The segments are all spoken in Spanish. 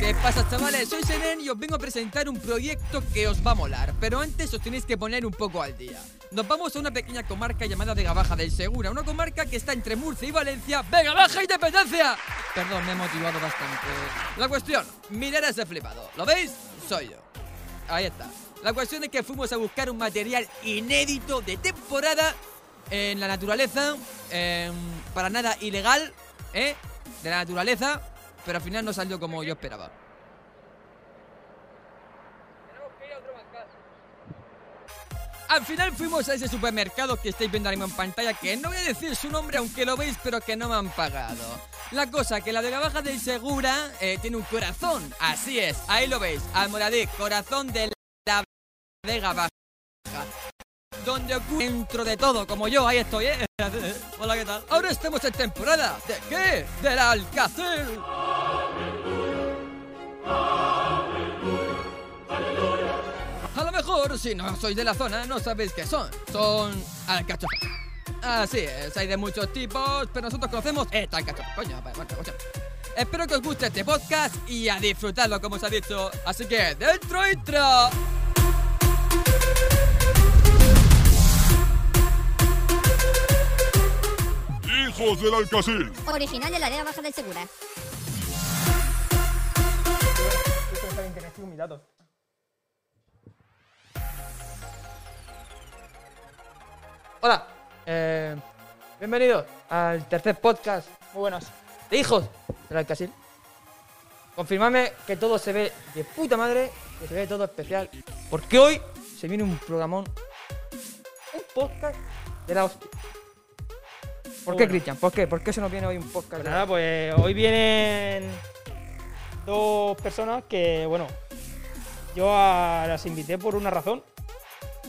¿Qué pasa chavales? Soy Seren y os vengo a presentar un proyecto que os va a molar, pero antes os tenéis que poner un poco al día. Nos vamos a una pequeña comarca llamada Vega Baja del Segura, una comarca que está entre Murcia y Valencia, Vega Baja Independencia. Perdón, me he motivado bastante. La cuestión, mirad a ese flipado, ¿lo veis? Soy yo. Ahí está. La cuestión es que fuimos a buscar un material inédito de temporada en la naturaleza, em, para nada ilegal, ¿eh? De la naturaleza, pero al final no salió como yo esperaba. Al final fuimos a ese supermercado que estáis viendo ahora mismo en pantalla, que no voy a decir su nombre aunque lo veis, pero que no me han pagado. La cosa, que la de la baja del Segura eh, tiene un corazón. Así es, ahí lo veis, Almoradí, corazón de la Vega Baja. Donde ocurre dentro de todo, como yo, ahí estoy, ¿eh? Hola, ¿qué tal? Ahora estamos en temporada. ¿De qué? Del Alcácer. A lo mejor, si no sois de la zona, no sabéis qué son. Son alcachofas. Así es, hay de muchos tipos, pero nosotros conocemos esta alcachofa. Coño, vale, vale, vale. Espero que os guste este podcast y a disfrutarlo, como os ha dicho. Así que, dentro intro. ¡Hijos del Alcacil! Original de la área baja del Segura. Esto está en internet, tengo mis datos. Hola, eh, bienvenidos al tercer podcast Muy buenas. de Hijos del Alcacil. Confirmadme que todo se ve de puta madre, que se ve todo especial, porque hoy se viene un programón, un podcast de la hostia. ¿Por qué, Bueno. Cristian? ¿Por qué? ¿Por qué se nos viene hoy un podcast? Pues de nada, pues hoy vienen dos personas que, bueno, yo a- las invité por una razón.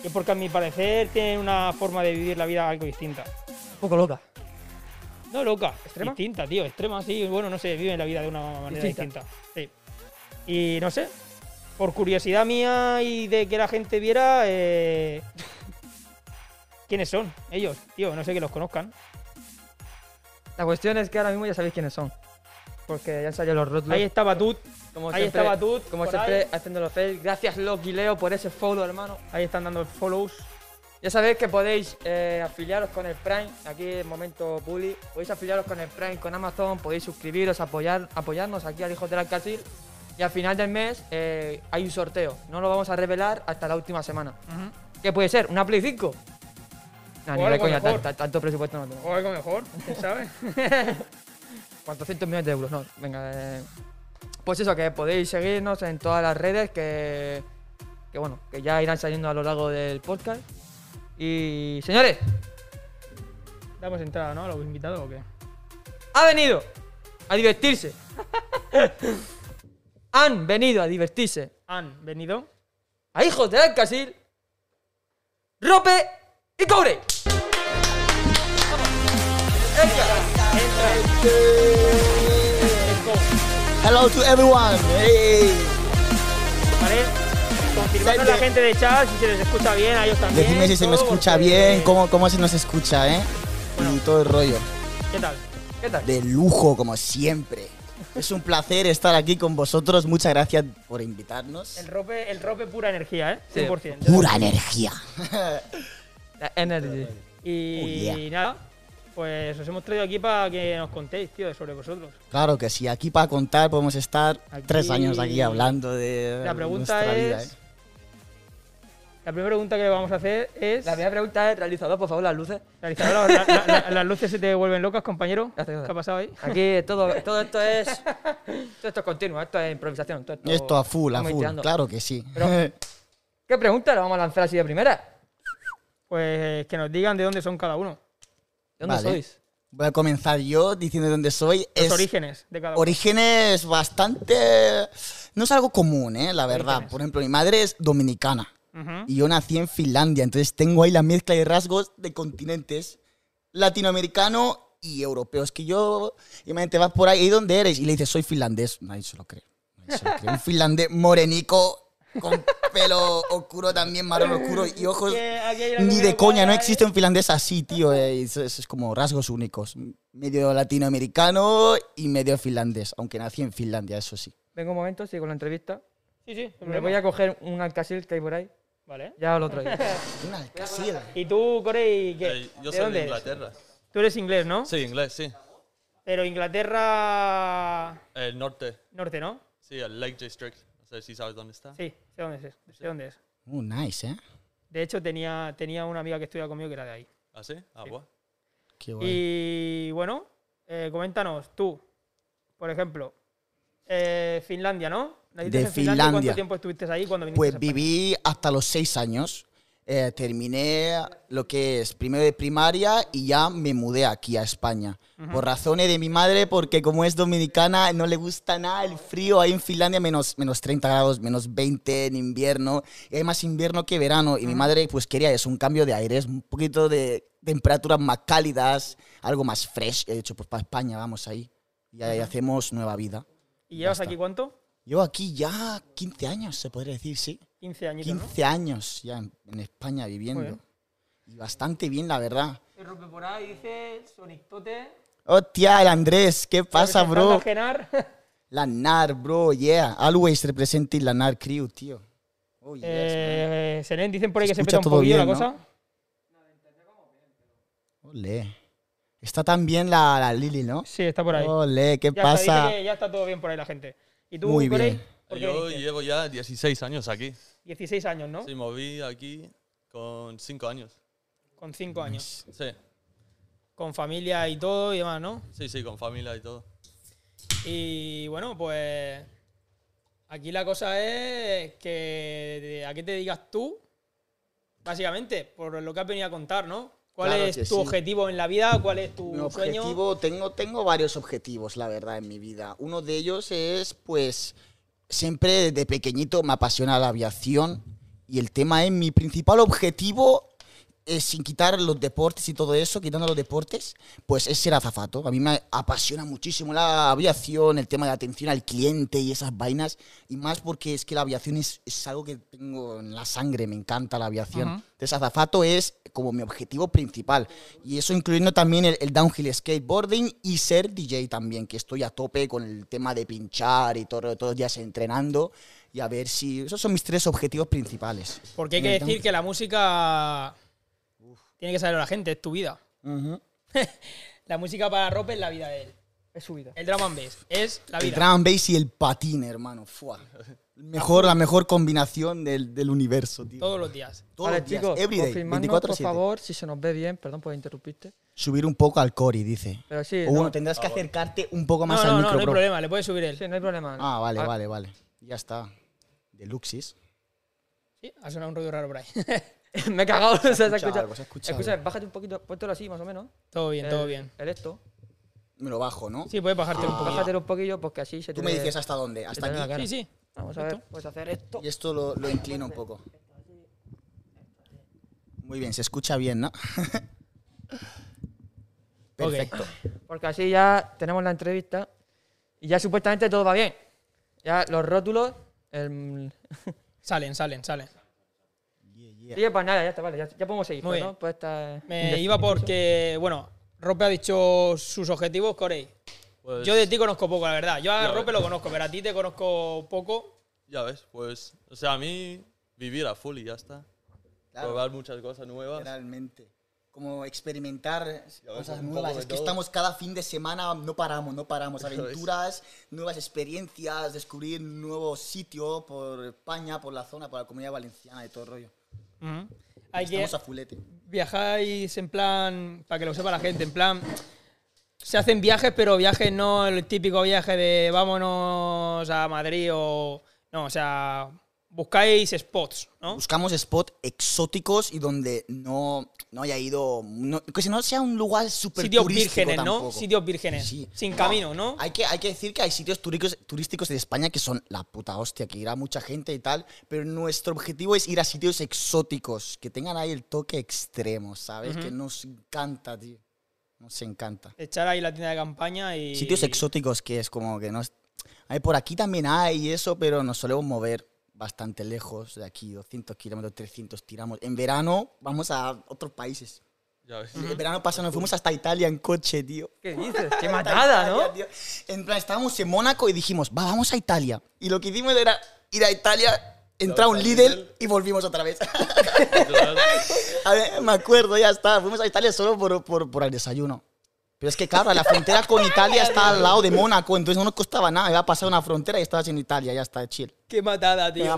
Y es porque a mi parecer tienen una forma de vivir la vida algo distinta. la- Un poco loca. No loca, ¿Extrema? distinta, tío, extrema, sí. Bueno, no sé, viven la vida de una manera Distinta. distinta. Sí. Y no sé, por curiosidad mía y de que la gente viera eh, quiénes son ellos, tío, no sé que los conozcan. La cuestión es que ahora mismo ya sabéis quiénes son, porque ya han salido los Rotlocks. Ahí está Batut, como ahí siempre- está Batut, Como por siempre, ahí. haciendo los fails. Gracias, Loki Leo, por ese follow, hermano. ahí están dando follows. Ya sabéis que podéis eh, afiliaros con el Prime, aquí en momento bully, podéis afiliaros con el Prime, con Amazon, podéis suscribiros, apoyar, apoyarnos aquí al Hijos del Alcacil y al final del mes eh, hay un sorteo, no lo vamos a revelar hasta la última semana. ¿Qué puede ser? ¿Una Play 5? No, ni O de algo coña, tan- mejor. tan- tanto presupuesto no tengo. O algo mejor, ¿quién sabe? 400 millones de euros, no, venga. eh, Pues eso, que podéis seguirnos en todas las redes que, que bueno, que ya irán saliendo a lo largo del podcast. Y señores, Damos entrada, ¿no? A los invitados o qué. ha venido a divertirse. Han venido a divertirse Han venido. a hijos de Alcasil, Rope y Cobre. Hello to everyone. Hey. ¿Vale? Confirmadnos Gente. la gente de chat si se les escucha bien, a ellos también. Decidme si se me todo, escucha porque- bien, cómo, cómo se nos escucha, ¿eh? Y todo el rollo. ¿Qué tal? ¿Qué tal? De lujo, como siempre. Es un placer estar aquí con vosotros. Muchas gracias por invitarnos. El rope, el rope pura energía, ¿eh? Sí. 100%. Pura energía. La energy. Y, Oh, yeah. nada, pues os hemos traído aquí para que nos contéis, tío, sobre vosotros. Claro que sí, aquí para contar podemos estar Aquí- tres años aquí hablando de La pregunta nuestra vida, es- ¿eh? La primera pregunta que le vamos a hacer es... La primera pregunta es, realizador, por favor, las luces. Realizador, la- la- la- las luces se te vuelven locas, compañero. Gracias, gracias. ¿Qué ha pasado ahí? Aquí todo, todo esto es. Todo esto es continuo, esto es improvisación. Todo esto, Esto a full, a estamos full. iterando. Claro que sí. ¿Qué pregunta la vamos a lanzar así de primera? ¿De Pues que nos digan de dónde son cada uno. dónde Vale. sois? Voy a comenzar yo diciendo de dónde soy. Los Es- orígenes de cada uno. Orígenes bastante. No es algo común, ¿eh? la verdad. Orígenes. Por ejemplo, mi madre es dominicana Ujú. y yo nací en Finlandia, entonces tengo ahí la mezcla de rasgos de continentes latinoamericano y europeos. Que yo, imagínate, vas por ahí, ¿y dónde eres? Y le dices, soy finlandés. Nadie se lo cree. nadie se lo cree. Un finlandés morenico con pelo oscuro también, marrón oscuro y ojos. Que aquí hay algo Ni que de coña, no cuadra, ¿eh? existe un finlandés así, tío. eh, Es, es- es como rasgos únicos. Medio latinoamericano y medio finlandés, aunque nací en Finlandia, eso sí. Vengo un momento, sigo la entrevista. Sí, sí, sin Me problema. voy a coger un alcacil que hay por ahí. Vale. Ya lo traigo. Un alcacil. ¿Y tú, Corey, qué? Eh, yo ¿De soy dónde de eres? Inglaterra. Tú eres inglés, ¿no? Sí, inglés, sí. Pero Inglaterra El norte, Norte, ¿no? sí, el Lake District. No sé si sabes dónde está. Sí, sé dónde es. Sé dónde es. Uh, nice, ¿eh? De hecho, tenía, tenía una amiga que estudia conmigo que era de ahí. ¿Ah, sí? Ah, bueno. Qué guay. Y bueno, eh, coméntanos, tú, por ejemplo, eh, Finlandia, ¿no? Naciste De en Finlandia. ¿Cuánto Finlandia. tiempo estuviste ahí cuando viniste? Pues a España? viví hasta los seis años. Eh, terminé lo que es primero de primaria y ya me mudé aquí a España. Por razones de mi madre, porque como es dominicana, no le gusta nada el frío. Ahí en Finlandia menos, menos 30 grados, menos 20 en invierno. Y hay más invierno que verano. Y mi madre pues quería eso, un cambio de aires, un poquito de temperaturas más cálidas, algo más fresh. He dicho, pues para España vamos ahí. Y ahí hacemos nueva vida. ¿Y llevas Ya está. aquí cuánto? Yo aquí ya 15 años, se podría decir, sí. 15 añitos, ¿no? 15 años ya en, en España Muy viviendo. bien. Y bastante bien, la verdad. Se rompe por ahí, dice Sonictote. Hostia, el Andrés, ¿qué pasa, bro? Genar. La NAR, bro, yeah. Always representing la NAR crew, tío. Oh, yes, man. eh, Senen, dicen por ahí Se que se escucha peta un todo poquillo bien, la ¿no? cosa. Olé. Está también la, la Lili, ¿no? Sí, está por ahí. Olé, ¿qué ya Está, pasa? dice que ya está todo bien por ahí la gente. ¿Y tú, Muy Corey? bien. ¿Por qué Yo viniste? llevo ya 16 años aquí. 16 años, ¿no? Sí, moví aquí con 5 años. Con 5 años. Sí, Con familia y todo y demás, ¿no? sí, sí, con familia y todo. Y bueno, pues aquí la cosa es que de- a qué te digas tú, básicamente, por lo que has venido a contar, ¿no? ¿Cuál Claro es tu que sí. objetivo en la vida? ¿Cuál es tu Mi sueño? objetivo, tengo, tengo varios objetivos, la verdad, en mi vida. Uno de ellos es, pues, siempre desde pequeñito me apasiona la aviación y el tema es mi principal objetivo, es, sin quitar los deportes y todo eso, quitando los deportes, pues es ser azafato. A mí me apasiona muchísimo la aviación, el tema de atención al cliente y esas vainas, y más porque es que la aviación es, es algo que tengo en la sangre, me encanta la aviación. Entonces, azafato es como mi objetivo principal, y eso incluyendo también el, el downhill skateboarding y ser DJ también, que estoy a tope con el tema de pinchar y todo, todos los días entrenando, y a ver si... Esos son mis tres objetivos principales. Porque hay que decir que la música tiene que saber la gente, es tu vida. Ujú. La música para Rope es la vida de él. Es su vida. El drum and bass es la El vida. drum and bass y el patín, hermano. Fua. El Mejor, la mejor combinación del, del universo, tío. Todos los días. Todos vale, los días, chicos, every day, confirmadnos, 24/7. por favor, si se nos ve bien. Perdón por interrumpirte. Subir un poco al cori, dice. Pero sí, o bueno, no. tendrás que acercarte un poco más no, no, al no, micro, no hay bro. problema, le puedes subir él. Sí, no hay problema. Ah, vale, vale, vale. Ya está. Deluxis. Sí, ha sonado un ruido raro por ahí. Me he cagado. o sea, Se ha escuchado escuchado. algo, se ha escuchado. Escúchame, bájate un poquito, póntelo así más o menos. todo bien, todo El- bien. El esto. Me lo bajo, ¿no? Sí, puedes bajarte un poquito. Bájatelo un poquillo porque así se Tú te me ve- dices hasta dónde, se te hasta ve la aquí. cara. Sí, sí. Vamos a ver, puedes hacer esto. Y esto lo, lo inclino un poco. Muy bien, se escucha bien, ¿no? Perfecto. Porque así ya tenemos la entrevista y ya supuestamente todo va bien. Ya los rótulos. El... Salen, salen, salen. Sí, pues nada, ya está, vale, ya, ya podemos seguir. Muy ¿no? bien. Pues está- Me iba porque, bueno, Rope ha dicho sus objetivos, Corey. Pues, Yo de ti conozco poco, la verdad. Yo a Ya, Rope lo conozco, pero a ti te conozco poco. Ya ves, pues, o sea, a mí vivir a full y ya está. Claro. Probar muchas cosas nuevas. Literalmente. Como experimentar cosas un poco nuevas. de Es que todo. estamos cada fin de semana, no paramos, no paramos. Eso es. Aventuras, nuevas experiencias, descubrir nuevos sitios por España, por la zona, por la comunidad valenciana y todo el rollo. Hay que Estamos a fulete. viajáis en plan, para que lo sepa la gente, en plan. Se hacen viajes, pero viajes no el típico viaje de vámonos a Madrid o. No, o sea, buscáis spots, ¿no? Buscamos spots exóticos y donde no, no haya ido. no- que si no sea un lugar súper Sitios turístico vírgenes, ¿no? tampoco. Sitios vírgenes. Sí. Sin camino, ¿no? Hay que, hay que decir que hay sitios turísticos, turísticos de España que son la puta hostia, que irá mucha gente y tal, pero nuestro objetivo es ir a sitios exóticos, que tengan ahí el toque extremo, ¿sabes? Que nos encanta, tío. Nos encanta. Echar ahí la tienda de campaña y. Sitios exóticos que es como que nos... Hay por aquí también hay y eso, pero nos solemos mover bastante lejos de aquí, 200 kilómetros, 300 tiramos. En verano vamos a otros países. Ya ves. El verano pasado nos fuimos hasta Italia en coche, tío. ¿Qué dices? Qué matada, ¿no? Italia, tío. En plan, estábamos en Mónaco y dijimos, va, vamos a Italia. Y lo que hicimos era ir a Italia, entrar a un al Lidl Lidl. y volvimos otra vez. Literal. A ver, me acuerdo, ya está. Fuimos a Italia solo por, por, por el desayuno. Pero es que, claro, la frontera con Italia está al lado de Mónaco, entonces no nos costaba nada. Iba a pasar una frontera y estabas en Italia, ya está, chill. Qué matada, tío. Era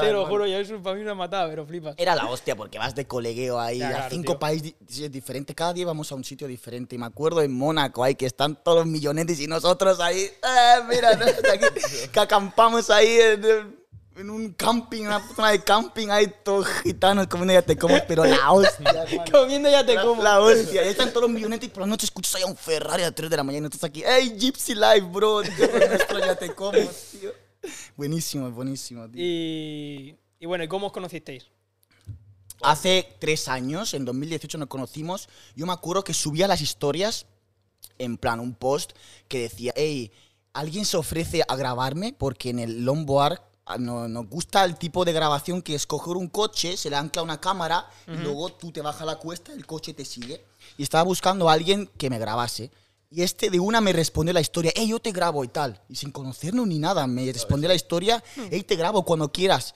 Te lo hermano. juro, yo es un- para mí una matada, pero flipas. Era la hostia porque vas de colegueo ahí Ya, a claro, cinco tío. países di- diferentes. Cada día vamos a un sitio diferente. Y me acuerdo en Mónaco, ahí que están todos los millonetes y nosotros ahí, eh, mira, ¿no? Hasta aquí, que acampamos ahí en, en un camping, una zona de camping, ahí todos gitanos comiendo ya te como, pero la hostia. hermano. Comiendo ya te La- como. La hostia. Ahí están todos los millonetes y por la noche escuchas ahí a un Ferrari a 3 de la mañana y nosotros aquí, ¡Ey, Gypsy Life, bro! Tío, nuestro ya te como, tío. Buenísimo, buenísimo, tío. Y, y bueno, ¿y cómo os conocisteis? Hace tres años, en 2018 nos conocimos, yo me acuerdo que subía las historias, en plan un post, que decía, hey, ¿alguien se ofrece a grabarme? Porque en el longboard ah, no, nos gusta el tipo de grabación que es coger un coche, se le ancla una cámara, y luego tú te bajas la cuesta, el coche te sigue. Y estaba buscando a alguien que me grabase. Y este de una me respondió la historia, hey, yo te grabo y tal. Y sin conocernos ni nada, me respondió la historia, hey, te grabo cuando quieras.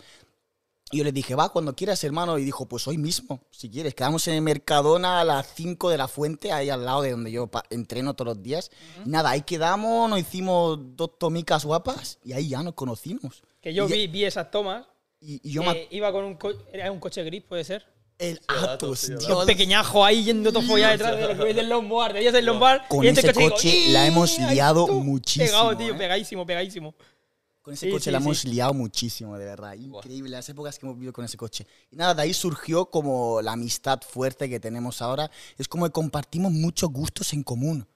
Y yo le dije, va, cuando quieras, hermano. Y dijo, pues hoy mismo, si quieres. Quedamos en el Mercadona a las 5 de la fuente, ahí al lado de donde yo pa- entreno todos los días. Y nada, ahí quedamos, nos hicimos dos tomicas guapas y ahí ya nos conocimos. Que yo Y ya- vi, vi esas tomas. Y, y yo que me... Iba con un, co- era un coche gris, puede ser. El dato, Atos, tío, Dios. Los pequeñajo ahí yendo todo follado detrás de lo que ves del Lombard. Ellos del Lombard. Con y este ese digo, coche "Ih, la hemos ahí liado tú". muchísimo, Pegado, tío, ¿eh? pegadísimo, pegadísimo. Con ese Sí, coche sí, la sí. hemos liado muchísimo, de verdad. Increíble, las épocas que hemos vivido con ese coche. Y nada, de ahí surgió como la amistad fuerte que tenemos ahora. Es como que compartimos muchos gustos en común.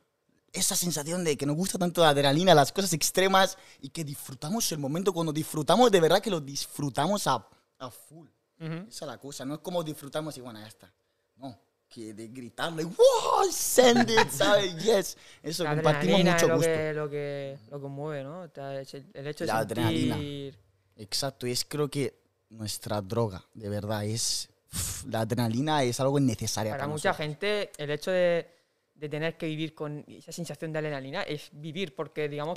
Esa sensación de que nos gusta tanto la adrenalina, las cosas extremas y que disfrutamos el momento. Cuando disfrutamos, de verdad que lo disfrutamos a, a full. Ujú. Esa es la cosa. No es como disfrutamos y bueno, ya está. No, que de gritarle, ¡Wow! send it", ¿sabes? Yes. Eso, La compartimos adrenalina mucho es lo gusto. Que, lo, que, lo que mueve, ¿no? O sea, es el, el hecho de La sentir... adrenalina. Exacto, es creo que nuestra droga, de verdad, es uf, la adrenalina es algo necesaria Para para, mucha nosotros. gente, el hecho de, de tener que vivir con esa sensación de adrenalina es vivir, porque digamos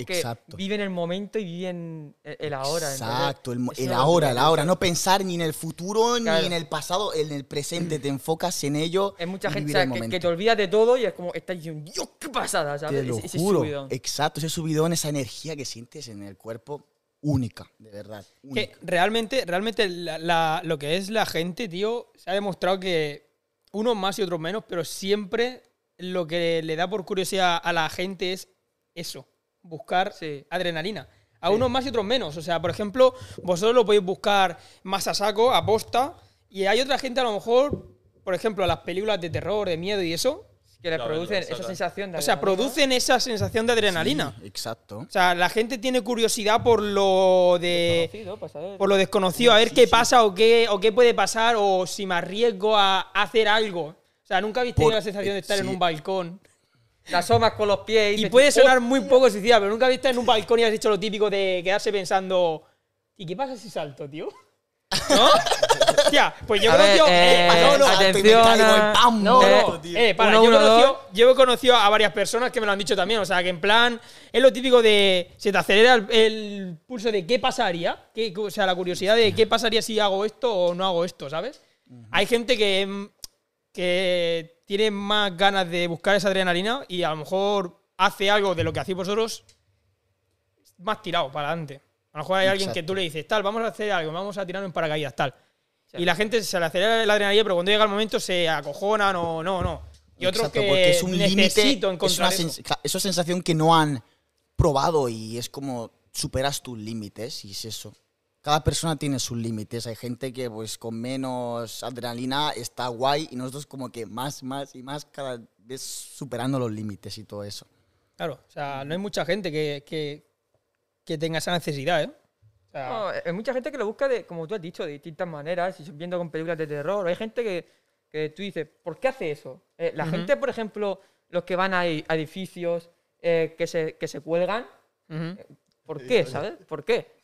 que Exacto. viven el momento y viven el, el ahora. entonces, Exacto, el, mo- eso el es lo ahora, que- el ahora, no pensar ni en el futuro Claro. ni en el pasado, en el presente, te enfocas en ello. Es mucha y gente vivir o sea, el que- que, momento. te olvidas de todo y es como, estás diciendo, Dios, qué pasada, ¿sabes? Te lo Ese- ese juro. subidón. Exacto, ese subidón, esa energía que sientes en el cuerpo, única, de verdad. Que única. realmente, realmente la- la- lo que es la gente, tío, se ha demostrado que unos más y otros menos, pero siempre lo que le da por curiosidad a la gente es eso, buscar Sí. adrenalina. A unos más y otros menos. O sea, por ejemplo, vosotros lo podéis buscar más a saco, a posta, y hay otra gente a lo mejor, por ejemplo, las películas de terror, de miedo y eso, Que les Ya ves, lo producen esa sacan. sensación de o sea, adrenalina. producen esa sensación de adrenalina. Sí, exacto. O sea, la gente tiene curiosidad por lo de Conocido, pues, a ver. por lo desconocido, a ver qué pasa o qué, o qué puede pasar o si me arriesgo a hacer algo. O sea, nunca habéis tenido Por- la sensación de estar sí. en un balcón. Te asomas con los pies y, Y dices, puede "Oh, sonar muy poco suicida, pero nunca habéis estado en un balcón y has hecho lo típico de quedarse pensando, ¿y qué pasa si salto, tío? ¿No? Hostia, pues yo A ver, conozco... eh, no, no, salto y me atención, caigo, y a- ¡pam! no, muerto, no, tío. Eh, para, Uno, yo, uno, conocí- dos. yo he conocido a varias personas que me lo han dicho también. O sea, que en plan, es lo típico de. Se te acelera el, el pulso de qué pasaría. qué- o sea, la curiosidad de qué pasaría si hago esto o no hago esto, ¿sabes? Hay gente que, mm, que tiene más ganas de buscar esa adrenalina y a lo mejor hace algo de lo que hacéis vosotros más tirado para adelante. A lo mejor hay alguien que Exacto. tú le dices, tal, vamos a hacer algo, vamos a tirarnos en paracaídas, tal. Sí. Y la gente se le acelera la adrenalina, pero cuando llega el momento se acojonan o no, no. Y otros Exacto, que porque es un límite, necesito es una encontrar sen- eso. cla- esa sensación que no han probado y es como superas tus límites y es eso. Cada persona tiene sus límites. Hay gente que pues con menos adrenalina está guay y nosotros como que más, más y más cada vez superando los límites y todo eso. Claro, o sea, no hay mucha gente que, que, que tenga esa necesidad, ¿eh? O sea, No, hay mucha gente que lo busca de, como tú has dicho, de distintas maneras, y viendo con películas de terror. Hay gente que, que tú dices, ¿por qué hace eso? Eh, la gente, por ejemplo, los que van a, e- a edificios eh, que, se, que se cuelgan, ujú. ¿por qué? ¿Sabes? ¿Por qué?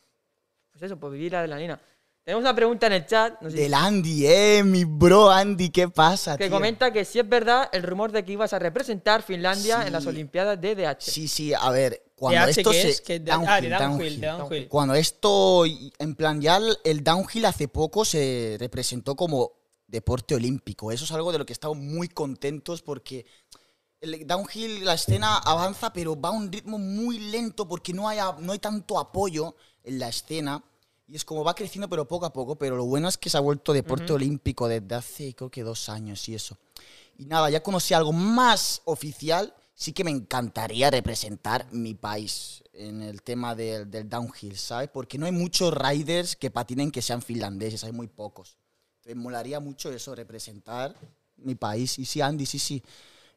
Pues eso, por pues vivir la adrenalina. Tenemos una pregunta en el chat. no sé- Del Andy, eh, mi bro Andy, ¿qué pasa, que tío? comenta que si es verdad el rumor de que ibas a representar Finlandia Sí. en las Olimpiadas de DH. Sí, sí, a ver, cuando DH, esto ¿qué se... es? ¿Qué- de- ah, de downhill, de downhill. Cuando esto, y- en plan, ya el- el downhill hace poco se representó como deporte olímpico. Eso es algo de lo que estamos muy contentos porque el downhill, la escena avanza, pero va a un ritmo muy lento porque no hay, a- no hay tanto apoyo en la escena. Y es como va creciendo, pero poco a poco. Pero lo bueno es que se ha vuelto deporte olímpico desde hace, creo que dos años y eso. Y nada, ya conocí algo más oficial. Sí que me encantaría representar mi país en el tema del, del downhill, ¿sabes? Porque no hay muchos riders que patinen que sean finlandeses, hay muy pocos. Entonces, molaría mucho eso, representar mi país. Y sí, Andy, sí, sí.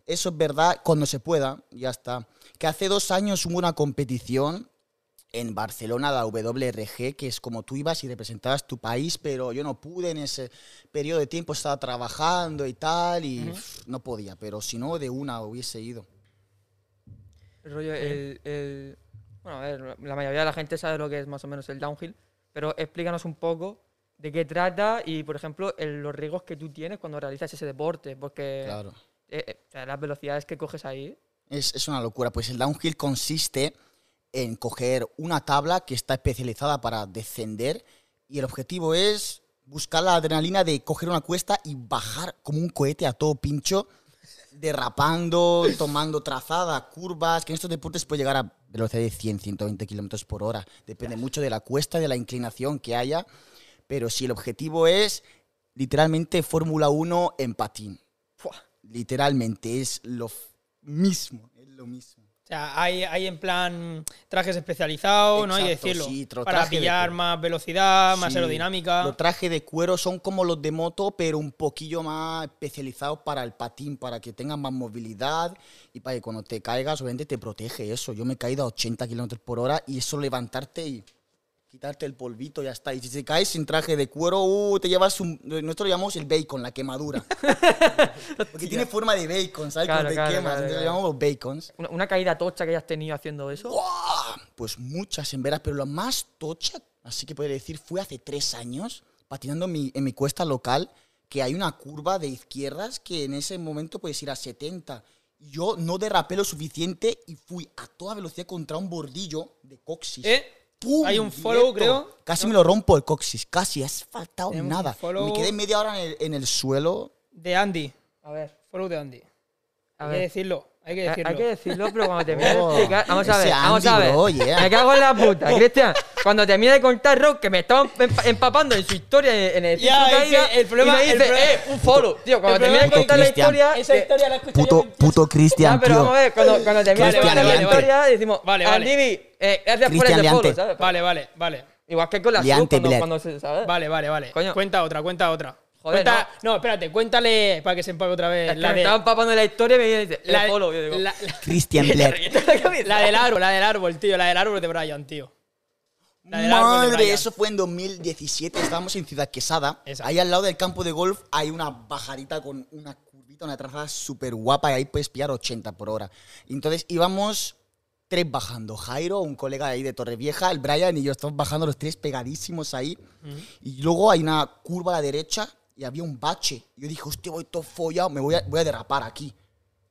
Eso es verdad, cuando se pueda, ya está. Que hace dos años hubo una competición en Barcelona, la WRG, que es como tú ibas y representabas tu país, pero yo no pude en ese periodo de tiempo, estaba trabajando y tal, y pff, no podía, pero si no, de una hubiese ido. El rollo, el, el- Bueno, a ver, la mayoría de la gente sabe lo que es más o menos el downhill, pero explícanos un poco de qué trata y, por ejemplo, el- los riesgos que tú tienes cuando realizas ese deporte, porque Claro. eh, eh, o sea, las velocidades que coges ahí. Es, es una locura. Pues el downhill consiste en coger una tabla que está especializada para descender y el objetivo es buscar la adrenalina de coger una cuesta y bajar como un cohete a todo pincho, derrapando, tomando trazada, curvas, que en estos deportes puede llegar a velocidad de 100, 120 kilómetros por hora. Depende mucho de la cuesta, de la inclinación que haya. Pero si el objetivo es literalmente Fórmula 1 en patín. Literalmente es lo f- mismo, es lo mismo. O sea, hay, hay en plan trajes especializados, ¿no? Hay que Exacto, decirlo. sí, tro- para traje de pillar cuero. más Ah, velocidad, más Sí, aerodinámica. Los trajes de cuero son como los de moto, pero un poquillo más especializados para el patín, para que tengas más movilidad y para que cuando te caigas, obviamente te protege eso. Yo me he caído a 80 kilómetros por hora y eso levantarte y quitarte el polvito, ya está. Y si te caes sin traje de cuero, uh, te llevas un. Nosotros lo llamamos el bacon, la quemadura. Porque tiene forma de bacon, ¿sabes? Claro, cuando te claro, quemas, claro, entonces claro. lo llamamos los bacons. Una, una caída tocha que hayas tenido haciendo eso. Pues muchas en veras, pero la más tocha, así que podría decir, fue hace tres años, patinando en mi, en mi cuesta local, que hay una curva de izquierdas que en ese momento puedes ir a 70. Yo no derrapé lo suficiente y fui a toda velocidad contra un bordillo de coxis. ¿Eh? ¡Pum! Hay un follow, creo. Casi me lo rompo el coxis, casi, has faltado Tenemos un nada. follow. Me quedé media hora en el, en el suelo. De Andy. A ver, Follow de Andy. a hay ver. que decirlo. Hay que Eh, decirlo. Hay que decirlo, pero cuando termine de Oh, explicar. Eh, Vamos a ese ver, vamos a Andy, ver. bro, yeah. Me cago en la puta, Cristian. Cuando termine de contar Rock, que me estaba emp- empapando en su historia en en el Ya, circo es caída, que el problema- y me el dice, problema- eh, un follow. Tío, cuando el termine de problema contar la es que historia. Esa que- historia la escuché Puto, yo. puto Ya, Cristian, pero tío. vamos a ver, cuando, cuando termine de Cristian contar la Liante. historia, decimos, Vale, vale, vale. Andy, eh, gracias por Cristian el follow, Liante. ¿sabes? Vale, vale, vale. Igual que con la Liante, sub, cuando, Black. cuando se, ¿sabes? Vale, vale, vale. Coño. Cuenta otra, cuenta otra. Joder, Cuenta- no. espérate, cuéntale para que se empape otra Es vez. que La me de, estaba empapando en la historia y me dice, la, el follow. Yo digo, la- la- Cristian Black. la del árbol, la del árbol, tío. La del árbol de Brian, tío. La del árbol de Madre, Brian. eso fue en 2017. Estábamos en Ciudad Quesada. Esa. Ahí al lado del campo de golf hay una bajarita con una curvita, una trazada súper guapa y ahí puedes pillar 80 por hora. Y Entonces íbamos tres bajando. Jairo, un colega de ahí de Torrevieja, el Brian y yo estamos bajando los tres pegadísimos ahí. Y luego hay una curva a la derecha y había un bache. Yo dije, hostia, voy todo follado, me voy a, voy a derrapar aquí.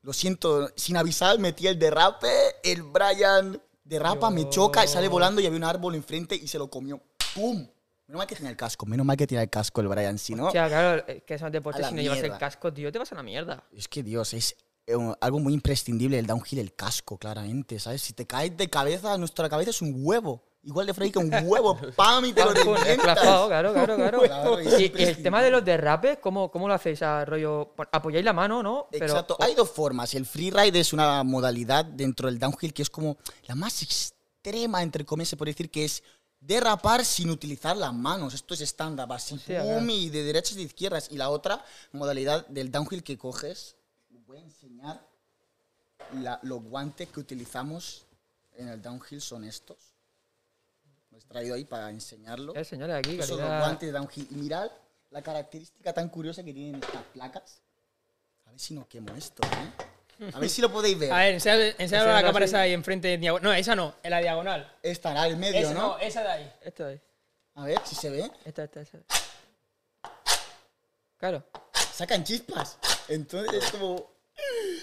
Lo siento, sin avisar metí el derrape, el Brian derrapa, me choca y sale volando y había un árbol enfrente y se lo comió. ¡Pum! Menos mal que tenía el casco, menos mal que tenía el casco el Brian, si no... Hostia, claro, es que son deportes, A la si no llevas el mierda. casco, tío, te vas a la mierda. Es que, Dios, es eh, un- algo muy imprescindible el downhill, el casco, claramente, ¿sabes? Si te caes de cabeza, nuestra cabeza es un huevo. Igual de Freddy que un huevo, ¡pam! Y te lo Pum, revientas. esclafado, claro, claro, claro. Claro, es Y- Y, el imprescindible. tema de los derrapes, ¿cómo, cómo lo hacéis? O sea, rollo, pon- apoyáis la mano, ¿no? Pero- Exacto. Hay dos formas. El freeride es una modalidad dentro del downhill que es como la más extrema, entre comillas, se puede decir que es derrapar sin utilizar las manos. Esto es stand-up, así, Hostia, pum, claro. y de derechas y de izquierdas. Y la otra modalidad del downhill que coges, os voy a enseñar la- los guantes que utilizamos en el downhill son estos. Los he traído ahí para enseñarlo. Eh, señores, aquí, Esos son los calidad. guantes de downhill. Y mirad la característica tan curiosa que tienen estas placas. A ver si no quemo esto, ¿eh? A ver si lo podéis ver. A ver, enséñalo enséñalo a la Enséñalo cámara así. esa ahí enfrente. diago- No, esa no, en la diagonal. Estará el medio, Esa ¿no? no, esa de ahí. Esto es. A ver si se ve. Esta, esta, esta. Claro. Sacan chispas. Entonces es como.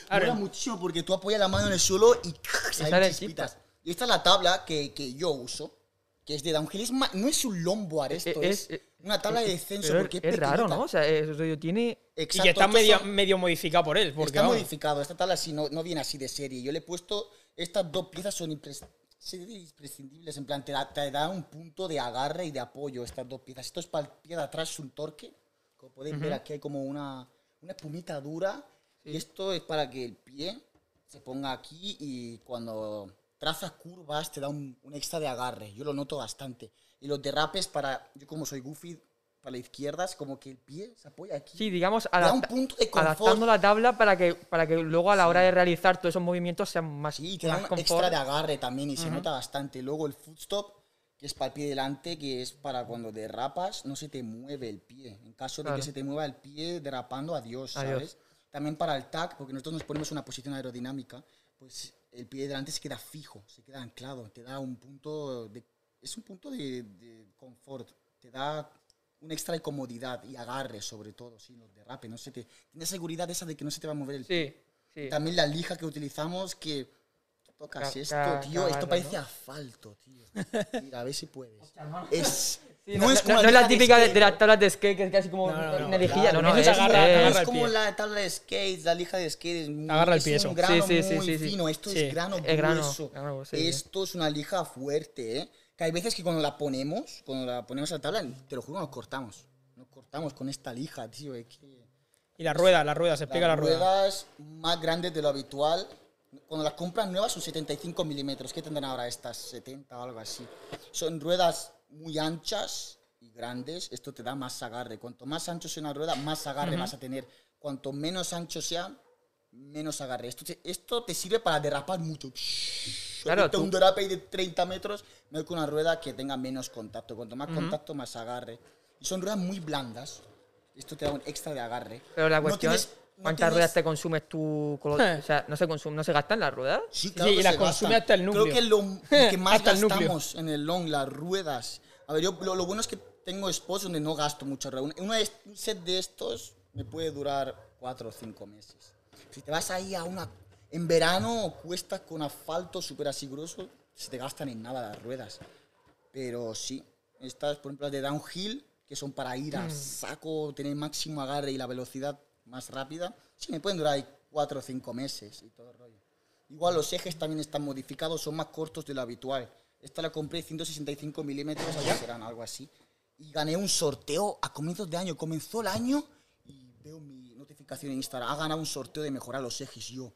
Ahora- Mola muchísimo porque tú apoyas la mano en el suelo y salen salen chispitas. Y esta es la tabla que, que yo uso, que es de downhill. Es ma- no es un lomboard esto, Eh, eh, es, eh, una tabla de eh, descenso pero porque es, es raro, pequeñita. ¿no? O sea, eh, o sea, yo tiene. Y Exacto, que está estos medio, son- medio modificado por él. Porque, está vamos, modificado, esta tabla sí no, no viene así de serie. Yo le he puesto, estas dos piezas son impres- sí, imprescindibles, en plan, te da, te da un punto de agarre y de apoyo estas dos piezas. Esto es para el pie de atrás, un torque. Como podéis ver, aquí hay como una, una espumita dura. Y esto es para que el pie se ponga aquí y cuando trazas curvas te da un, un extra de agarre. Yo lo noto bastante. Y los derrapes para, yo como soy goofy, para la izquierda es como que el pie se apoya aquí. Sí, digamos, da un adapta- punto de confort. adaptando la tabla para que, para que luego a la hora de realizar todos esos movimientos sean más, Sí, y te da más un confort. extra de agarre también y se nota bastante. Luego el footstop, que es para el pie delante, que es para cuando derrapas no se te mueve el pie. En caso de Claro. que se te mueva el pie derrapando, adiós, ¿sabes? Adiós. También para el tac, porque nosotros nos ponemos en una posición aerodinámica, pues el pie delante se queda fijo, se queda anclado, te da un punto de... Es un punto de, de confort, te da un extra de comodidad y agarre sobre todo, si los derrapes, no se te... Tienes seguridad esa de que no se te va a mover el pie. Sí, sí. También la lija que utilizamos que tú tocas Ca- esto, ca- tío, esto cagarla, parece ¿no? asfalto, tío. Mira, a ver si puedes. Es No, es como no es la lija de típica de, skate. de las tablas de skate, que es casi como una lijilla. claro, No, no, eso es, se agarra- es- No agarra es el como pie. la tabla de skate, la lija de skate. es muy- Agarra el pie, Es eso. un grano Sí, sí, sí, muy sí, sí. fino. Esto Sí, es grano es grano, grueso. grano, sí, sí. Esto es una lija fuerte, ¿eh? Que hay veces que cuando la ponemos, cuando la ponemos a la tabla, te lo juro, nos cortamos. Nos cortamos con esta lija, tío. Es que... Y la rueda, la rueda, se explica la Las rueda. ruedas más grandes de lo habitual. Cuando las compras nuevas son 75 milímetros. ¿Qué tendrán ahora estas? 70 o algo así. Son ruedas muy anchas y grandes. Esto te da más agarre. Cuanto más ancho sea una rueda, más agarre vas a tener. Cuanto menos ancho sea, menos agarre. Esto te, esto te sirve para derrapar mucho. Claro, Suelta tú- un derrape de 30 metros, no hay que una rueda que tenga menos contacto. Cuanto más contacto, más agarre. Y son ruedas muy blandas. Esto te da un extra de agarre. Pero la No cuestión tienes- Hmm. es no cuántas tienes- ruedas te consumes tú. con lo- o sea, no se consumen, no se gastan las ruedas. Sí, Sí, y que la se consume gastan. hasta el núcleo. Creo que lo lo que más Hasta el núcleo. gastamos en el long, las ruedas. A ver, yo lo, lo bueno es que tengo spots donde no gasto mucha rueda. Una- una de est- un set de estos me puede durar cuatro o cinco meses. Si te vas ahí a una... En verano cuesta con asfalto súper así grueso, se te gastan en nada las ruedas. Pero sí, estas, por ejemplo, las de downhill, que son para ir Mm. a saco, tener máximo agarre y la velocidad más rápida, sí, me pueden durar ahí cuatro o cinco meses y todo el rollo. Igual los ejes también están modificados, son más cortos de lo habitual. Esta la compré 165 milímetros, allá serán algo así. Y gané un sorteo a comienzos de año. Comenzó el año y veo mi notificación en Instagram. Ha ganado un sorteo de mejorar los ejes. y Yo,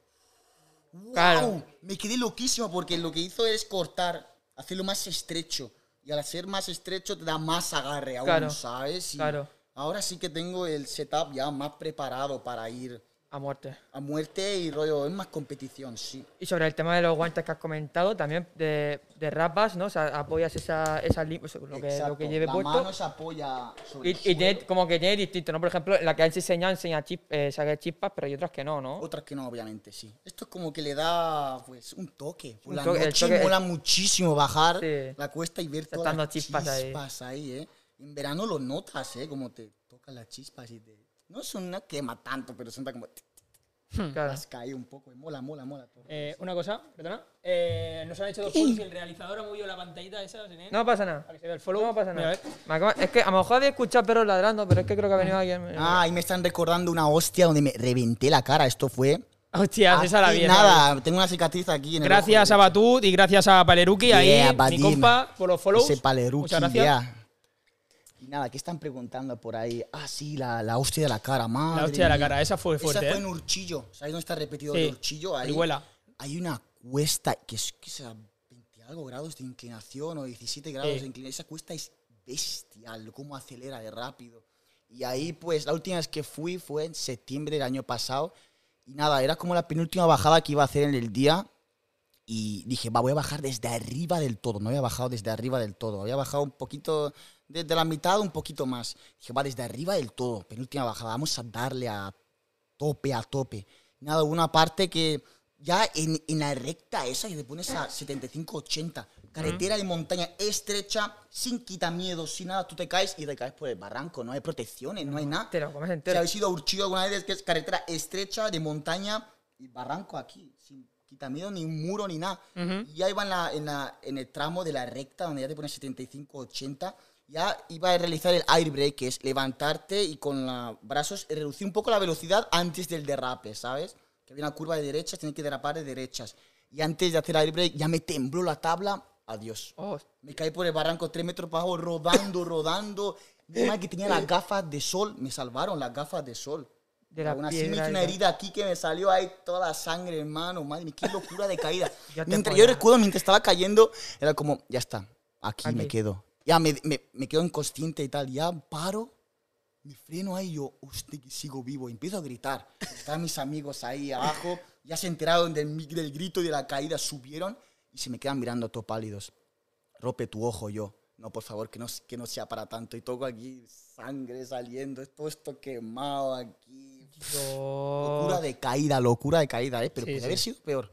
¡Wow! Claro. Me quedé loquísimo porque lo que hizo es cortar, hacerlo más estrecho. Y al ser más estrecho te da más agarre aún, Claro, ¿sabes? Y claro. Ahora sí que tengo el setup ya más preparado para ir A muerte. a muerte y rollo. Es más competición, sí. Y sobre el tema de los guantes que has comentado, también de, de rapas, ¿no? O sea, apoyas esa, esa li- o sea, lo, que, lo Exacto, que lleve la puesto. mano se apoya sobre Y, el y tiene- suelo. como que tiene distinto, ¿no? Por ejemplo, la que has enseñado enseña chip, eh, saca chispas, pero hay otras que no, ¿no? Otras que no, obviamente, sí. Esto es como que le da pues un toque. Por Un la toque, el noche toque- mola muchísimo bajar Sí. la cuesta y ver Está todas las dando chispas, chispas ahí. ahí. ¿eh? En verano lo notas, ¿eh? Como te tocan las chispas y te... No es una quema tanto, pero sienta como... te Claro. Has caído un poco y mola, mola, mola. todo. Eh, una cosa, perdona. Eh, nos han hecho dos follows y el realizador ha movido la pantallita esa. sin él. No pasa nada. Para que se vea el follow. No pasa Mira, eh. a nada. ver. Me acaba- es que a lo mejor había escuchado perros ladrando, pero es que creo que ha venido alguien. Ah, ahí me están recordando una hostia donde me reventé la cara. Esto fue... Hostia, esa la hace vi. esa la vi. Ah, eh. Nada, tengo una cicatriz aquí en el ojo Gracias a derecho. Batut y gracias a Paleruki ahí, Yeah, mi Badim. compa, por los follows. Ese paleruki, Muchas gracias. ya. Y nada, ¿qué están preguntando por ahí? Ah, sí, la, la hostia de la cara, madre. La hostia de la mía. cara, esa fue fuerte, Esa ¿eh? fue en Urchillo. ¿Sabéis dónde está repetido Sí, de Urchillo? Ahí. Orihuela. Hay una cuesta que es que será 20 algo grados de inclinación o 17 grados Sí. de inclinación. Esa cuesta es bestial, cómo acelera de rápido. Y ahí, pues, la última vez que fui fue en septiembre del año pasado. Y nada, era como la penúltima bajada que iba a hacer en el día. Y dije, va, voy a bajar desde arriba del todo. No había bajado desde arriba del todo. Había bajado un poquito, desde la mitad un poquito más. Dije, va, desde arriba del todo. Penúltima bajada. Vamos a darle a tope, a tope. Nada, hubo una parte que ya en, en la recta esa y te pones a 75, 80, carretera de montaña estrecha, sin quitamiedo, sin nada, tú te caes y te caes por el barranco, no hay protecciones, no hay nada. Te lo comes Si entero. habéis ido a Urchío alguna vez, que es carretera estrecha de montaña y barranco aquí, sin quitamiedo, ni un muro, ni nada. Y ya iba en, la, en, la- en el tramo de la recta, donde ya te pones 75, 80, ya iba a realizar el air brake, que es levantarte y con los brazos eh, reducir un poco la velocidad antes del derrape, ¿sabes? Que había una curva de derechas, tienes que derrapar de derechas. Y antes de hacer air brake, ya me tembló la tabla, adiós. Host- Me caí por el barranco tres metros para abajo, rodando, rodando. Mi madre que tenía las gafas de sol, me salvaron las gafas de sol. De la Aún así me piedra hizo una esa. herida aquí que me salió ahí toda la sangre, hermano. Madre mía, qué locura de caída. Ya te mientras yo apoyaba. recuerdo, mientras estaba cayendo, era como, ya está, aquí, me Aquí. quedo. Ya me, me- me quedo inconsciente y tal. Ya paro, me freno ahí y yo, hostia, que sigo vivo. Empiezo a gritar. Estaban mis amigos ahí abajo, ya se enteraron del, mi- del grito y de la caída, subieron y se me quedan mirando todos pálidos. Rope tu ojo yo. No, por favor, que no, que no sea para tanto. Y toco aquí sangre saliendo, todo esto quemado aquí. Locura Dios. de caída, locura de caída, ¿eh? Pero Sí, podía sí. haber sido peor.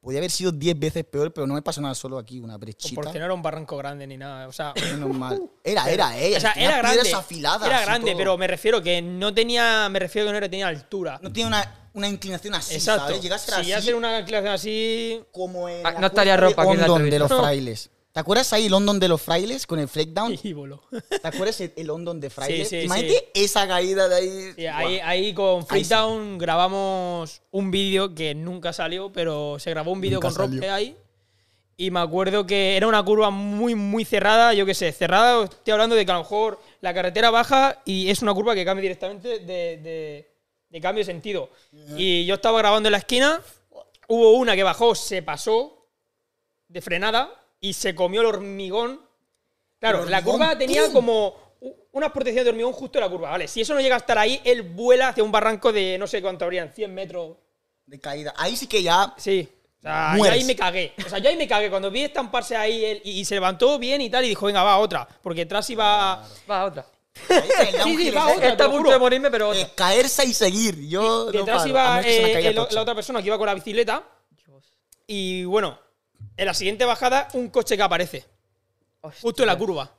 Podía haber sido 10 veces peor, pero no me pasó nada solo aquí, una brechita. Porque no era un barranco grande ni nada. O sea, Menos mal. Era, era, ella. o sea tenía era piedras grande. afiladas Era y grande, todo. pero me refiero que no tenía. Me refiero que no era- tenía altura. No tiene una, una inclinación así, Exacto. ¿sabes? Llegase a ser si ya así, hacer una clase así. como en Ah, la no estaría cuesta de ropa aquí en la London de entrevista. los No. frailes. ¿Te acuerdas ahí el London de los frailes con el breakdown? Y voló. ¿Te acuerdas el, el London de frailes? sí, Imagínate esa caída de ahí. Sí, ahí, ahí con Freetown grabamos un vídeo que nunca salió, pero se grabó un vídeo Nunca con Rob salió. que ahí. Y me acuerdo que era una curva muy, muy cerrada, yo qué sé, cerrada, estoy hablando de que a lo mejor la carretera baja y es una curva que cambia directamente de, de- de cambio de sentido. Y yo estaba grabando en la esquina, hubo una que bajó, se pasó de frenada y se comió el hormigón. Claro, El la hormigón, curva tenía ¡pum! como u- una protección de hormigón justo en la curva, ¿vale? Si eso no llega a estar ahí, él vuela hacia un barranco de no sé cuánto habrían, 100 metros. De caída. Ahí sí que ya. Sí. O sea, yo Mueres. ahí me cagué. O sea, yo ahí me cagué. Cuando vi estamparse ahí él y, y se levantó bien y tal, y dijo, venga, va, otra. Porque atrás iba. Va, otra. ahí se le da Sí, un sí, giro va, de- otra, Está te a lo punto juro. de morirme, pero de otra. caerse y seguir. Yo no Detrás paro, a iba menos que sea una eh, caída el- tocha. la otra persona que iba con la bicicleta. Dios. Y bueno, en la siguiente bajada, un coche que aparece. justo en la curva.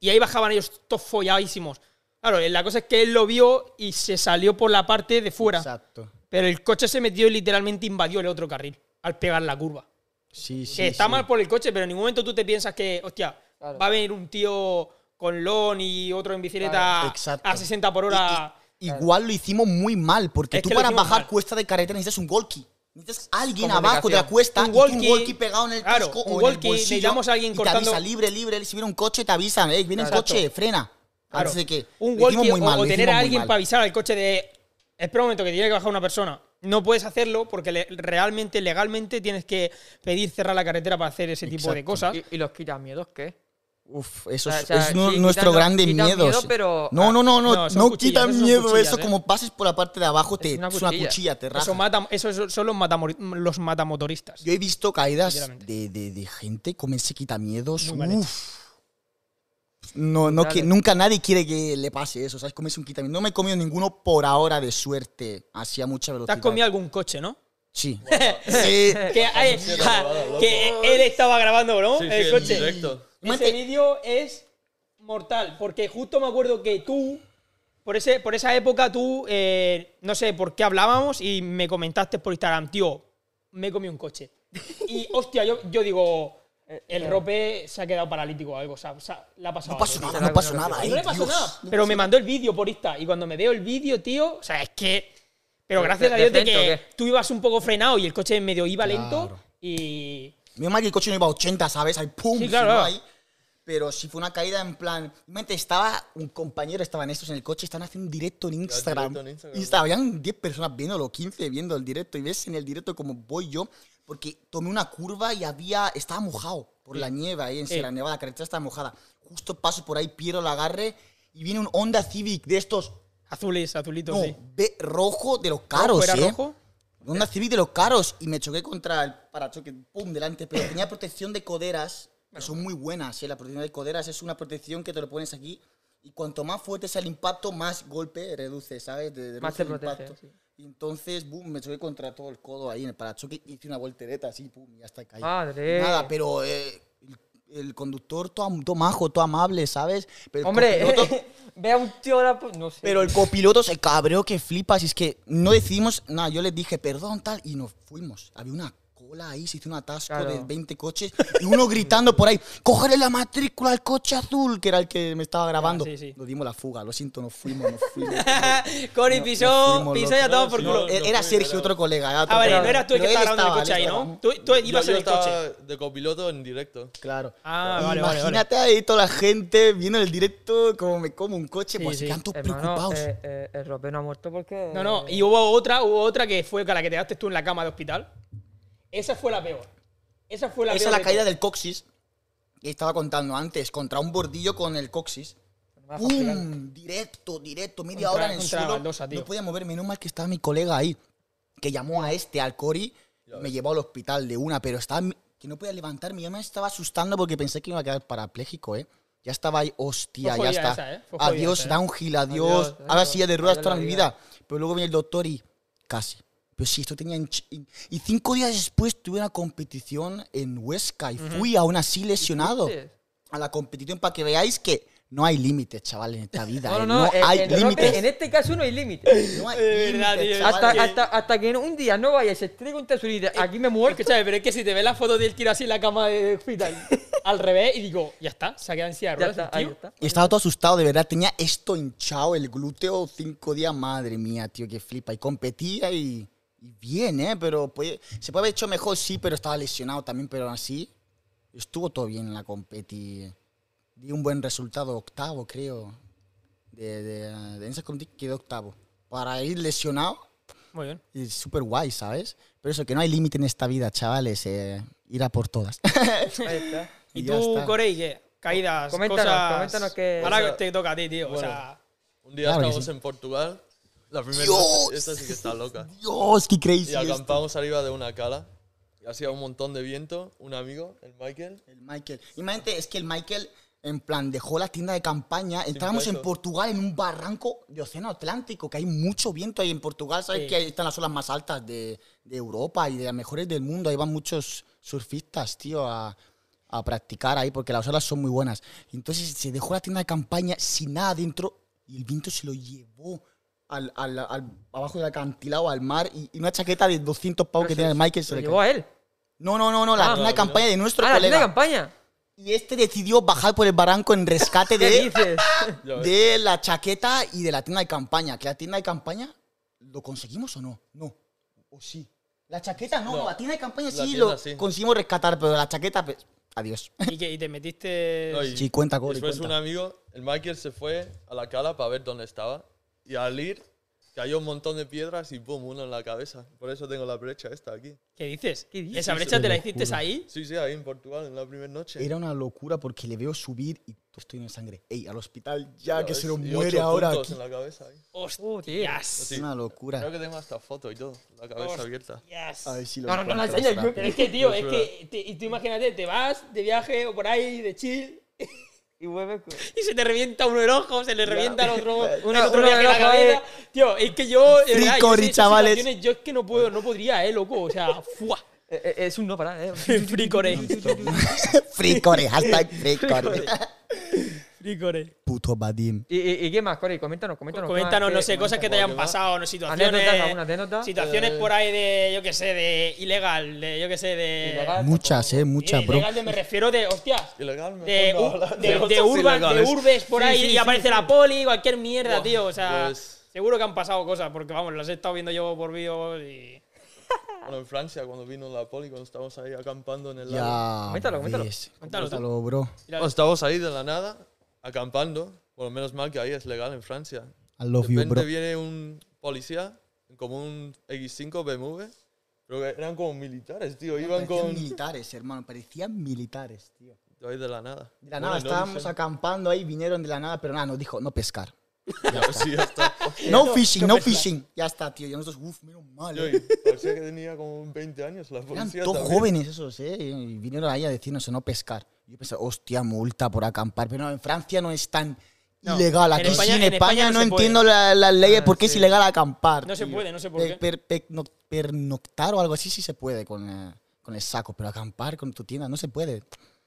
Y ahí bajaban ellos todos folladísimos. Claro, la cosa es que él lo vio y se salió por la parte de fuera. Exacto. Pero el coche se metió y literalmente invadió el otro carril al pegar la curva. Sí, sí. que está sí. mal por el coche, pero en ningún momento tú te piensas que, hostia, Claro. va a venir un tío con lon y otro en bicicleta Claro, exacto. a 60 por hora. Y- y- Igual lo hicimos muy mal, porque Es tú que lo para hicimos bajar mal. cuesta de carretera necesitas un golki. Necesitas alguien Comunicación. abajo de la cuesta Un y tú un walkie, walkie pegado en el claro, casco un o en el walkie, bolsillo necesitamos a alguien y cortando- te avisa libre, libre. Si viene un coche te avisan, eh, viene un Exacto. coche, frena. Claro, Antes de que un lo hicimos walkie o, muy mal, o lo tener a hicimos muy alguien mal. para avisar al coche de. Espera un momento, que tiene que bajar una persona. No puedes hacerlo porque le- realmente, legalmente, tienes que pedir cerrar la carretera para hacer ese tipo de Exacto. cosas. ¿Y, y los quitas miedos qué? Uf, eso O sea, es, o sea, es uno de sí, nuestros quitan- grandes quitan miedos. miedo, pero- no, no, no, no, no, No, son quita cuchillas, eso son miedo cuchillas, eso. ¿eh? Como pases por la parte de abajo, te, es Es una una cuchilla, cuchilla. te raja. Eso mata, eso, eso son los, matamori- los matamotoristas. Yo he visto caídas Sinceramente. de, de, de gente con ese quitamiedos. Muy mal hecho. eh. Uf. No, no, Dale. que nunca nadie quiere que le pase eso, ¿sabes? Comerse un quitamiedos. No me he comido ninguno por ahora de suerte, así a mucha Te velocidad. has comido algún coche, ¿no? Sí. Eh, sí. que, ay, sí, ja, la grabada, loco. que él estaba grabando, ¿no? Sí, sí, el en coche. directo. Mate. Ese vídeo es mortal, porque justo me acuerdo que tú, por, ese, por esa época, tú, eh, no sé por qué hablábamos y me comentaste por Instagram, tío, me comí un coche. Y hostia, yo, yo digo, el rope se ha quedado paralítico o algo, o sea, o sea, le ha pasado. No pasó algo, nada, no pasó nada. y eh, no le pasó Dios. nada. Pero me mandó el vídeo por Insta. Y cuando me veo el vídeo, tío, o sea, es que. Pero ¿De- gracias de- a Dios de de frente que o qué? tú ibas un poco frenado y el coche en medio iba lento. Claro. Y. Mi madre el coche no iba a 80, ¿sabes? Ahí, pum, Sí, claro, si claro. no, ahí. Pero si fue una caída en plan. Mente, estaba un compañero, estaban estos en el coche, estaban haciendo un directo en Instagram. directo en Instagram. Y estaban- habían 10 personas viéndolo, 15 viendo el directo. Y ves en el directo como voy yo, porque tomé una curva y había. Estaba mojado por la nieve ahí en Sierra Nevada, la carretera estaba mojada. Justo paso por ahí, Piero la agarre y viene un Honda Civic de estos. Azules, azulitos, No, sí. ve- rojo de los caros, ¿Fuera ¿eh? rojo? Una Civic de los caros y me choqué contra el parachoque, pum, delante, pero tenía protección de coderas, que son muy buenas, ¿eh? la protección de coderas es una protección que te lo pones aquí y cuanto más fuerte sea el impacto, más golpe reduce, ¿sabes? De- reduce Más te el protege, impacto. sí. Y entonces, boom, me choqué contra todo el codo ahí en el parachoque. Hice una voltereta así, boom, y hasta caí. Madre. Nada, pero eh, el, el conductor todo, am- todo majo, todo amable, ¿sabes? Pero el Hombre, eh, copiloto- ve a un tío ahora. pues, No sé. pero el copiloto se cabreó que flipas. Y es que no decidimos nada. Yo les dije perdón, tal, y nos fuimos. Había una cola ahí, se hizo un atasco Claro. de 20 coches y uno gritando por ahí: ¡Cogerle la matrícula al coche azul! Que era el que me estaba Ah, grabando. sí, sí. Nos dimos la fuga, lo siento, nos fuimos, nos fuimos. Cory No, pisó, nos fuimos pisó locos. ya todo por No, culo. sí, Era era Sergio, otro colega. era otro Ah, vale, colega. no eras tú el que Pero él estaba grabando el coche él ahí, estaba. ¿no? Tú, tú Yo, ibas yo en el coche. estaba de copiloto en directo. Claro. Ah, vale, vale, vale. Imagínate ahí toda la gente viendo el directo como me como un coche, Sí, pues sí. se quedan todos Hermano, preocupados. eh, eh, el Rope no ha muerto porque. No, no, y hubo otra, hubo otra que fue con la que te daste tú en la cama de hospital. Esa fue la peor. Esa fue la Esa es peor. la de caída del coxis. Y estaba contando antes, contra un bordillo con el coxis. me vas a explicar. ¡Pum! Directo, directo, media Contra- hora en el contra la suelo. baldosa, tío. no podía moverme, menos mal que estaba mi colega ahí, que llamó a este, al Cori, me llevó al hospital de una, pero estaba que no podía levantarme. Yo me estaba asustando porque pensé que iba a quedar parapléjico, ¿eh? Ya estaba ahí, hostia, Fue jodida ya está. esa, ¿eh? Fue jodida Adiós, esa, ¿eh? downhill, adiós. Adiós, Ahora adiós, sí, de ruedas adiós toda la mi vida. vida. Pero luego viene el doctor y casi. Pero sí, esto tenía... hinch- Y y cinco días después tuve una competición en Huesca y fui aún así lesionado fuiste? a la competición para que veáis que no hay límites, chaval, en esta vida. No, ¿eh? no, No no, eh, hay el Rope, en límites. este caso no hay límites. No hay Es verdad, límites, tío. hasta, chaval. hasta, hasta que un día no vayas, se traiga un tesorito, aquí me muero. Escúchame, pero es que si te ves la foto del tiro así en la cama de hospital, al revés, y digo, ya está, se ha quedado en silla de Ya ruedas está, el ahí tío. está. Y Estaba todo asustado, de verdad. Tenía esto hinchado, el glúteo, cinco días. Madre mía, tío, que flipa. Y competía y, y bien, ¿eh? Pero pues, se puede haber hecho mejor, sí, pero estaba lesionado también. Pero aún así, estuvo todo bien en la competi. Di un buen resultado, octavo, creo. De, de, de en esa competi quedé octavo. Para ir lesionado, Muy bien. es súper guay, ¿sabes? Pero eso, que no hay límite en esta vida, chavales. eh, ir a por todas. Ahí está. ¿Y, Y ya tú, está. Corey, qué? Caídas, Coméntanos, cosas... coméntanos que- Ahora o sea, te toca a ti, tío, o bueno. sea... Un día Claro que estábamos sí. en Portugal. La primera Dios. esta sí que está loca. Dios, qué crazy. Y acampamos arriba de una cala. Y hacía un montón de viento. Un amigo, el Michael. El Michael. Imagínate, es que el Michael, en plan, dejó la tienda de campaña. Estábamos en peso. Portugal, en un barranco de Océano Atlántico, que hay mucho viento ahí en Portugal. Sabes Sí. que ahí están las olas más altas de, de Europa y de las mejores del mundo. Ahí van muchos surfistas, tío, a, a practicar ahí, porque las olas son muy buenas. Y Entonces se dejó la tienda de campaña sin nada dentro y el viento se lo llevó. Al, al- al- abajo del acantilado, al mar, y, y una chaqueta de 200 pavos que tiene el Michael se Lo le llevó cayó. a él. No, no, no, no, la Ah. tienda de campaña de nuestro Ah, la tienda colega. de campaña. Y este decidió bajar por el barranco en rescate ¿Qué de, dices? Ya ves. de la chaqueta y de la tienda de campaña. ¿Que la tienda de campaña lo conseguimos o no? No. ¿O sí? La chaqueta no, No. la tienda de campaña La sí tienda lo sí. conseguimos rescatar, pero la chaqueta, pues, adiós. ¿Y, que, y te metiste...? No, y Sí, cuenta, Cori, Después un cuenta. amigo, el Michael, se fue a la cala para ver dónde estaba. Y al ir, cayó un montón de piedras y pum, uno en la cabeza. Por eso tengo la brecha esta aquí. ¿Qué dices? ¿Qué dices? ¿Esa brecha Te te la lo hiciste juro. ahí? Sí, sí, ahí en Portugal, en la primera noche. Era una locura porque le veo subir y estoy en sangre. Ey, al hospital ya, Ya que se ves, lo y muere ocho ahora puntos aquí. en la cabeza ahí. Uh, ¡Hostias! Sí. Es una Creo locura. que tengo hasta foto y todo, la cabeza Hostia. abierta. ¡Yes! A ver si lo No, no, no la encuentras, enseñes, Fran. yo- Pero es que, tío, Es es que... te- y tú imagínate, te vas de viaje o por ahí, de chill... Y vuelve. con- Y se te revienta uno el ojo, se le revienta al otro, Uno- el otro uno viaje del la ojo, eh. cabeza. Tío, es que yo. de verdad, yo Fricori, sé esas chavales. situaciones, Yo es que no puedo, no podría, eh, loco. O sea, fuá. Eh, eh, Es un no para, eh. Fricore. Free Core, hashtag Free Core. Fricore. Puto Badim. ¿Y, y, y qué más, Corey? Coméntanos, coméntanos. Pues Coméntanos, no sé, cosas que te hayan ¿Qué más? pasado, no Anécdotas, alguna situaciones. eh, anécdota. Situaciones por ahí de, yo qué sé, de ilegal, de, yo qué sé, de. Ilegal. Muchas, eh, Sí, de muchas, bro. ilegal de- me refiero de, hostias. Ilegal, me De, pongo a u- hablar de- de cosas urban, de ilegales. urbes por Sí, ahí sí, y sí, aparece la poli, cualquier mierda, Buah, tío. O sea, pues- seguro que han pasado cosas, porque vamos, las he estado viendo yo por vídeos y. Bueno, en Francia, cuando vino la poli, cuando estábamos ahí acampando en el lago. Ya. Coméntalo, coméntalo. ves. Coméntalo tú. Coméntalo, bro. Bueno, estábamos ahí de la nada, acampando. Bueno, menos mal que ahí es legal en Francia. I love de you, repente bro. viene un policía, como un X5 BMW. Pero que eran como militares, tío. Iban con. militares, hermano. Parecían militares, tío. Yo ahí de la nada. De la nada, estábamos acampando ahí, vinieron de la nada, pero nada, nos dijo no pescar. acá. Sí, ya está. No fishing, no fishing. Ya está, tío. Y nosotros, uff, menos mal. Yo, eh. y parecía que tenía como 20 años la Eran policía. todos también. jóvenes esos, ¿eh? Y vinieron ahí a decirnos no pescar. Yo pensé, hostia, multa por acampar. Pero no, en Francia no es tan No, ilegal. en Aquí sí, España- en en España España no no se puede. entiendo la- las leyes Ah, porque es sí. ilegal acampar. No se tío. puede, no sé por Per- qué. per- pecno- pernoctar o algo así sí se puede con, eh, con el saco, pero acampar con tu tienda no se puede.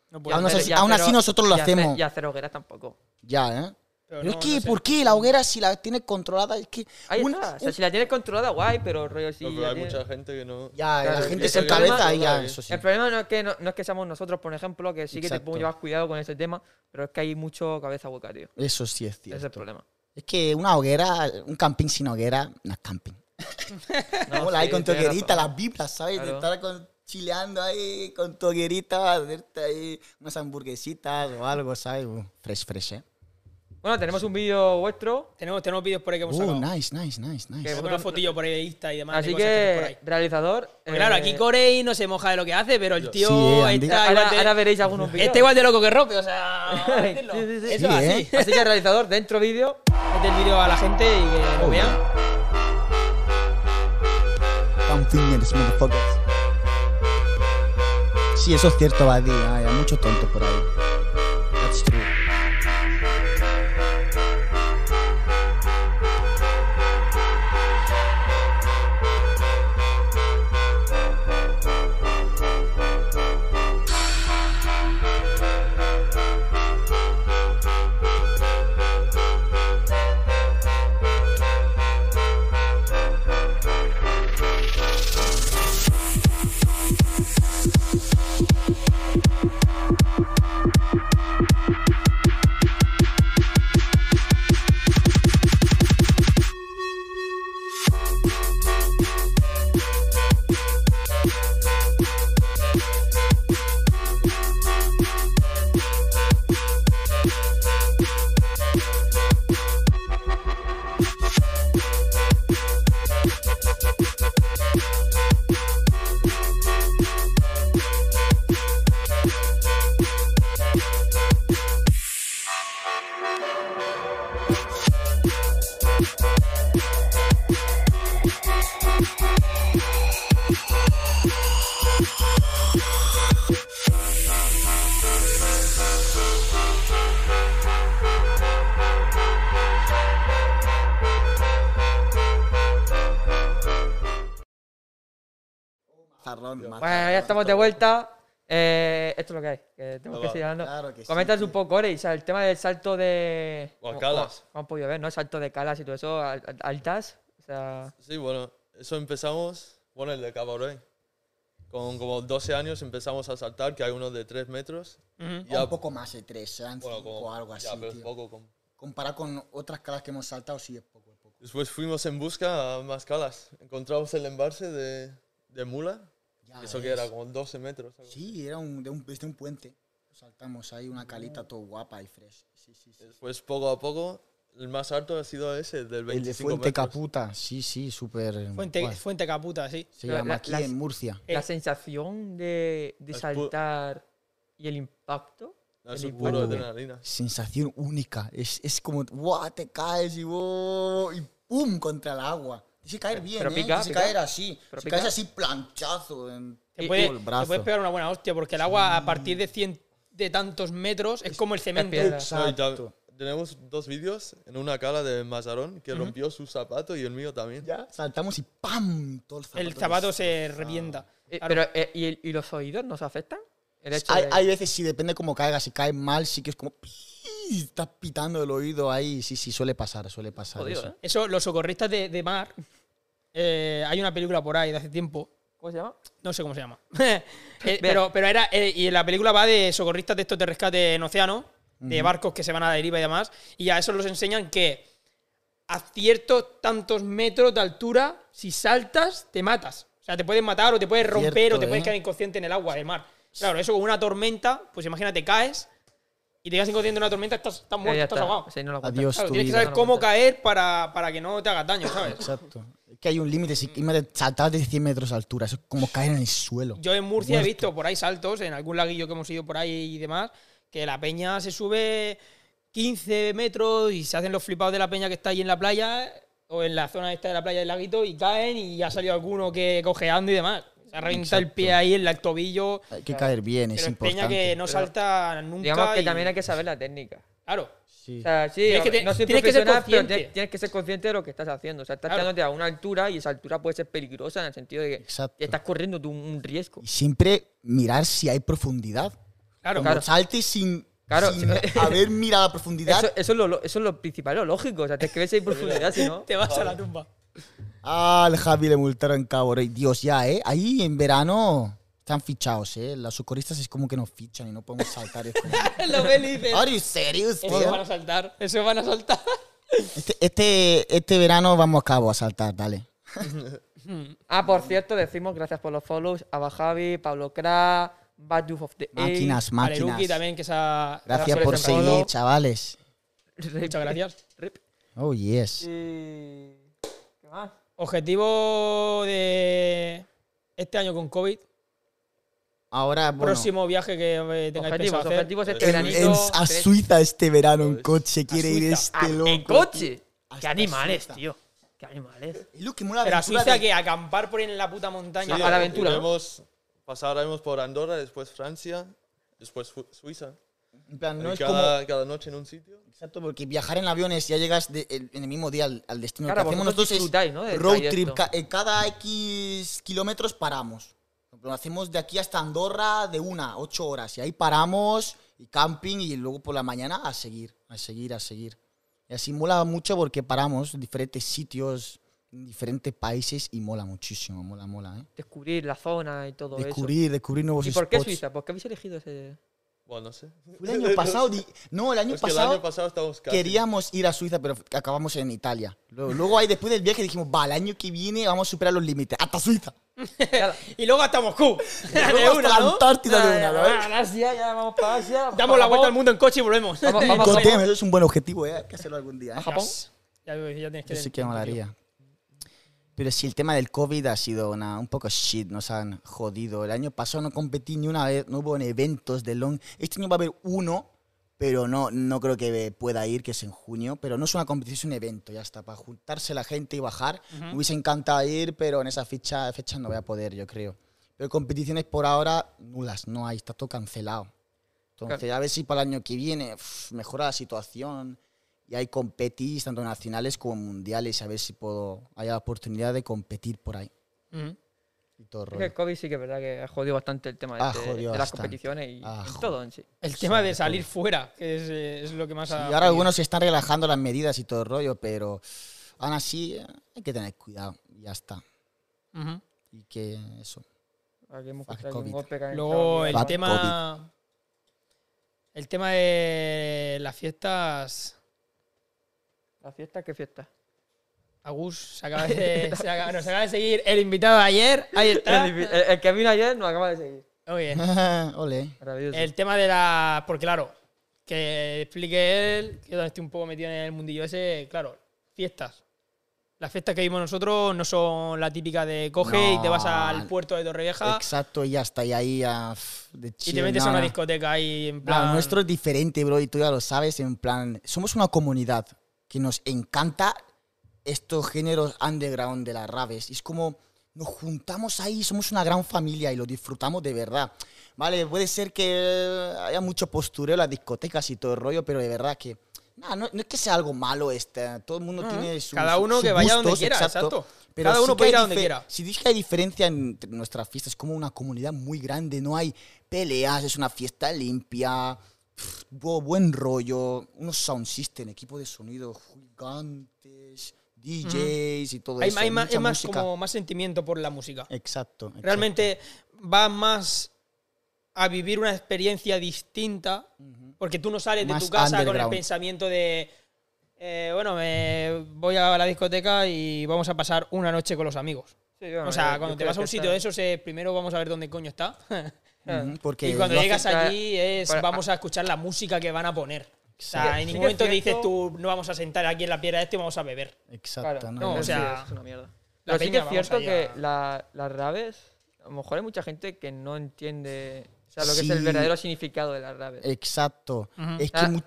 No aún Pero así- ya aún así cero- nosotros lo ya cero- hacemos. Y hacer hogueras tampoco. Ya, ¿eh? Pero Pero es no, que, no sé. ¿por qué la hoguera si la tienes controlada? Es que. Ahí un- está. O sea, un- si la tienes controlada, guay, pero rollo sí. eh. No, pero la hay tienes- mucha gente que no. ya, Claro, la gente el se problema- cabeza y ya, el eso sí. El problema no es, que no, no es que seamos nosotros, por ejemplo, que sí que te Exacto. pongo llevar cuidado con ese tema, pero es que hay mucho cabeza hueca, tío. Eso sí es Ese es el cierto. problema. Es que una hoguera, un camping sin hoguera, no es camping. No, Hola, ahí sí, con tu tienes hoguerita, razón. las biblas, ¿sabes? De Claro. estar con- chileando ahí con tu hoguerita, hacerte ahí unas hamburguesitas o algo, ¿sabes? Uh, fresh, fresh, ¿eh? Bueno, tenemos un vídeo vuestro, Tenemos, tenemos vídeos por ahí que hemos Uh, sacado. nice, nice, nice, Que- nice. Tenemos una fotillo por ahí de Insta y demás. de así cosas que por ahí. que, realizador. Porque claro, eh, aquí Corey no se moja de lo que hace, pero el tío Sí, Andy. está, Ahora, igual de, ahora veréis Este algunos vídeos. está igual de loco que Rope, o sea, vamos a decirlo. Sí, sí, sí. Eso es Sí, así. ¿eh? Así que, realizador, dentro vídeo. Mete el vídeo a la gente y que lo vean. Campingers, motherfuckers. Sí, eso es cierto, Badi. Ay, hay mucho tonto por ahí. That's true. Jarrón, mata, Bueno, ya estamos de vuelta. Eh, esto es lo que hay. Que tenemos Ah, que va. seguir hablando. Claro que sí, Comentas tío. un poco, Ore, o sea, el tema del salto de. O a como- calas. como- como han podido ver, ¿no? El salto de calas y todo eso, al- al- altas. O sea, Sí, bueno, eso empezamos, bueno, el de cabaret. Con como 12 años empezamos a saltar, que hay uno de 3 metros. un poco más de tres, eran bueno, cinco como- o algo así, ya, pero tío. poco como- Comparado con otras calas que hemos saltado, sí es poco, es poco. Después fuimos en busca a más calas. Encontramos el embalse de, de Mula. Ah, Ya eso que ves. era como 12 metros. algo. Sí, era un, de un, desde un puente. Saltamos ahí una calita todo guapa y fresh. Sí, sí, sí. Después, poco a poco, el más alto ha sido ese, del 25 El de Fuente metros. Caputa, sí, sí, súper. Fuente, guay. fuente caputa, sí. Se La- llama la- aquí las- en Murcia. la Eh. sensación de, de Las pu- saltar y el impacto. No, es el un puro impacto. adrenalina. Sensación única. Es, es como, ¡guau! Te caes y, ¡wow! y ¡pum! contra el agua. Dice caer bien, pero ¿eh? pica, Dice pica. caer así. Pero Si pica. caes así, planchazo. En Te, Y- puede- y- todo el te brazo. puedes pegar una buena hostia, porque el agua a partir de cien de tantos metros es como el cemento. piedra. No, y ta- Exacto. tenemos dos vídeos en una cala de Mazarón que rompió su zapato y el mío también. Ya, saltamos y ¡pam! Todo el zapato. El zapato se revienta. Eh, Claro. Pero, eh, ¿y, el- y los oídos nos afectan? El hecho Hay, de- hay veces, sí, depende cómo caigas. Si caes mal, sí que es como. ¡pi! Estás pitando el oído ahí. Sí, sí, suele pasar, suele pasar. Jodido, eso. ¿eh? Eso, los socorristas de, de mar. eh, hay una película por ahí de hace tiempo. ¿Cómo se llama? No sé cómo se llama. Eh, pero, pero era. eh, y la película va de socorristas de estos de rescate en océano, de barcos que se van a la deriva y demás. Y a eso los enseñan que a ciertos tantos metros de altura, si saltas, te matas. O sea, te pueden matar o te puedes romper Cierto, o te puedes ¿eh? quedar inconsciente en el agua del mar. Claro, eso con una tormenta, pues imagínate, caes y te quedas inconsciente en una tormenta, estás, estás Eh, muerto, ya estás está. ahogado. Sí, no lo cuento. Adiós. Claro, tu tienes que vida. saber cómo No lo cuento. caer para, para que no te haga daño, ¿sabes? Exacto. Es que hay un límite. Si Mm. imagínate, saltar de 100 metros de altura, eso es como caer en el suelo. Yo en Murcia he visto por ahí saltos, en algún laguillo que hemos ido por ahí y demás, que la peña se sube 15 metros y se hacen los flipados de la peña que está ahí en la playa o en la zona esta de la playa del laguito y caen y ha salido alguno que cojeando y demás. Se ha reventado el pie ahí, en el tobillo. Hay que caer bien, Pero es es peña importante. que no salta nunca. Digamos que y- también hay que saber la técnica. Claro. O sea, sí, Tienes que hombre, te- no soy tienes que ser profesional, pero consciente. te- tienes que ser consciente de lo que estás haciendo. O sea, estás Claro. quedándote a una altura y esa altura puede ser peligrosa en el sentido de que Exacto. estás corriendo tú un un riesgo. Y siempre mirar si hay profundidad. Claro, Como claro. salte sin, Claro. sin haber mirado a profundidad. Eso, eso es lo, lo- eso es lo principal, lo lógico. O sea, tienes que ver si hay profundidad, si no. Te vas a la tumba. Al Javi le multaron en Cabo Rey. Dios, ya, ¿eh? Ahí en verano están fichados, ¿eh? Los socorristas es como que nos fichan y no podemos saltar. Es como, Lo ve y dices, ¿Are you serious, Eso van Ah, tío? a saltar. Eso van a saltar. Este, este, este verano vamos a Cabo a saltar, dale. Ah, por cierto, decimos gracias por los follows a Bajavi, Pablo Kra, Bad Youth of the Age, Máquinas, máquinas. Aleruki también, que esa. Gracias Gracias por por el follow. seguir, chavales. Rip, Muchas gracias. rip. Oh, yes. Y... ¿Qué más? Objetivo de este año con COVID. Ahora, bueno, Próximo viaje que eh, tengáis Objetivos, pensado hacer. objetivos este en- veranito. en- a tres- Suiza este verano en coche quiere ir Suiza. este Ah, loco. en coche. Qué Hasta animales, Suiza. tío. Qué animales. Es lo que mola Pero a aventura Suiza de- que acampar por ahí en la puta montaña. Sí. a la aventura, ¿no? Iremos- eh, pasaremos por Andorra, después Francia, después Fu- Suiza. En plan, no Y es como... cada, cada noche en un sitio. Exacto, porque viajar en aviones ya llegas de- el- en el mismo día al, al destino. Lo Claro, que hacemos vosotros nosotros disfrutáis, es ¿no? del road trayecto. trip. Ca- eh, cada X kilómetros paramos. Lo hacemos de aquí hasta Andorra de una, ocho horas. Y ahí paramos y camping y luego por la mañana a seguir, a seguir, a seguir. Y así mola mucho porque paramos en diferentes sitios, en diferentes países y mola muchísimo, mola, mola, ¿eh? Descubrir la zona y todo Descubrir, descubrir eso. nuevos ¿Y por qué spots. Suiza? ¿Por qué habéis elegido ese...? Bueno, no sé. Fue El año pasado, di- no, el año Es que el pasado año pasado estábamos casi. queríamos ir a Suiza, pero acabamos en Italia. Luego, luego ahí después del viaje dijimos, va, el año que viene vamos a superar los límites. Hasta Suiza. Y luego hasta Moscú. Luego De hasta una, ¿no? Antártida de una, ¿no? Asia, ya vamos para Asia. Damos la vuelta al mundo en coche y volvemos. Vamos, Y vamos, con vamos. Tem, eso es un buen objetivo, ¿eh? Hay que hacerlo algún día. ¿eh? Japón. Ya, veo, ya tienes que Yo sí que tener molaría. Pero sí, el tema del COVID ha sido una- un poco shit, nos han jodido. El año pasado no competí ni una vez, no hubo en eventos de long. Este año va a haber uno, pero no, no creo que pueda ir, que es en junio. Pero no es una competición, es un evento, ya está, para juntarse la gente y bajar. Me hubiese encantado ir, pero en esa fecha, fecha no voy a poder, yo creo. Pero competiciones por ahora, nulas, no hay, está todo cancelado. Entonces, a ver si para el año que viene uf, mejora la situación y hay competis tanto nacionales como mundiales, a ver si puedo, hay la oportunidad de competir por ahí. Ujú. Y todo el Es rollo. que el COVID sí que es verdad que ha jodido bastante el tema Ha este- de, jodido las bastante. competiciones y, Ha y jodido. todo en sí. El tema de salir fuera, que es, eh, es lo que más Sí, ha. y ahora algunos se están relajando las medidas y todo el rollo, pero aún así eh, hay que tener cuidado, y ya está. Ujú. Y que eso. Aquí hemos escuchado Fuck aquí un COVID. golpe que ha entrado Luego aquí. el Bad tema. El tema de las fiestas. ¿La fiesta? ¿Qué fiesta? Agus se acaba de, se acaba- nos acaba de seguir el invitado de ayer. Ahí está. El, el- el que vino ayer nos acaba de seguir. Muy bien. Ole. Maravilloso. El tema de la. Porque, claro, que explique él, que yo también estoy un poco metido en el mundillo ese, claro, fiestas. Las fiestas que vimos nosotros no son la típica de coge y te vas No. al puerto de Torrevieja Exacto, y ya está. Y ahí ah, pf, de y te chill, metes no, a una Ah. no. discoteca ahí en Claro, plan. nuestro es diferente, bro, y tú ya lo sabes, en plan, somos una comunidad que nos encanta estos géneros underground de las raves. Y es como nos juntamos ahí, somos una gran familia y lo disfrutamos de verdad. Vale, puede ser que eh, haya mucho postureo en las discotecas y todo el rollo, pero de verdad que... nah, no, no es que sea algo malo este, todo el mundo tiene su cada su- uno sus que vaya donde gustos, quiera, exacto. Pero Cada sí uno que puede ir hay a donde dife- quiera. si dije que hay diferencia entre nuestras fiestas, es como una comunidad muy grande, no hay peleas, es una fiesta limpia, pf, bu- buen rollo, unos sound system, equipo de sonido, gigantes, DJs y todo Hay- eso. hay más- mucha es más música. como más sentimiento por la música. Exacto. exacto. Realmente vas más a vivir una experiencia distinta porque tú no sales de Más tu casa con el underground. pensamiento de, eh, bueno, me voy a la discoteca y vamos a pasar una noche con los amigos. Sí, bueno, o sea, yo- cuando eh, te yo creo vas a que un sitio está- de esos, eh, primero vamos a ver dónde coño está. Ujú, porque ah, y cuando lo llegas hacen- allí es Para- vamos a escuchar la música que van a poner. O sea, Sí, en ningún sí que es momento te dices cierto- tú, no vamos a sentar aquí en la piedra de este y vamos a beber. hacen- Exacto. Claro, ¿no? no, o Realmente- sea, es una mierda. la Pero sí que peña es cierto vamos que allá. la- las raves, a lo mejor hay mucha gente que no entiende o sea, lo que es el Sí. Eh. verdadero significado de las raves. exacto. Es que Ah, mu-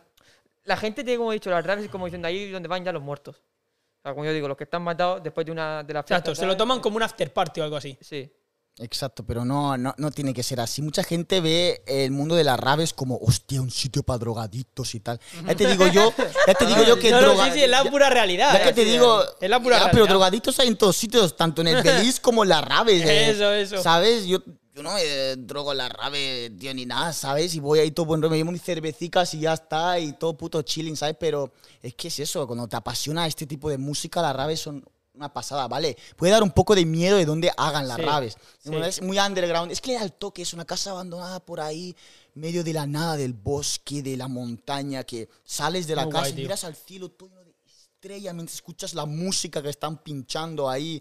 La gente tiene, como he dicho, las raves es como diciendo ahí donde van ya los muertos. O sea, como yo digo, los que están matados después de una de las Exacto, fiestas, se lo tal, toman como un after party o algo así. Sí. Exacto, pero no, no, no tiene que ser así. Mucha gente ve el mundo de las raves como, hostia, un sitio para drogadictos y tal. Ya te digo yo, ya te digo yo que Ah, no, no, droga- sí, sí, es la ya- pura realidad. ya que te Sí, digo, es la pura ya, realidad. pero drogadictos hay en todos sitios, tanto en el Beliz como en la rave. eh. Eso, eso. ¿Sabes? Yo, yo no me eh, drogo en la rave, tío, ni nada, ¿sabes? Y voy ahí todo buen rollo, me llevo mis cervecicas y ya está, y todo puto chilling, ¿sabes? Pero es que es eso, cuando te apasiona este tipo de música, las raves son una pasada, ¿vale? Puede dar un poco de miedo de dónde hagan las Sí, raves. sí. Bueno, Es muy underground, es que le da el toque, es una casa abandonada por ahí, medio de la nada, del bosque, de la montaña, que sales de la Muy casa guay, y tío. miras al cielo todo lleno de estrellas mientras escuchas la música que están pinchando ahí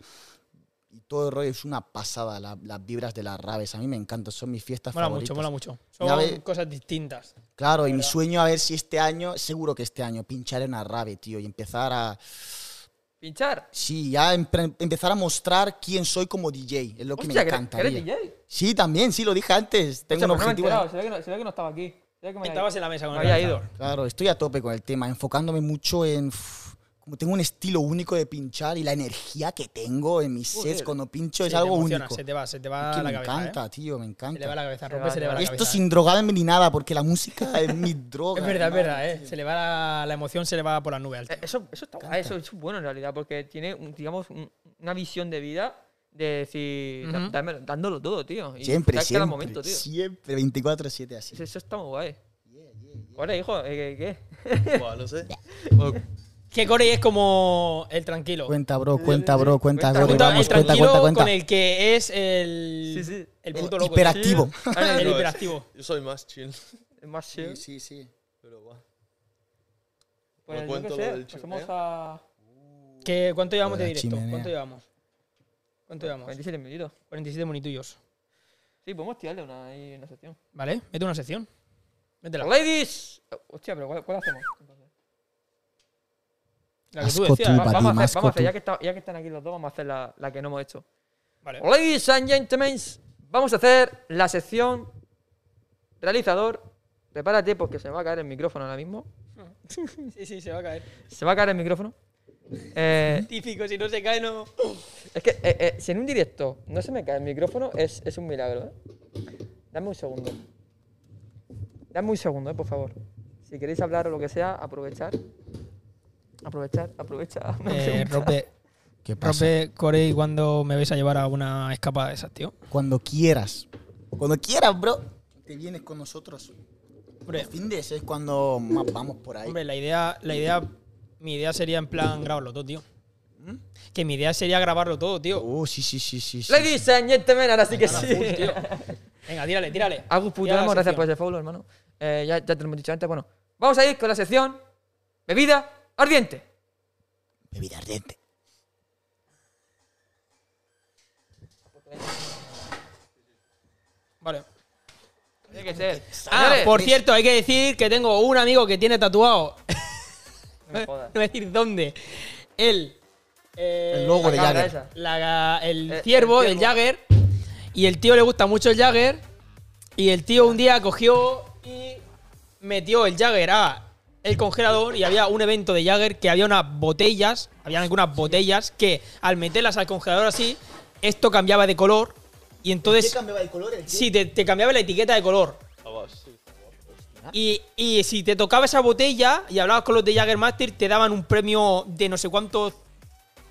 y todo el rollo es una pasada la- las vibras de las raves a mí me encantan son mis fiestas Mola favoritas mucho, mola mucho. Ya ve- Son cosas distintas. claro y mi sueño a ver si este año seguro que este año pinchar en una rave tío y empezar a ¿Pinchar? sí ya empre- empezar a mostrar quién soy como DJ es lo que Hostia, me ¿que- encanta que eres DJ? sí también sí lo dije antes Hostia, tengo pues no un me he objetivo enterado, Se ve que no- se ve que no estaba aquí. Se ve que me había Estabas ido. en la mesa con Me el había Rafa. ido. Claro, estoy a tope con el tema, enfocándome mucho en. uf, Como tengo un estilo único de pinchar y la energía que tengo en mis sets Joder. cuando pincho Sí, es te algo emociona, único. Se te va, se te va Es que la me cabeza. encanta, ¿eh? tío, me encanta. Se le va la cabeza, Se le rompe, va, se le va la cabeza. Esto sin drogarme ni nada, porque la música es mi droga. Es verdad, es hermano. verdad, ¿eh? Se le va la, la emoción, se le va por las nubes. al tío. Eh, Eso, eso está guay, eso, eso es bueno en realidad, porque tiene, un- digamos, un- una visión de vida de decir, da- Ujú. dámelo- dándolo todo, tío. Y Siempre, disfrutar cada siempre. momento, tío. Siempre, 24-7 así. Eso, eso está muy guay. Hola, hijo, eh, ¿qué? qué? Buah, no sé. Bueno, Que Corey es como el tranquilo. Cuenta, bro, cuenta, bro, cuenta, Cuenta, bro. Junto- Vamos, el cuenta, tranquilo cuenta, cuenta. con el que es el, Sí, sí. el El puto loco. hiperactivo. Ah, El no, hiperactivo. Yo soy más chill. Es más chill. Sí, sí. Pero bueno. Pues No yo qué cuento lo sé, del ¿eh? pasemos chipeo. a ¿Qué- ¿Cuánto llevamos de Joder, directo? chimenea. ¿Cuánto llevamos? ¿Cuánto llevamos? 27 minutos. 47 monitullos. Sí, podemos tirarle una ahí en la sección. ¿Vale? Mete una sección. Métela. ¡Ladies! Eh, Hostia, pero ¿cuál, cuál hacemos? entonces? La que tú Asco decías. tú, Va- Va- Para ti, vamos a más hacer, vamos a hacer cotu- ya, que está- ya que están aquí los dos, vamos a hacer la, la que no hemos hecho. Vale. Ladies and gentlemen, vamos a hacer la sección realizador. Prepárate porque se me va a caer el micrófono ahora mismo. Sí, sí, se va a caer. Se va a caer el micrófono. Eh, Típico, si no se cae, no. es que eh, eh, si en un directo no se me cae el micrófono, es, es un milagro. ¿eh? Dame un segundo. Dame un segundo, eh, por favor. Si queréis hablar o lo que sea, aprovechar. Aprovechar, aprovechar. Eh, rompe, ¿Qué pasa? rompe Corey cuando me vais a llevar a una escapada de esas, tío. Cuando quieras. Cuando quieras, bro. Te vienes con nosotros. Hombre, Los findes es cuando más vamos por ahí. hombre, la idea, la idea, mi idea sería en plan grabarlo todo, tío. ¿Mm? Que mi idea sería grabarlo todo, tío. Oh, sí, sí, sí, sí. sí. Ladies and gentlemen, ahora sí que sí. Venga, tírale, tírale. Agus Tira la Puigdemont, gracias por sección. ese follow, hermano. Eh, ya, ya te lo hemos dicho antes. Bueno, vamos a ir con la sección Bebida Ardiente. Bebida ardiente. Ah, Vale. Tiene que ser. Ah, Señores, por cierto, hay que decir que tengo un amigo que tiene tatuado. No me jodas. No voy a decir dónde. Él. eh, El logo la de cabra Jagger. esa. la- el, Eh, el ciervo del ciervo. Jagger. Y el tío le gusta mucho el Jagger. Y el tío un día cogió y metió el Jagger a el congelador y había un evento de Jagger que había unas botellas, había algunas botellas que al meterlas al congelador así, esto cambiaba de color y entonces cambiaba de color el sí, te, te cambiaba la etiqueta de color. Ah, va, sí. Y, y si te tocaba esa botella y hablabas con los de Jaggermaster, te daban un premio de no sé cuánto.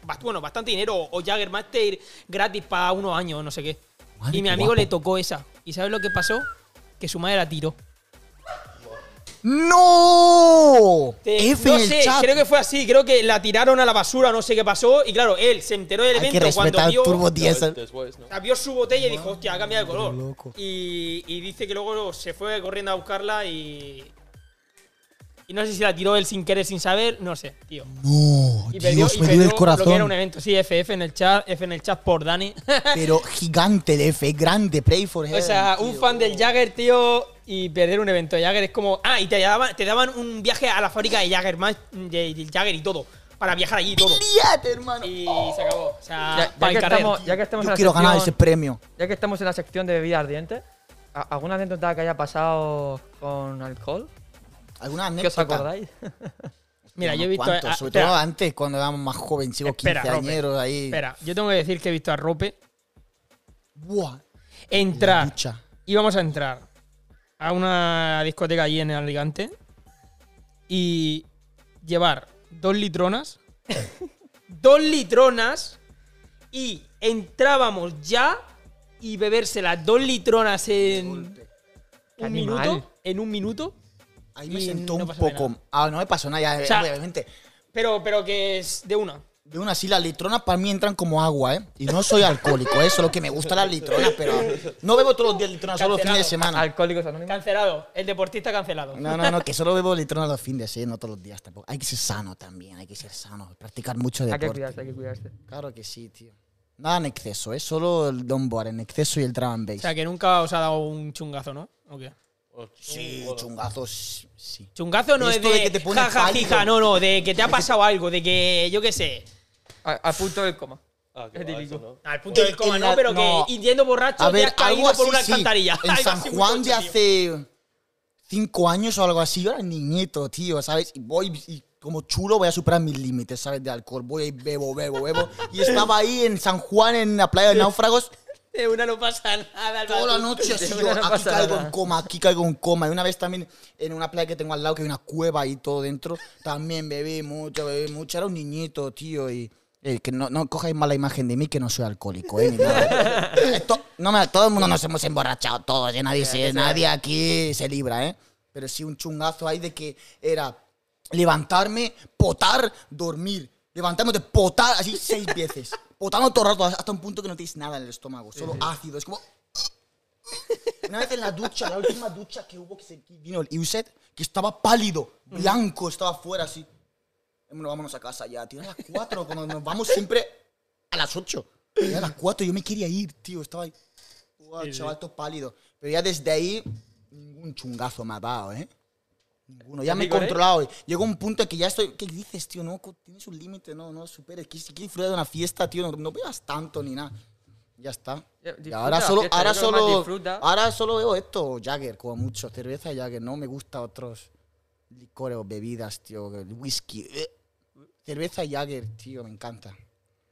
bast- Bueno, bastante dinero. O Jaggermaster gratis para unos años, no sé qué. Madre, y mi qué amigo guapo. le tocó esa. ¿Y sabes lo que pasó? Que su madre la tiró. ¡No! Te- F no en el sé, chat. creo que fue así. Creo que la tiraron a la basura, no sé qué pasó. Y claro, él se enteró del Hay que evento cuando respetar vio. este- Turbo Ya ves, 10. eh. Después, ¿no? o sea, vio su botella y dijo, hostia, ha cambiado de color. loco. Y, y dice que luego se fue corriendo a buscarla y. Y no sé si la tiró él sin querer, sin saber, no sé, tío. No, Y perdió, Dios, y me perdió duele Lo el que era un corazón. evento. Sí, F, F en el chat, F en el chat por Dani. Pero gigante el F, grande. Pray for o heaven, sea, un tío. fan del Jagger, tío, y perder un evento de Jagger es como. Ah, y te daban, te daban un viaje a la fábrica de Jagger, más de, de Jagger y todo. Para viajar allí y todo. Fíjate, hermano. Y se acabó. O sea, ya, ya para que el carrer. estamos, ya que estamos en Yo la quiero ganar ese sección- premio. ya que estamos en la sección de bebida ardiente, ¿a- ¿alguna anécdota que haya pasado con alcohol? ¿Alguna ¿Qué os anécdota? acordáis? Mira, yo he visto. ¿Cuánto? ah, Sobre espera, todo antes, cuando éramos más jovencicos, Espera, Rope. quinceañeros ahí. espera, yo tengo que decir que he visto a Rope Buah. Entrar. Ducha. íbamos a entrar a una discoteca allí en Alicante y llevar dos litronas, dos litronas y entrábamos ya y beberse las dos litronas en Qué un animal. minuto, en un minuto, Ahí me Y sentó no un pasa poco. Ah, no me pasó nada, ya, O sea- obviamente. pero pero que es de una. De una así, las litronas para mí entran como agua, ¿eh? Y no soy alcohólico, ¿eh? solo que me gustan las litronas, pero no bebo todos los días litronas, solo los fines de semana. Alcohólicos Anónimos. Cancelado, el deportista cancelado. No, no, no, que solo bebo litronas los fines de semana, no todos los días tampoco. Hay que ser sano también, hay que ser sano, practicar mucho Hay que deporte. cuidarse, hay que cuidarse. Claro que sí, tío. Nada en exceso, ¿eh? Solo el Don Boar en exceso y el drum and bass. O sea, que nunca os ha dado un chungazo, ¿no? ¿O qué? Oh, sí, bueno. chungazos, sí. Chungazo no es Esto de, de que te pones ja, ja, jija, no, pálido. no, de que te ha pasado algo, de que yo qué sé. A, a punto del coma. Ah, qué Es va, típico. eso no. Al punto del En coma, la- no, pero no. que yendo borracho A te ver, has algo caído así, por una sí. alcantarilla. En Algo San así muy Juan tocho, de tío. hace cinco años o algo así, yo era niñito, tío, ¿sabes? Y voy y como chulo voy a superar mis límites, ¿sabes? De alcohol, voy y bebo, bebo, bebo. Y estaba ahí en San Juan, en la playa de náufragos, De una no pasa nada. Alba, toda la tú. noche así, no yo, pasa aquí caigo nada. en coma, aquí caigo en coma. Y una vez también en una playa que tengo al lado, que hay una cueva y todo dentro, también bebí mucho, bebí mucho. Era un niñito, tío, y... eh, que no, no cojáis mala imagen de mí, que no soy alcohólico, ¿eh? Ni nada. Esto- no me- todo el mundo nos hemos emborrachado todos, ¿eh? nadie, se, nadie aquí se libra, ¿eh? Pero sí un chungazo ahí de que era levantarme, potar, dormir. Levantarme, potar, así seis veces. Potando todo el rato, hasta un punto que no tienes nada en el estómago, solo ácido. Es como... Una vez en la ducha, la última ducha que hubo que se que vino el Iuset, que estaba pálido, blanco, estaba fuera así. Bueno, vámonos a casa ya, tío. A las 4, cuando nos vamos siempre a las 8. A las 4 yo me quería ir, tío. Estaba ahí. Guau, chaval, todo pálido. Pero ya desde ahí, ningún chungazo me ha dado, ¿eh? Ninguno. Ya me he Rigor, ¿eh? controlado. Llegó un punto en que ya estoy. ¿Qué dices, tío? No, co- tienes un límite, no, no superes. Que si quieres disfrutar de una fiesta, tío, no, no veas tanto ni nada. Ya está. Ya, Y disfruta ahora la solo, fiesta, ahora yo creo que más solo, Ah, disfruta. ahora solo veo esto, Jagger, como mucho, cerveza y Jagger, no me gusta otros licores o bebidas, tío, el whisky. eh. Cerveza y Jagger, tío, me encanta.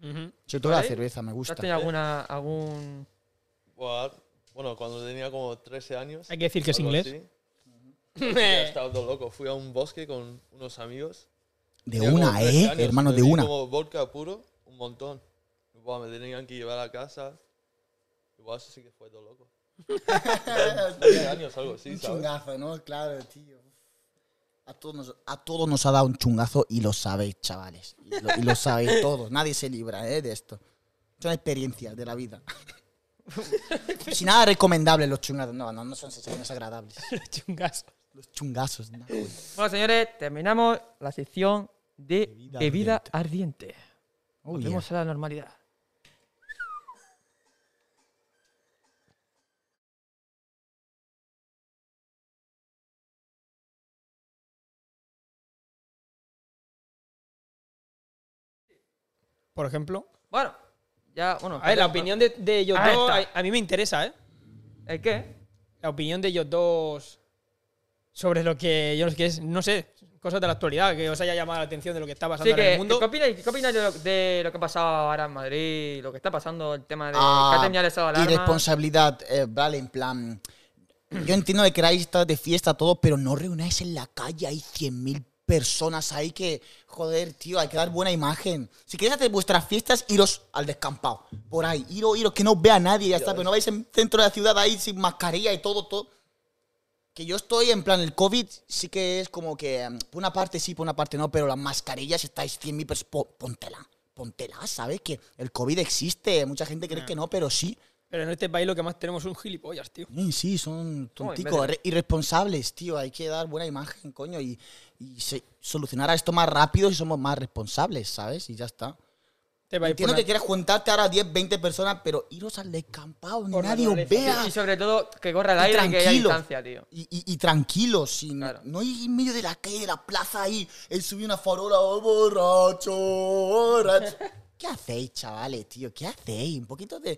Ujú. Sobre todo la ¿Vale? cerveza, me ¿Tú gusta. has tenido alguna, algún. Buah, Bueno, cuando tenía como 13 años. Hay que decir que es algo inglés. Eh. así, ya estaba todo loco. Fui a un bosque con unos amigos. De Tenía como una, 13 eh, años, hermano, de bebí una. Como vodka puro, un montón. Buah, me tenían que llevar a casa. Igual eso sí que fue todo loco. 13 años, algo así, Un ¿sabes? chungazo, ¿no? Claro, tío. A todos, nos, a todos nos ha dado un chungazo y lo sabéis, chavales. Y lo, y lo sabéis todos. Nadie se libra ¿eh? de esto. Son experiencias de la vida. Sin nada recomendable los chungazos. No, no, no son sensaciones agradables. Chungazo. Los chungazos. no. Bueno, señores, terminamos la sección de Bebida bebida, ardiente. Oh, yeah. Volvemos a la normalidad. Por ejemplo. Bueno, ya, bueno. A ver, la opinión de, de ellos Ahí dos. Ah, está. A, a mí me interesa, ¿eh? ¿El qué? La opinión de ellos dos sobre lo que yo no sé qué es, no sé, cosas de la actualidad, que os haya llamado la atención de lo que está pasando Sí, en que, el mundo. ¿qué opináis, qué opináis de, lo, de lo que ha pasado ahora en Madrid? Lo que está pasando, el tema de que ha Ah, terminado el estado de alarma. Irresponsabilidad, eh, vale, en plan. Yo entiendo que queráis estar de fiesta, todo, pero no reunáis en la calle, hay 100.000 personas ahí que, joder, tío, hay que dar buena imagen. Si queréis hacer vuestras fiestas, iros al descampado, por ahí, iros, iros, que no os vea nadie, ya está, pero no vais en centro de la ciudad ahí sin mascarilla y todo, todo. Que yo estoy en plan, el COVID sí que es como que, mm, por una parte sí, por una parte no, pero las mascarillas estáis 100.000 personas, póntela, póntela, ¿sabes? Que el COVID existe, mucha gente cree que no, pero sí. Pero en este país lo que más tenemos son gilipollas, tío. Sí, sí, son tonticos, imbéciles. re- irresponsables, tío. Hay que dar buena imagen, coño, y, y se solucionará esto más rápido si somos más responsables, ¿sabes? Y ya está. Este país Entiendo por que na- quieras juntarte ahora a 10, 20 personas, pero iros al descampado, ni Por nadie os naturaleza. vea. Y sobre todo, que corra el Y aire y que haya tranquilos. distancia, tío. Y, y- y tranquilos, sin, Claro. no ir en medio de la calle, de la plaza ahí, él subió una farola, "Oh, borracho, borracho. ¿Qué hacéis, chavales, tío? ¿Qué hacéis? Un poquito de,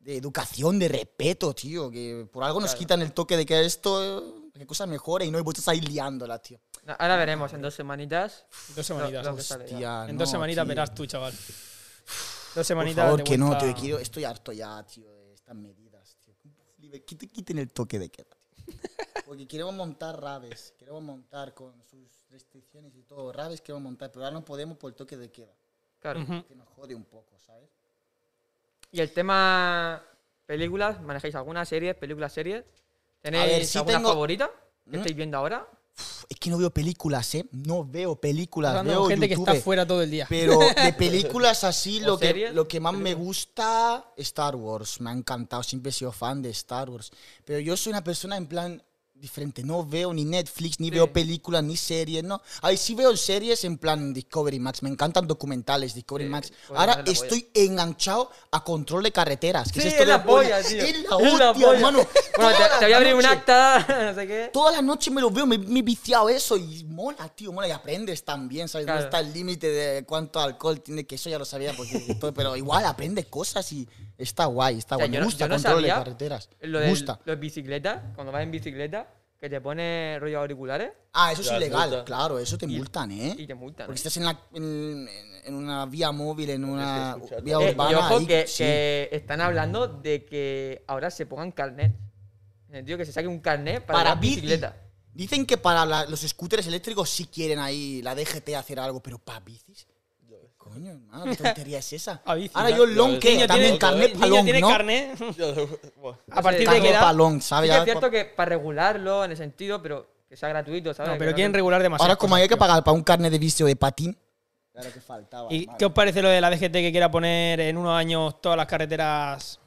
de educación, de respeto, tío, que por algo nos quitan el toque de que esto, eh, que cosas mejores y no, y vosotros ahí liándola, tío. No, Ahora veremos en dos semanitas. Dos lo- semanitas. lo que sale. Tía, en dos no, semanitas tío. verás tú, chaval. Dos Por semanitas. favor, de que no, vuelta. tío, quiero- estoy harto ya, tío. de esta Estas medidas, tío. ¿Cómo es libre? Quite- Quiten el toque de queda, tío. Porque queremos montar rabes, queremos montar con sus restricciones y todo. Rabes queremos montar, pero ahora no podemos por el toque de queda. Claro. Que nos jode un poco, ¿sabes? Y el tema películas, ¿manejáis alguna serie, películas, series? ¿Tenéis ver, sí alguna tengo- favorita que ¿Mm? estáis viendo ahora? Pff, Es que no veo películas, ¿eh? No veo películas. Hablando veo con gente YouTube. que está fuera todo el día. Pero de películas así, ¿O lo que, series? lo que más me gusta, Star Wars. Me ha encantado, siempre he sido fan de Star Wars. Pero yo soy una persona en plan diferente. No veo ni Netflix, ni veo películas, ni series, ¿no? Ahí sí veo series en plan Discovery Max. Me encantan documentales, Discovery Sí, Max. Discovery Ahora Max es la estoy enganchado a control de carreteras. que Sí, esto es de la polla, poner- tío. Es la Es la hostia, polla. hermano. Bueno, te, Toda te voy a la abrir un noche. acta, no sé qué. Todas las noches me lo veo, me, me he viciado eso y mola, tío, mola y aprendes también, ¿sabes? Claro. No está el límite de cuánto alcohol tiene, que eso ya lo sabía, porque todo, pero igual aprendes cosas y está guay, está O sea, guay. yo me no- gusta yo no control de sabía carreteras. Lo me de gusta. los bicicletas, cuando vas en bicicleta, que te pone rollo auriculares Ah, eso es La ilegal, multa. claro, eso te multan, ¿eh? y te multan. porque ¿eh? estás en, la, en, en- en una vía móvil, en una escucha vía todo. Eh, urbana. y ojo ahí, que, sí. que están hablando de que ahora se pongan carnet. En el sentido que se saque un carnet para, para la bici. bicicleta. Dicen que para la- los scooters eléctricos sí quieren ahí la DGT hacer algo, pero para bicis. Coño, hermano, qué tontería es esa. A bici, Ahora Ah, ya. yo long Ya, que niño también tiene- El carnet para niño long, tiene ¿no? carnet. Yo- Buah. A partir de Carnet que para edad. long, Sí ¿sabes? que es Ahora- cierto que para regularlo en el sentido, pero que sea gratuito, ¿sabes? No, Que pero no quieren te- regular demasiado. Ahora como hay que pagar para un carnet de vicio de patín. Claro que faltaba. ¿Y qué os parece lo de la DGT que quiera poner en unos años todas las carreteras?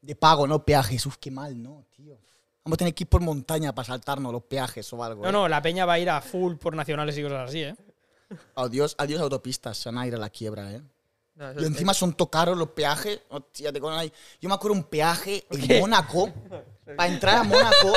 De pago, no peajes. Uf, qué mal, ¿no, tío? Vamos a tener que ir por montaña para saltarnos los peajes o algo. No, ¿eh? no, la peña va a ir a full por nacionales y cosas así, ¿eh? Adiós, adiós autopistas, se van a ir a la quiebra, ¿eh? No, eso- Y encima son tocaros los peajes. Hostia, te cogen ahí. Yo me acuerdo un peaje en Mónaco. Para entrar a Mónaco.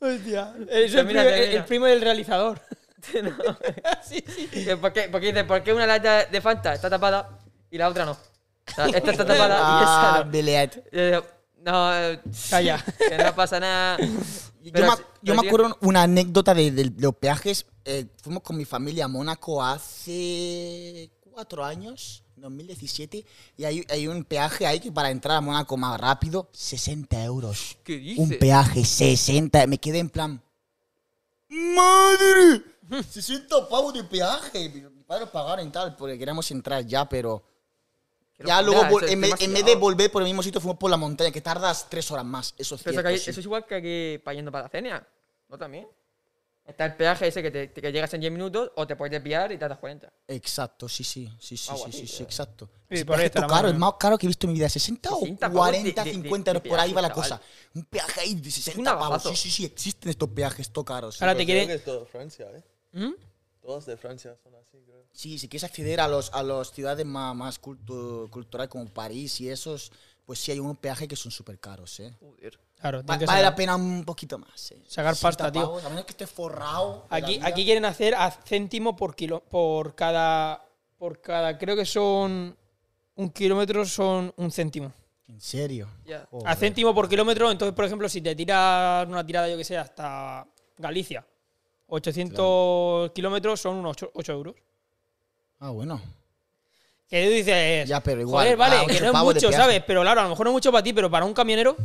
Hostia. Es Eh, el, Termina, primo, el- termina. el primo del realizador. Que ¿Por qué, porque dice, ¿por qué una lata de Fanta está tapada y la otra no? O sea, esta está tapada y Ah, esa no. Beliet. Eh, No, eh, Calla. que no pasa nada. Yo, Pero me, si- yo pero me tío- acuerdo una anécdota de, de- de los peajes. Eh, fuimos con mi familia a Mónaco hace cuatro años, 2017, y hay, hay un peaje ahí que para entrar a Mónaco más rápido, 60 euros. ¿Qué Un dices? peaje, 60. Me quedé en plan. ¡Madre! 60 pavos de peaje. Mi- Mi padre lo pagaron y tal, porque queríamos entrar ya, pero. Qué Ya locura, luego, vol- eso es en, vez, en vez de demasiado. volver por el mismo sitio, fuimos por la montaña, que tardas tres horas más. Eso es Pero eso, cierto, que hay- sí. eso es igual que aquí para yendo para la cena. ¿No también? Está el peaje ese que, te, que llegas en 10 minutos o te puedes desviar y te das cuenta. Exacto, sí, sí, sí, sí, Algo sí, así, sí, sí, exacto. Sí, Ese por ahí peaje está es la caro, mano, el ¿no? más caro que he visto en mi vida, 60 o 60 pavos de- 40, de- de- 50 euros, de por ahí va la peaje, cosa. Un peaje ahí de 60 una pavos, bajazo. sí, sí, sí, existen estos peajes, todo caros. sí. Ahora te ¿Mm? Pero creo quieren. que es todo Francia, ¿eh? Todos de Francia son así, creo. Sí, si quieres acceder a los a las ciudades más, más cultu- culturales como París y esos, pues sí hay unos peajes que son súper caros, ¿eh? Claro, Va- tienen que vale la sacar- pena un poquito más. ¿eh? sacar 60 pasta, tío. pavos, a menos que esté forrado. de la Aquí, vida. aquí quieren hacer a céntimo por kilo, por cada. Por cada. Creo que son. Un kilómetro son un céntimo. ¿En serio? Ya. A Joder. céntimo por kilómetro, entonces, por ejemplo, si te tiras una tirada, yo que sé, hasta Galicia, 800 kilómetros son unos 8, euros. Ah, bueno. Que tú dices, Ya, pero igual, joder, ah, vale, ocho que no es pavos de mucho, peaje. ¿sabes? Pero claro, a lo mejor no es mucho para ti, pero para un camionero,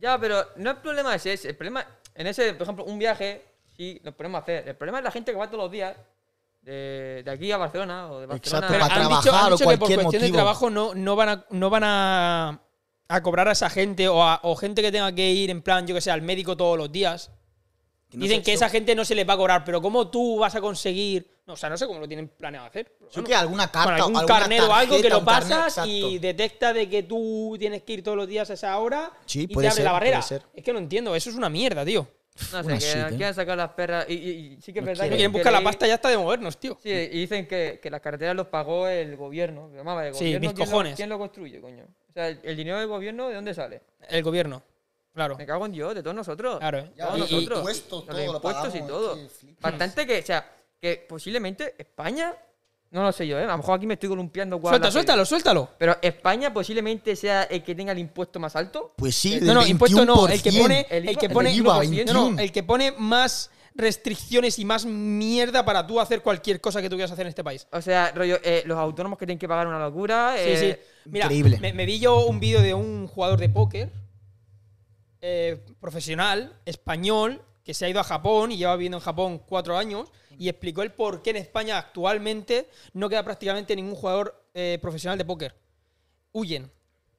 Ya, pero no el problema es ese. El problema, en ese, por ejemplo, un viaje, sí, lo podemos hacer. El problema es la gente que va todos los días de, de aquí a Barcelona o de Barcelona. Exacto, Pero para han- han dicho, trabajar han o dicho que por cualquier cuestión de motivo. trabajo no, no van, a, no van a, a cobrar a esa gente o, a- o gente que tenga que ir en plan, yo que sé, al médico todos los días. no Dicen sé, que yo- esa gente no se les va a cobrar, pero ¿cómo tú vas a conseguir? No, o sea, no sé cómo lo tienen planeado hacer. pero Yo bueno. que alguna Con carta algún alguna carnet o algo que tarjeta, lo un carnet, pasas exacto. y detecta de que tú tienes que ir todos los días a esa hora Sí, y te puede abre ser, la barrera. puede ser. Es que no entiendo, eso es una mierda, tío. No sé, Una que shit, ¿eh? quieren sacar las perras. Y, y- y sí que es No verdad que. Quieren que buscar la leí- pasta ya hasta de movernos, tío. Sí, y dicen que, que las carreteras los pagó el gobierno. Pero, mamá, el Sí, gobierno, mis ¿quién lo- cojones. ¿Quién lo construye, coño? O sea, el, el dinero del gobierno, ¿de dónde sale? El gobierno. Claro. Me cago en Dios, de todos nosotros. Claro, ¿eh? Ya, Todos y- y nosotros. impuestos, Los todo lo impuestos y pagamos, todo. que flipas. Bastante que, o sea, que posiblemente España, no lo sé yo, ¿eh? a lo mejor aquí me estoy columpiando. guau, Suelta, la suéltalo, suéltalo. peli. Pero España posiblemente sea el que tenga el impuesto más alto. Pues sí, No, no, impuesto no, el que pone, El el que IVA, pone, el IVA, no, no, 21. el que pone más restricciones y más mierda para tú hacer cualquier cosa que tú quieras hacer en este país. O sea, rollo, eh, los autónomos que tienen que pagar una locura. Sí, sí. eh, Mira, increíble. Me, me vi yo un vídeo de un jugador de póker eh, profesional, español, que se ha ido a Japón y lleva viviendo en Japón cuatro años y explicó el por qué en España actualmente no queda prácticamente ningún jugador eh, profesional de póker. Huyen.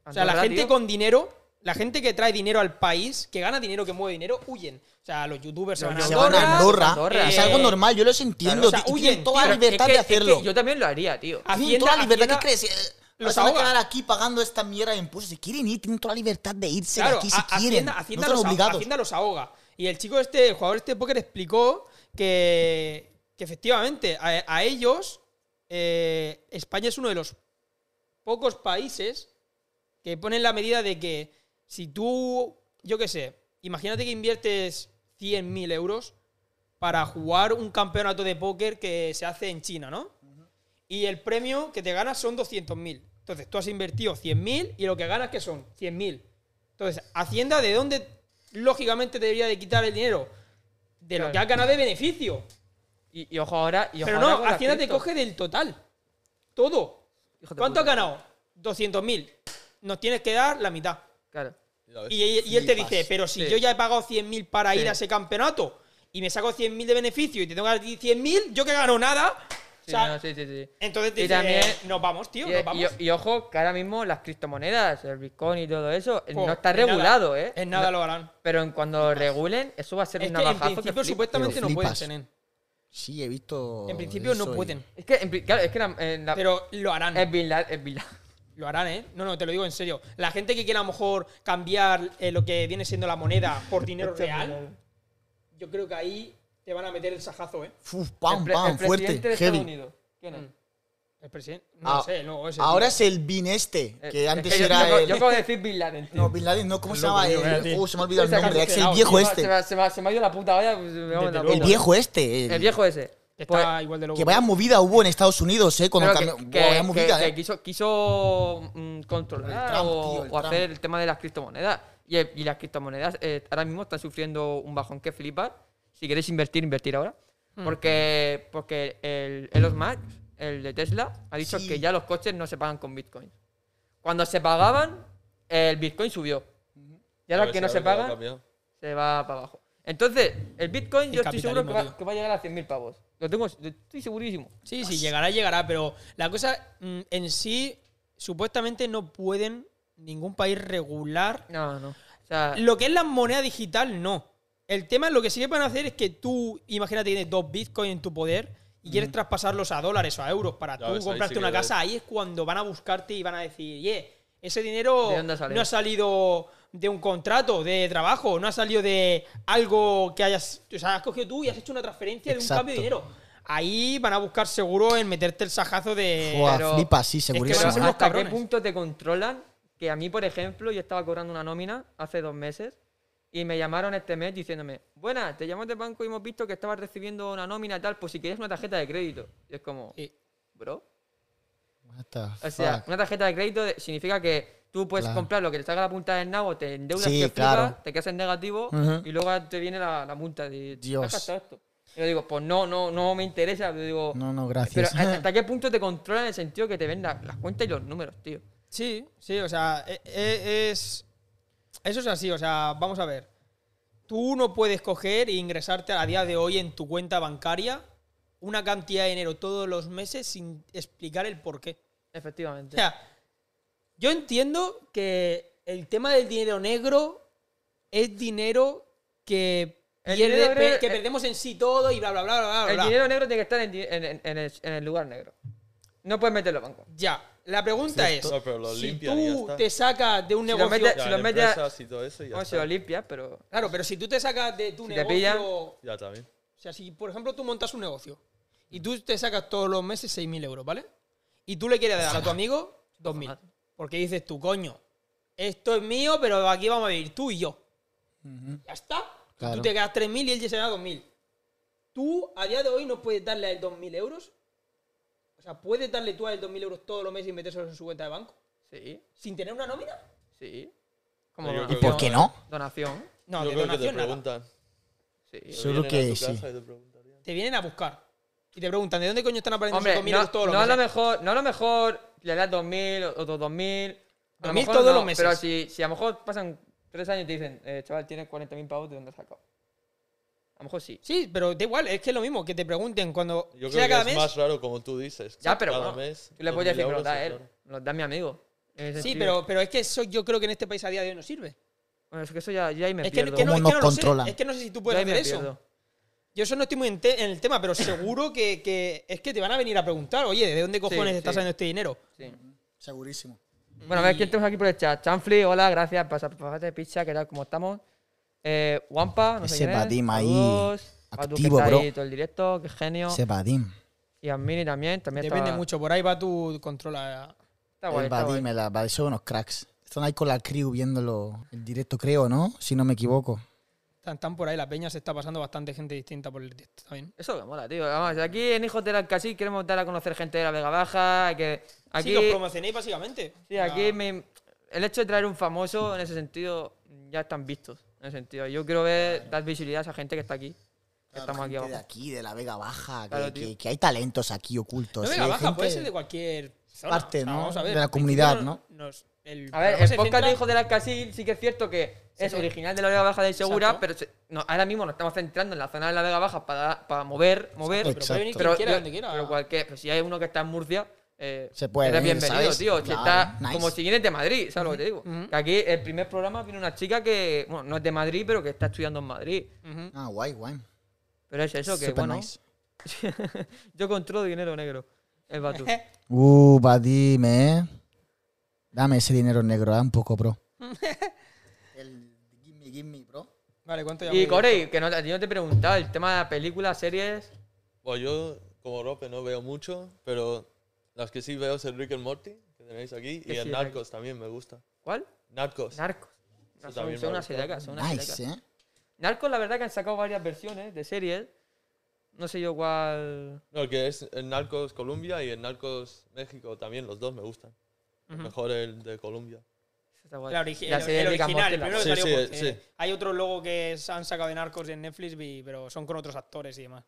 O sea, la ¿Andorra, gente tío? con dinero, la gente que trae dinero al país, que gana dinero, que mueve dinero, huyen. O sea, los youtubers Los Se se van a Andorra. Andorra, es eh. algo normal, yo los entiendo. o sea, ti- tienen huyen, toda tío, la pero es libertad que- de es que hacerlo. yo también lo haría, tío. Ah. Tienen toda la libertad. ¿Qué Hacienda- crees? Eh, los se van a ahoga. quedar aquí pagando esta mierda de impuestos. Si quieren ir, tienen toda la libertad de irse de aquí si a- quieren. Hacienda, Hacienda no están los, ahoga- obligados. Hacienda los ahoga. Y el chico este, el jugador este de póker explicó que, que efectivamente a, a ellos eh, España es uno de los pocos países que ponen la medida de que si tú, yo qué sé, imagínate que inviertes 100.000 euros para jugar un campeonato de póker que se hace en China, ¿no? y el premio que te ganas son 200.000. Entonces tú has invertido 100.000 y lo que ganas que son 100.000. Entonces, Hacienda, ¿de dónde lógicamente te debería de quitar el dinero? De lo Claro. que has ganado de beneficio. Y, y ojo ahora. Y ojo Pero ahora no, con las Hacienda te criptos. coge del total. Todo. Hijo de ¿Cuánto has puta. ganado? 200.000. Nos tienes que dar la mitad. Claro. Ya ves. Y, y- y él te Flipas. dice, pero si Sí. yo ya he pagado 100.000 para Sí. ir a ese campeonato y me saco 100.000 de beneficio y te tengo que dar 100.000, yo que gano nada. Sí, o sea, no, sí, sí, sí. Entonces te Y dice, también- nos vamos, tío, Y, nos vamos. Pues, y- y ojo, que ahora mismo las criptomonedas, el Bitcoin y todo eso, eh, Po, no está en nada- regulado, ¿eh? En nada lo harán. Pero en cuando regulen, eso va a ser Es un que en navajazo que principio flipas. supuestamente Pero no pueden, flipas. Senen. Sí, he visto. En principio no eso y- pueden. Es que, en pri- claro, es que la- en la- Pero lo harán. es Bin Laden- es Bin Laden. Lo harán, ¿eh? No, no, te lo digo en serio. La gente que quiera a lo mejor cambiar eh, lo que viene siendo la moneda por dinero Este real, yo creo que ahí te van a meter el sajazo, ¿eh? Uf, pam, El pre- pam, el presidente de fuerte, Estados heavy. Unidos. ¿Quién mm. es? El presidente. No Ah, sé, no, ese. Ahora tío. es el Bin este, Eh, que es antes yo- era Yo, el- yo acabo de decir Bin Laden, tío. No, Bin Laden, no, ¿cómo se Loco, llama? tío, El- eh, tío. oh, se me ha olvidado el Ese nombre. cáncer Es de el lado, viejo Se va- Se, este. va- se va- se me ha ido la puta olla. pues, me cago en la luego. El puta. viejo este. El viejo ese. Que Pues- está igual de loco. Que vaya movida hubo en Estados Unidos, ¿eh? Cuando Pero cambió. que, Buah, vaya que- movida, que ¿eh? quiso, quiso, mm, controlar El Trump, o, tío, el o hacer Trump. el tema de las criptomonedas. Y, y las criptomonedas eh, ahora mismo están sufriendo un bajón que flipar. Si queréis invertir, invertir ahora. Porque, porque el Elon Musk, el de Tesla, ha dicho Sí. que ya los coches no se pagan con Bitcoin. Cuando se pagaban, el Bitcoin subió. Y Ya ahora ves, que no ya se ves, ya ha pagan, cambiado. se va para abajo. Entonces, el Bitcoin El yo estoy seguro que capitalismo, tío. va, que va a llegar a 100.000 pavos. Lo tengo, lo estoy segurísimo. Sí, sí, llegará, llegará, pero la cosa mm, en sí, supuestamente no pueden ningún país regular No, no. O sea, Lo que es la moneda digital, no. El tema, lo que sí que van a hacer es que tú, imagínate, tienes dos bitcoins en tu poder y quieres traspasarlos a dólares o a euros para Ya tú ves, ahí comprarte sí que una lo casa, ahí es cuando van a buscarte y van a decir, yeah, ese dinero ¿De dónde ha salido? no ha salido de un contrato de trabajo, no ha salido de algo que hayas. O sea, has cogido tú y has hecho una transferencia de un Exacto. cambio de dinero. Ahí van a buscar seguro en meterte el sajazo de. Buah, pero- flipa, sí, que Pero van segurísimo. a ser ¿eh? unos ¿Hasta cabrones. qué punto te controlan? Que a mí, por ejemplo, yo estaba cobrando una nómina hace dos meses y me llamaron este mes diciéndome, buena, te llamamos del banco y hemos visto que estabas recibiendo una nómina tal, pues si quieres una tarjeta de crédito. Y es como, Sí. bro. What the O sea, fuck. una tarjeta de crédito de- significa que tú puedes Ah. Claro. comprar lo que te salga la punta del nabo, te endeudas, Sí, te flipas, claro. te quedas en negativo Ujú. y luego te viene la, la multa de "¿Has Dios. gastado esto?". Y yo digo, pues no, no, no me interesa. Yo digo, No, no, pero ¿hasta gracias. hasta qué punto te controlan en el sentido que te ven la- las cuentas y los números, tío? Sí, sí, o sea, e- e- es. Eso es así, o sea, vamos a ver. Tú no puedes coger e ingresarte a día de hoy en tu cuenta bancaria una cantidad de dinero todos los meses sin explicar el por qué. O Efectivamente. sea, yo entiendo que el tema del dinero negro es dinero que, El pierde- dinero negro- pe- que perdemos en sí todo y bla, bla, bla, bla, bla. el bla. dinero negro tiene que estar en, di- en- en- en el, en el lugar negro. No puedes meterlo al banco. Ya, la pregunta es, No, pero lo si limpian y ya tú está. te sacas de un Si lo negocio... metes- Ya, Si lo en metes- empresas y todo eso y ya No se está. lo limpias, pero. ah, Claro, pero si tú te sacas de tu Si te negocio. pillan- O Ya también. sea, si por ejemplo tú montas un negocio y tú te sacas todos los meses 6.000 euros, ¿vale? Y tú le quieres dar a tu amigo 2.000. Porque dices tú, coño, esto es mío, pero aquí vamos a vivir tú y yo. Ya está. Y Claro. Tú te quedas 3.000 y él ya se da 2.000. Tú a día de hoy no puedes darle a él 2.000 euros. O sea, ¿puedes darle tú a él 2.000 euros todos los meses y metérselos en su cuenta de banco? Sí, ¿Sin tener una nómina? sí. Como Yo donación. creo que- ¿Por qué no? Donación. No, Yo de creo que te donación nada. preguntan. Sí. Te Solo vienen a que tu sí. casa y te preguntarían. Te vienen a buscar. Y te preguntan, ¿de dónde coño están apareciendo Hombre, 5.000 euros no, todos los no a lo meses? mejor, no a lo mejor le das 2.000, o- otros 2.000. A 2.000 lo mejor todos no, los meses. Pero si, si a lo mejor pasan tres años y te dicen, eh, chaval, tienes 40.000 pavos, ¿de dónde has sacado? A lo mejor sí. Sí, pero da igual, es que es lo mismo, que te pregunten cuando sea Yo creo que cada es mes. más raro, como tú dices. Ya, pero cada bueno, mes, tú le puedes decir, 2.000 me lo euros, da sí, él, claro. me lo da mi amigo. En ese Sí, sentido. pero, pero es que eso yo creo que en este país a día de hoy no sirve. Bueno, es que eso ya, ya ahí me Es que, pierdo. que no, ¿Cómo es que nos no lo sé, controlan? es que no sé si tú Yo puedes ahí me hacer eso. pierdo. Yo eso no estoy muy en, te- en el tema, pero seguro que, que es que te van a venir a preguntar, oye, ¿de dónde cojones sí. está saliendo este dinero? Sí. Segurísimo. Bueno, a ver quién tenemos aquí por el chat. Chanfli, hola, gracias por esa de pizza, que tal, cómo estamos. Eh, Wampa, no sé Ese quién es. Vadim ahí, Saludos. Badu, que activo, está bro. ahí todo el directo, qué genio. Ese Vadim. Y Amini también, también Depende está, mucho, por ahí va tu controla. Está guay, el está guay. Vadim, el Vadim son unos cracks. Están ahí con la crew viéndolo el directo, creo, ¿no? Si no me equivoco. Están, están por ahí, la peña se está pasando bastante gente distinta por el directo también. Eso es lo que mola, tío. Vamos, aquí en Hijos del Alcasí queremos dar a conocer gente de la Vega Baja. Que aquí, sí, los promocionéis básicamente. sí, O sea, aquí me- el hecho de traer un famoso, en ese sentido, ya están vistos. En ese sentido, yo quiero ver, dar visibilidad a esa gente que está aquí. Que estamos aquí Gente de abajo. aquí, de la Vega Baja, que, Claro, que- tío. que hay talentos aquí ocultos. No sí, venga, hay baja, gente- puede ser de cualquier zona. parte, o sea, ¿no? vamos a ver, De la al comunidad, principio nos- el A programa ver, el pues se podcast centra- de Hijos del Alcasí sí que es cierto que es Sí. original de la Vega Baja de Segura, Exacto. pero se- no, ahora mismo nos estamos centrando en la zona de la Vega Baja para, para mover, mover. Pero puede venir quien Exacto. Pero, quiera, yo- donde quiera. pero cualquier, pero si hay uno que está en Murcia, eh, Se puede eres venir, bienvenido, ¿sabes? tío. Si Claro, está nice. como si vienes de Madrid, ¿sabes lo que te digo? ujú. Que aquí el primer programa viene una chica que, bueno, no es de Madrid, pero que está estudiando en Madrid. Ujú. Ah, guay, guay. Pero es eso, que Super bueno, nice. yo controlo dinero negro. El Batu. Uh, Vadim, eh. Dame ese dinero negro, ah, un poco, bro. el gimme, gimme, bro. Vale, ¿cuánto y llevamos? Corey, que no, a ti no te he preguntado, el tema de las películas, series. Bueno, yo como Rope no veo mucho, pero las que sí veo es el Rick and Morty, que tenéis aquí, Que y sí, el Rick. Narcos también me gusta. ¿Cuál? Narcos. Narcos. Eso Son, también son me unas gusta. seriacas, son unas seriacas. Nice, eh. Narcos, la verdad que han sacado varias versiones de series. No sé yo cuál. No, el que es el Narcos Colombia y el Narcos México también, los dos me gustan. Mejor el de Colombia. Está guay. La origi- La el, serie el de Rick and original, el primero Morty, que la- Sí, salió. sí, porque sí. Hay otro logo que se han sacado de Narcos en Netflix, y- pero son con otros actores y demás.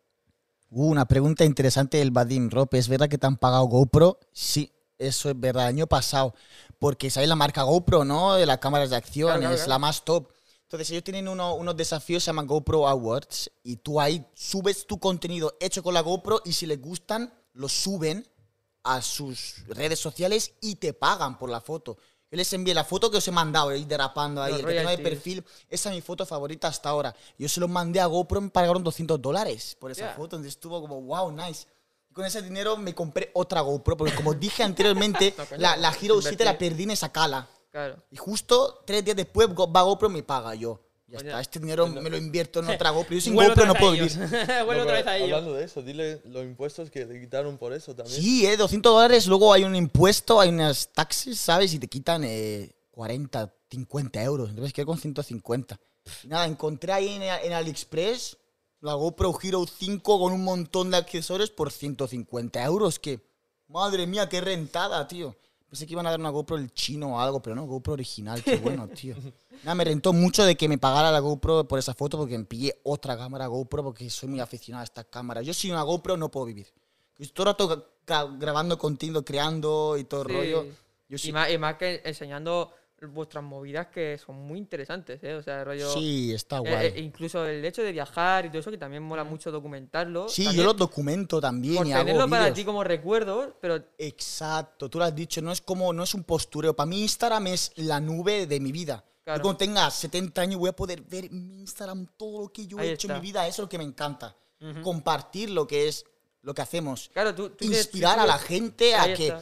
Uh, una pregunta interesante del Vadim Rope. ¿Es verdad que te han pagado GoPro? Sí, eso es verdad. El año pasado. Porque sabes la marca GoPro, ¿no? De las cámaras de acción, Claro, claro, es claro. la más top. Entonces ellos tienen uno- unos desafíos, se llaman GoPro Awards, y tú ahí subes tu contenido hecho con la GoPro y si les gustan, lo suben a sus redes sociales y te pagan por la foto. Yo les envié la foto que os he mandado, ir derrapando ahí, Los el que tengo de royalties. perfil. Esa es mi foto favorita hasta ahora. Yo se los mandé a GoPro, me pagaron 200 dólares por esa Yeah. foto. Entonces estuvo como, wow, nice. Y con ese dinero me compré otra GoPro, porque como dije anteriormente, No, coño, la, la Hero 7 la invertir. perdí en esa cala. Claro. Y justo tres días después Go- va GoPro y me paga yo. Ya Oye. está, este dinero me lo invierto en otra GoPro. Yo sin Vuelve GoPro otra no vez puedo a ellos. vivir. Vuelve No, otra pero vez a ellos. Hablando de eso, dile los impuestos que le quitaron por eso también. Sí, eh, 200 dólares, luego hay un impuesto, hay unas taxes, ¿sabes? Y te quitan eh, 40, 50 euros. Entonces quedé con 150. Y nada, encontré ahí en, en AliExpress la GoPro Hero 5 con un montón de accesorios por 150 euros. Que, madre mía, qué rentada, tío. Pensé que iban a dar una GoPro el chino o algo, pero no, GoPro original, qué bueno, tío. Nada, me rentó mucho de que me pagara la GoPro por esa foto porque me pillé otra cámara GoPro porque soy muy aficionado a estas cámaras. Yo sin una GoPro no puedo vivir. Yo Estoy todo el rato gra- grabando contenido, creando y todo el Sí. rollo. Yo Y sí, más, y más que enseñando vuestras movidas que son muy interesantes, ¿eh? O sea, rollo. sí, está eh, guay. eh, incluso el hecho de viajar y todo eso, que también mola Mm. mucho documentarlo. sí, yo También lo documento también Por y hago tenerlo para vídeos. ti como recuerdo, pero Exacto, tú lo has dicho, no es como, no es un postureo. Para mí Instagram es la nube de mi vida. Claro. Yo cuando tenga 70 años voy a poder ver mi Instagram, todo lo que yo Ahí he hecho en está. mi vida, eso es lo que me encanta. Compartir lo que es, lo que hacemos. claro, tú. tú tienes- Inspirar tú a la tienes- gente Ahí a que, está.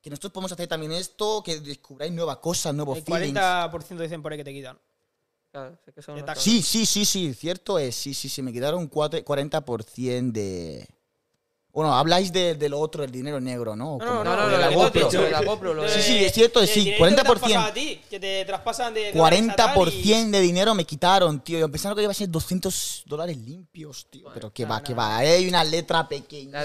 que nosotros podemos hacer también esto, que descubráis nuevas cosas, nuevos El feelings. 40% dicen por ahí que te quitan. Claro, es que son de unos taxi. cabrones. Sí, sí, sí, sí, cierto es. Sí, sí, sí, me quedaron cuatro- 40% de. Bueno, habláis de, de lo otro, el dinero negro, No, ¿no? Como- No, no, de la no, la GoPro. GoPro, de la GoPro, lo De- Sí, de- sí, es cierto, de sí, dinero Eh, que te han 40%. pasado a ti, que te traspasan de dólares a tal 40% de dinero me quitaron, tío. Yo pensaba que iba a ser 200 dólares limpios, tío. Pero que va, que va. Hay una letra pequeña.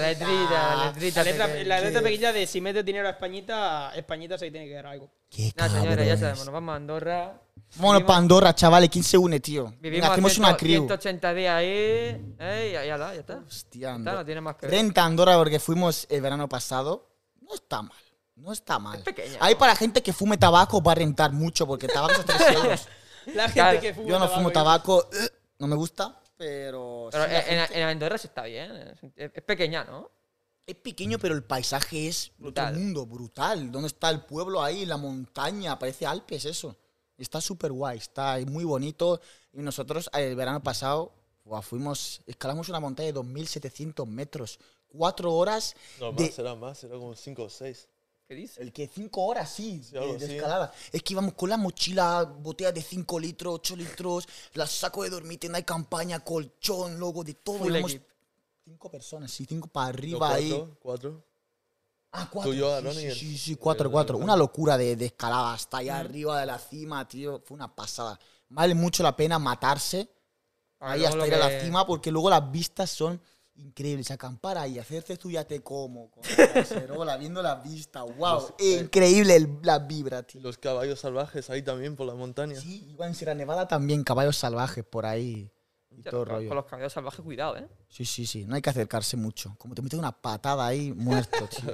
La letrita, la y letrita. La letra, pequeña. la letra pequeña de si metes dinero a Españita, Españita se tiene que dar algo. Qué Nada, señores, ya cabrones. sabemos, nos vamos a Andorra. Vámonos Vivimos- para Andorra, chavales. ¿Quién se une, tío? Vivimos Venga, hacemos una 100 crew. 180 días ahí. eh, y ya, ya, ya está. Hostia, Ya está, Andorra. no tiene más que ver. Renta Andorra porque fuimos el verano pasado. No está mal. No está mal. pequeña, Hay ¿no? para gente que fume tabaco va a rentar mucho porque tabaco es 3 euros. La gente Claro. que fuma Yo no fumo y- tabaco, eh, no me gusta, Oh, pero, Pero sí, la en, en- gente- en Andorra sí está bien. es- Es, es pequeña, ¿no? es pequeño, pero el paisaje es Brutal. otro mundo, brutal. ¿Dónde está el pueblo ahí? La montaña, parece Alpes eso. Está súper guay, está muy bonito. Y nosotros eh, el verano pasado buah, fuimos, escalamos una montaña de 2.700 metros, cuatro horas No, más, de será más, será como 5 o 6. ¿Qué dices? El que cinco horas, sí, Sí, algo de, de así. escalada. Es que íbamos con la mochila, botellas de 5 litros, 8 litros, las saco de dormir, tienda de campaña, colchón, logo, de todo. Full íbamos equip. cinco personas, sí, cinco para Yo arriba ahí. cuatro, cuatro. Ah, cuatro. Tú, yo, sí, Aaron y sí, el- sí, sí, el- cuatro, el- cuatro. el- Una locura de, de escalada hasta Mm. allá arriba de la cima, tío. Fue una pasada. Vale mucho la pena matarse A ver, Ah, ahí luego hasta lo ir a la que- cima porque luego las vistas son increíbles. Acampar ahí, hacerte tú ya te como, con la cacerola, viendo las vistas. Pues, Wow, eh, increíble el- la vibra, tío. Los caballos salvajes ahí también por la montaña. Sí, iba en Sierra Nevada también, caballos salvajes por ahí. Y Ya, todo el con- Con rollo. los caballos salvajes, cuidado, ¿eh? Sí, sí, sí. No hay que acercarse mucho. Como te metes una patada ahí, muerto, tío.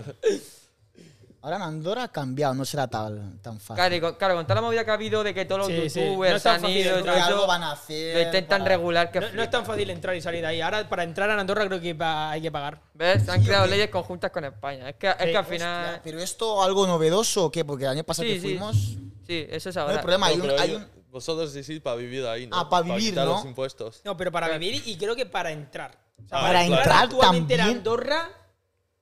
Ahora en Andorra ha cambiado, no será tan, tan fácil. Claro, y con, claro, con toda la movida que ha habido de que todos los Sí, sí. No youtubers está han fácil ido y entrar, todo Pero algo eso, van a hacer. lo intentan para- regular. Que No, no es tan fácil entrar y salir de ahí. Ahora, para entrar a Andorra, creo que va- hay que pagar. ¿Ves? Han creado leyes conjuntas con España. Es que, es Sí, que al Hostia, final. Pero esto algo novedoso o qué? Porque el año pasado Sí, que sí. fuimos. Sí, eso es No hay ahora. problema, hay No, un- pero hay ellos- un- Vosotros decís para vivir ahí, ¿no? Ah, pa' vivir, quitar ¿no? los impuestos. No, pero para vivir y creo que para entrar. O sea, Ah, para claro. entrar actualmente en también. Andorra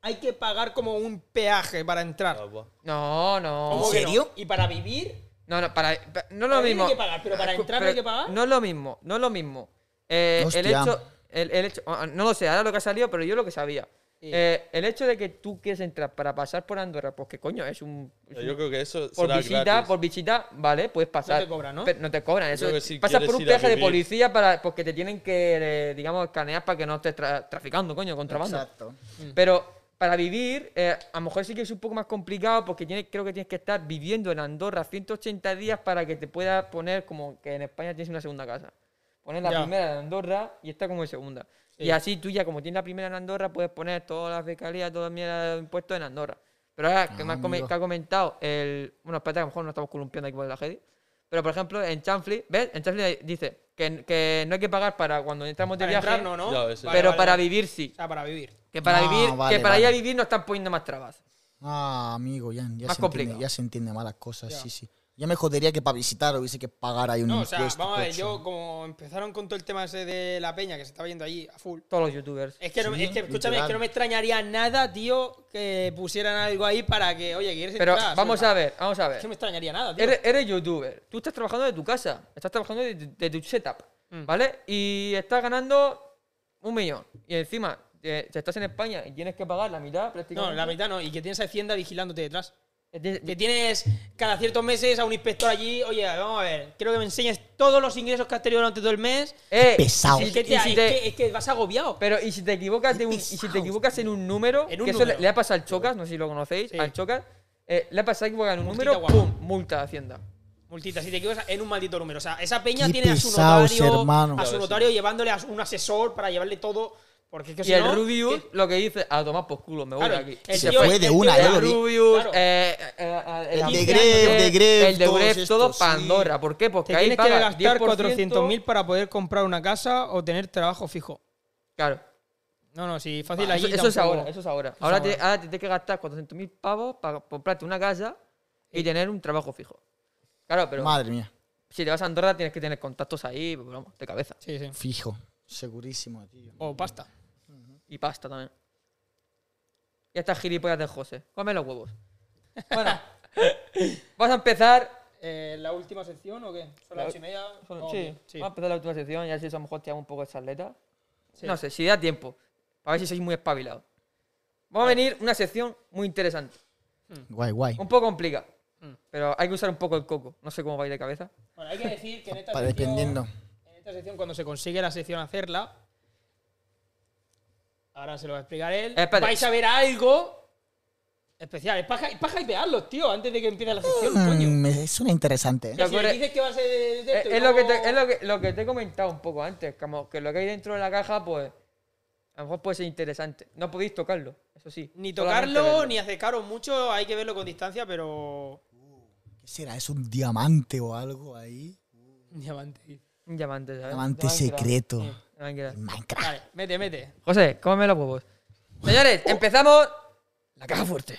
hay que pagar como un peaje para Ah, entrar. buah. No, no. ¿Cómo que no? serio? Y para vivir, No, no, para, pa- no es Para lo vivir mismo. hay que pagar, pero para Escu- entrar no hay que pagar. No es lo mismo, no es lo mismo. Eh, el Hostia. hecho, el, el hecho, ah, no lo sé, ahora lo que ha salido, pero yo lo que sabía. Sí. Eh, el hecho de que tú quieres entrar para pasar por Andorra, pues que coño, es un... es un- Yo creo que eso por será visita, gratis. por visita, vale, puedes pasar. No te cobran, ¿no? Pero no te cobran, eso. creo que si pasas quieres por un ir a peaje de vivir- policía para, porque te tienen que, eh, digamos, escanear para que no estés tra- traficando, coño, contrabando. Exacto. Mm. Pero para vivir, eh, a lo mejor sí que es un poco más complicado porque tienes, creo que tienes que estar viviendo en Andorra 180 días para que te pueda poner como que en España tienes una segunda casa. Poner la Ya. primera en Andorra y esta como de segunda. Y así tú ya, como tienes la primera en Andorra, puedes poner todas las becalías, todas las mierdas de impuestos en Andorra. Pero ahora que, me has come- Ah, amigo. que ha comentado el... Bueno, espérate, que a lo mejor no estamos columpiando aquí por la gente. Pero, por ejemplo, en Chanfli, ¿ves? En Chanfli dice que, que no hay que pagar para cuando entramos de para viaje, entrar no, ¿no? Ya ves, sí. Vale, pero vale, para vale. vivir sí. O sea, para vivir. Que para Ah, vivir, vale, que para ir a vale. vivir no están poniendo más trabas. Ah, amigo, ya, ya, Más se, complicado. entiende, ya se entiende malas cosas, sí, sí. Ya me jodería que para visitar hubiese que pagar ahí un No, o sea, impuesto. vamos a ver, coche. yo como empezaron con todo el tema ese de la peña que se estaba yendo allí a full. Todos los youtubers. Es que, no, Sí, es que escúchame, literal. es que no me extrañaría nada, tío, que pusieran algo ahí para que, oye, quieres Pero entrar. vamos suelta. a ver, vamos a Er, Es que no me ver. extrañaría nada, tío. Eres, eres youtuber, tú estás trabajando de tu casa, estás trabajando de, tu- de tu setup, Mm. ¿vale? Y estás ganando un millón. Y encima, eh, si estás en España y tienes que pagar la mitad No, prácticamente. la mitad no, y que tienes a Hacienda vigilándote detrás. Eh, tienes- Que tienes cada ciertos meses a un inspector allí, oye, vamos a ver, quiero que me enseñes todos los ingresos que has tenido durante todo el mes. eh, Pesado. y- Es que, y tía, si es, te- que, es que vas agobiado. Pero y si te equivocas de un- y si te equivocas en un número, En un que eso número. le, le ha pasado al Chocas, no sé si lo conocéis, Sí. al Chocas, eh, le ha pasado equivocado en un Multita número, guapa. pum, multa de Hacienda. Multita, si te equivocas en un maldito número. O sea, esa peña Qué tiene a su pesados, notario, hermano. a su notario llevándole a un asesor para llevarle todo. Porque es que Y si el no, Rubius lo que dice, a tomar por culo, me voy Claro, de aquí. el Y se tío- este fue de una, tío- ya El lo vi. Rubius, Claro. eh, eh, eh, el, El de Aficionado, Gref, de Gref, el de todos Gref, todo estos, sí. Pandora. ¿Por qué? Porque Te ahí tienes que pagas gastar 10%. 400.000 para poder comprar una casa o tener trabajo fijo. Claro. No, no, si fácil allí Eso, eso es tampoco. ahora, eso es ahora. Ahora, te, ahora. ahora te tienes que gastar 400.000 pavos para comprarte una casa y tener un trabajo fijo. Claro, pero Madre mía, si te vas a Andorra tienes que tener contactos ahí, pues, vamos, de cabeza. Sí, sí. fijo, segurísimo, tío. O pasta. Y pasta también. Y estas gilipollas de José. Come los huevos. Bueno, vas a empezar Eh, ¿La última sección o qué? ¿Son las ocho y media? Solo- Oh, sí, sí. Vamos a empezar la última sección y así a lo mejor tiramos un poco de charleta. No sé, si da tiempo. Para ver si sois muy espabilados. Vamos a venir una sección muy interesante. Guay, guay. Mm. Un poco complicada. Mm. Pero hay que usar un poco el coco. No sé cómo vais de cabeza. Bueno, hay que decir que en esta Para sección- dependiendo. En esta sección, cuando se consigue la sección hacerla, ahora se lo va a explicar él, Eh, espérate. vais a ver algo Especial, es para, es para hypearlos, tío, antes de que empiece la sección, coño. Mm, me suena interesante. Que ¿eh? si acuerdo- dices que va a ser de- de Es, esto y Eh, es lo, que luego- te, es lo, que, lo que te he comentado un poco antes, como que lo que hay dentro de la caja, pues a lo mejor puede ser interesante. No podéis tocarlo, eso sí. Ni solamente tocarlo, verlo. ni acercaros mucho, hay que verlo con distancia, pero. ¿Qué será? ¿Es un diamante o algo ahí? Diamante. Un diamante, ¿sabes? Diamante Tranquila. secreto. Sí, tranquila. El Minecraft. Vale, mete, mete. José, cómeme los huevos. Señores, empezamos la caja fuerte.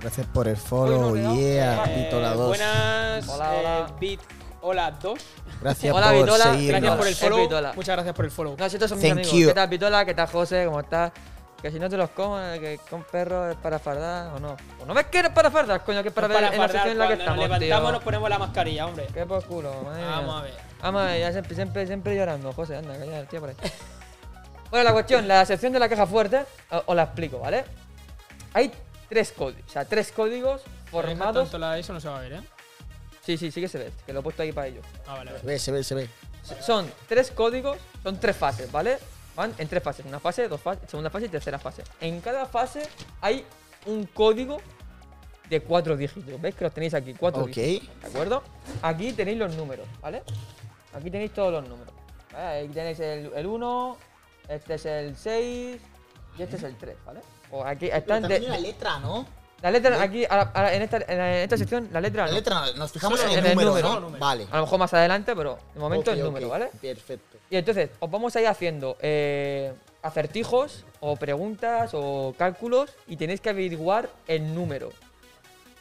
Gracias por el follow, yeah, Eh, Vitola 2. Buenas. Hola, eh, hola. Bit. Hola, 2. Gracias Hola, por Vitola. seguirnos. Gracias por el Es follow. Vitola. Muchas gracias por el follow. No, si estos son mis Thank amigos. you. ¿Qué tal, Pitola? ¿Qué tal, José? ¿Cómo estás? Que si no te los comas, que con perro es para fardar o no. ¿O no ves que eres para fardar, coño? Que es para Para, ver en la fardar, sección en la que cuando nos estamos, levantamos nos tío. ponemos la mascarilla, hombre. Qué por culo, madre mía. Vamos a ver. Vamos a ver, ya siempre, siempre, siempre llorando, José, anda, calla, tío, por ahí. bueno, la cuestión, la sección de la caja fuerte, o- os la explico, ¿vale? Hay tres códigos, o sea, tres códigos formados. Tanto la- Eso no se va a ver, ¿eh? Sí, sí, sí que se ve, que lo he puesto ahí para ellos. Ah, vale, Se vale. ve, se ve, se ve. Son tres códigos, son tres fases, ¿vale? Van en tres fases, una fase, dos fases, segunda fase y tercera fase. En cada fase hay un código de cuatro dígitos, ¿veis que los tenéis aquí? Cuatro Ok. dígitos, ¿de acuerdo? Aquí tenéis los números, ¿vale? Aquí tenéis todos los números. ¿vale? Aquí tenéis el 1, este es el 6 y este es el 3, ¿vale? O aquí están de- de- letra, ¿no? la letra aquí, ahora- ahora en, esta, en esta sección, la letra La no. letra, nos fijamos Solo en el, en el número, número, ¿no? solo Vale. A lo mejor más adelante, pero de momento Ok, el ok, número, ¿vale? Perfecto. Y entonces, os vamos a ir haciendo eh, acertijos o preguntas o cálculos y tenéis que averiguar el número.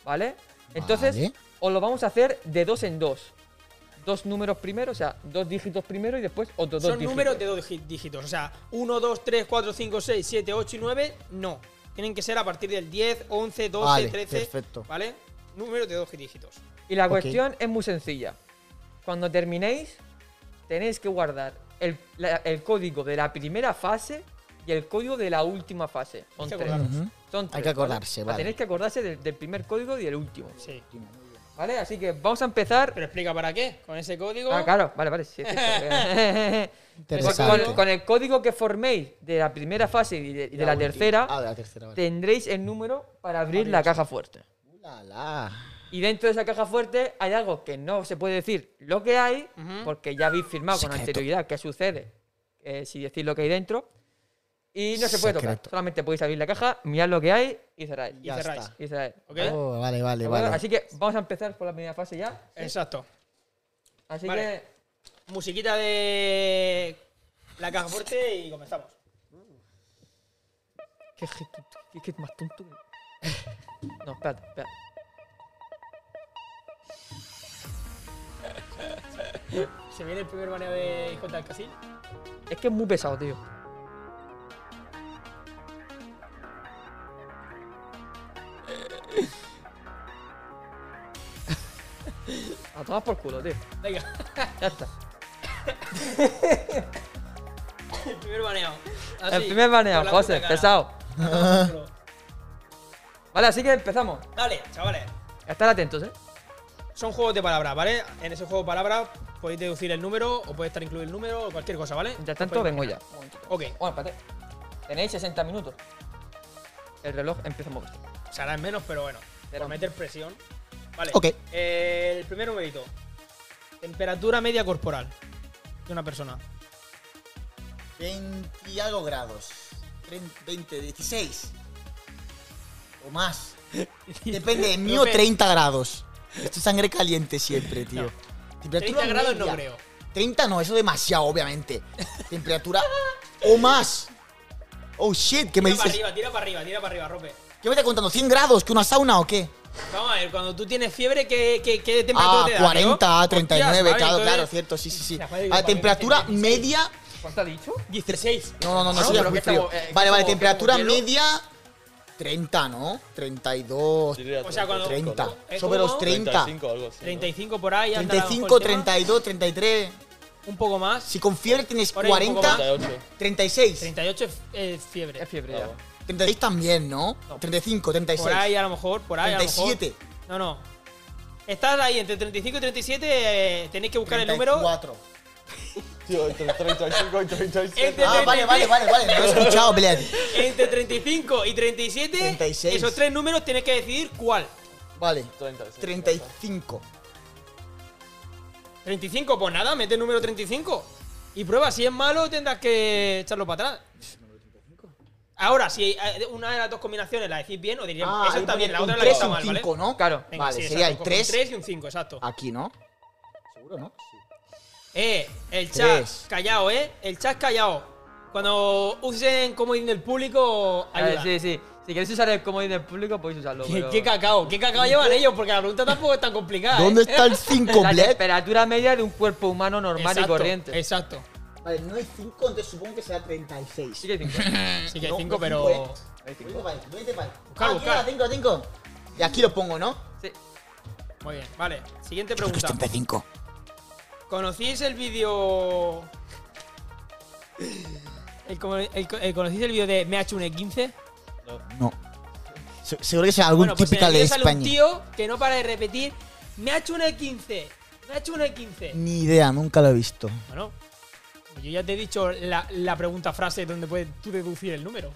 ¿Vale? Entonces, Vale. os lo vamos a hacer de dos en dos. Dos números primero, o sea, dos dígitos primero y después otros dos Son dígitos. números de dos digi- dígitos. O sea, 1, 2, 3, 4, 5, 6, 7, 8 y 9, no. Tienen que ser a partir del 10, 11, 12, Vale, 13. perfecto. ¿Vale? Números de dos dígitos. Y la Ok. cuestión es muy sencilla. Cuando terminéis, tenéis que guardar el, la- el código de la primera fase y el código de la última fase. Son que tres. acordarnos. Ujú. Son Hay tres, que acordarse, O sea, vale. Tenéis que acordarse del, del primer código y del último. Sí. ¿Vale? Así que vamos a empezar. Pero explica para qué. Con ese código. Ah, claro, vale, vale. sí, sí, sí. Con- Interesante. con, con el código que forméis de la primera fase y de, y de la, última. tercera, Ah, de la tercera, vale. Uh, tendréis el número para abrir la caja fuerte. La, la. Y dentro de esa caja fuerte hay algo que no se puede decir lo que hay, porque ya habéis firmado con Secreto. anterioridad qué sucede eh, si decís lo que hay dentro. Y no se puede tocar. Secreto. Solamente podéis abrir la caja, mirad lo que hay y cerráis. y Ya cerráis. está. Y cerráis. ¿Ok? Oh, vale, ¿De vale, acuerdo? vale. Así que vamos a empezar por la primera fase ya. Exacto. Así Vale. que Musiquita de la caja fuerte y comenzamos. ¿Qué je- tú- tú- qué- qué más tonto? que- No, espérate, espérate. Se viene el primer baneo de J del Casil. Es que es muy pesado, tío. A tomar por culo, tío. Venga, Ya está. el primer baneo. Así, El primer baneo, Ah, con la José, puta cara. pesado. Vale, así que empezamos. Dale, chavales. Estar atentos, eh. Son juegos de palabras, ¿vale? En ese juego de palabras podéis deducir el número o puede estar incluido el número o cualquier cosa, ¿vale? Mientras tanto, Os podéis vengo ya. Ok, Bueno, espérate. Tenéis 60 minutos. El reloj empieza a moverse. o sea, hará menos, pero bueno. Pero- Por meter presión. Vale. Ok. Eh, el primer numerito. Temperatura media corporal de una persona. 20 y algo grados. 20, 16. O más. Depende, mío Profe. 30 grados. Esto es sangre caliente siempre, tío. No. Temperatura 30 grados no media. creo. 30 no, eso es demasiado, obviamente. Temperatura o más. Oh shit, ¿qué me Tira para dices? arriba, tira para arriba, tira para arriba, Rope. ¿Qué me estás contando? ¿100 grados? ¿Que una sauna o qué? Vamos a ver, cuando tú tienes fiebre, ¿qué, qué, qué temperatura Ah, te da? 40, tío? 39, Hostias, vale, claro, entonces, claro, cierto, sí, sí, sí. La madre que Ah, lo parió, temperatura 16. media. ¿Cuánto ha dicho? 16. No, no, no, no, Ah, eso ya pero es muy que estamos, frío. eh, que Vale, vale, estamos- que temperatura estamos hielo. media. 30, ¿no? 32. Diría O sea, cuando- 30. ¿Eh, Sobre cómo? los 30. 35 algo así. ¿no? 35 por ahí. anda a lo mejor 35, el tema. 32, 33. Un poco más. Si con fiebre tienes Por ahí un poco 40, 38. 36. 38 es eh, fiebre. Es fiebre ya. 36 también, ¿no? No. 35, Por ahí 36. a lo mejor, por ahí a 37. lo mejor. No, no. Estás ahí entre 35 y 37, eh, tenéis que buscar el número. 34. Tío, entre 35 y 37. Entre Ah, vale, vale, vale, vale. No lo he escuchado, Belén. Entre 35 y 37, 36. esos tres números tenéis que decidir cuál. Vale. 35. 35. 35, pues nada, mete el número 35. Y prueba, si es malo tendrás que echarlo para atrás. Ahora, si eh, una de las dos combinaciones la decís bien, o diríais, Ah, eso ahí está bien, pone la un otra la que tres, está un mal, ¿vale? cinco, ¿no? Claro. Venga, vale, sí, sería el exacto, coge 3. un 3 y un 5, exacto. Aquí, ¿no? Seguro, ¿no? Eh, el chat, Tres. callao, eh. El chat callao. Cuando usen comodín del público, A ver, ayuda. Ah, Eh, sí, sí. Si queréis usar el comodín del público, podéis usarlo. ¿Qué, pero- qué cacao? ¿Qué cacao llevan ellos? Porque la pregunta tampoco es tan complicada. ¿Dónde eh. está el 5, La Belén? temperatura media de un cuerpo humano normal Exacto, y corriente. Exacto. Vale, no es 5, entonces supongo que será 36. Sí que hay cinco. Sí que hay No, 5, no pero. cinco, eh. Vete pa'l, vete pa'l. Buscar, Aquí buscar. era 5, 5. Y aquí lo pongo, ¿no? Sí. eh. Muy bien, vale. Siguiente pregunta. 35. ¿Conocíais el vídeo. El, como- el co- el- ¿Conocéis el vídeo de Me ha hecho un E E15? No. Se- Seguro que será algún Bueno, pues en típico el de vídeo sale un España. tío que no para de repetir: Me ha hecho un E15. Me ha hecho un E E15. Ni idea, nunca lo he visto. Bueno, yo ya te he dicho la, la pregunta frase donde puedes tú deducir el número.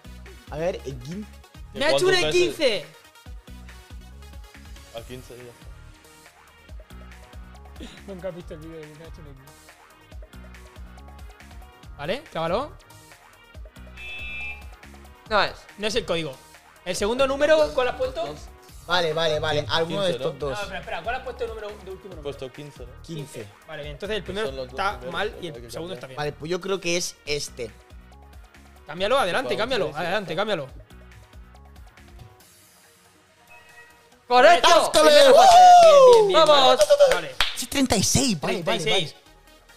A ver, eh, el Gim. ¡Me ha hecho un ¿Cuántas veces? E15! A 15 días. Nunca has visto el vídeo de Me ha hecho un E15. ¿Vale? Cábalo. No es. No es el código. ¿El segundo número cuál has puesto? No, Vale, vale, vale. Quin- Alguno de quince, ¿no? estos dos. Ah, espera, espera. ¿Cuál has puesto el número de último He número? puesto 15, ¿no? 15. Vale, bien. Entonces el Pues son primero los dos está primeros, mal y hay que el segundo está cambiar. bien. Vale, pues yo creo que es este. Cámbialo, adelante, Vamos, cámbialo. sí, sí, adelante, cámbialo. ¡Correcto! Bien, bien, bien. ¡Vamos! Vale. Es 36, vale, vale, 36. vale.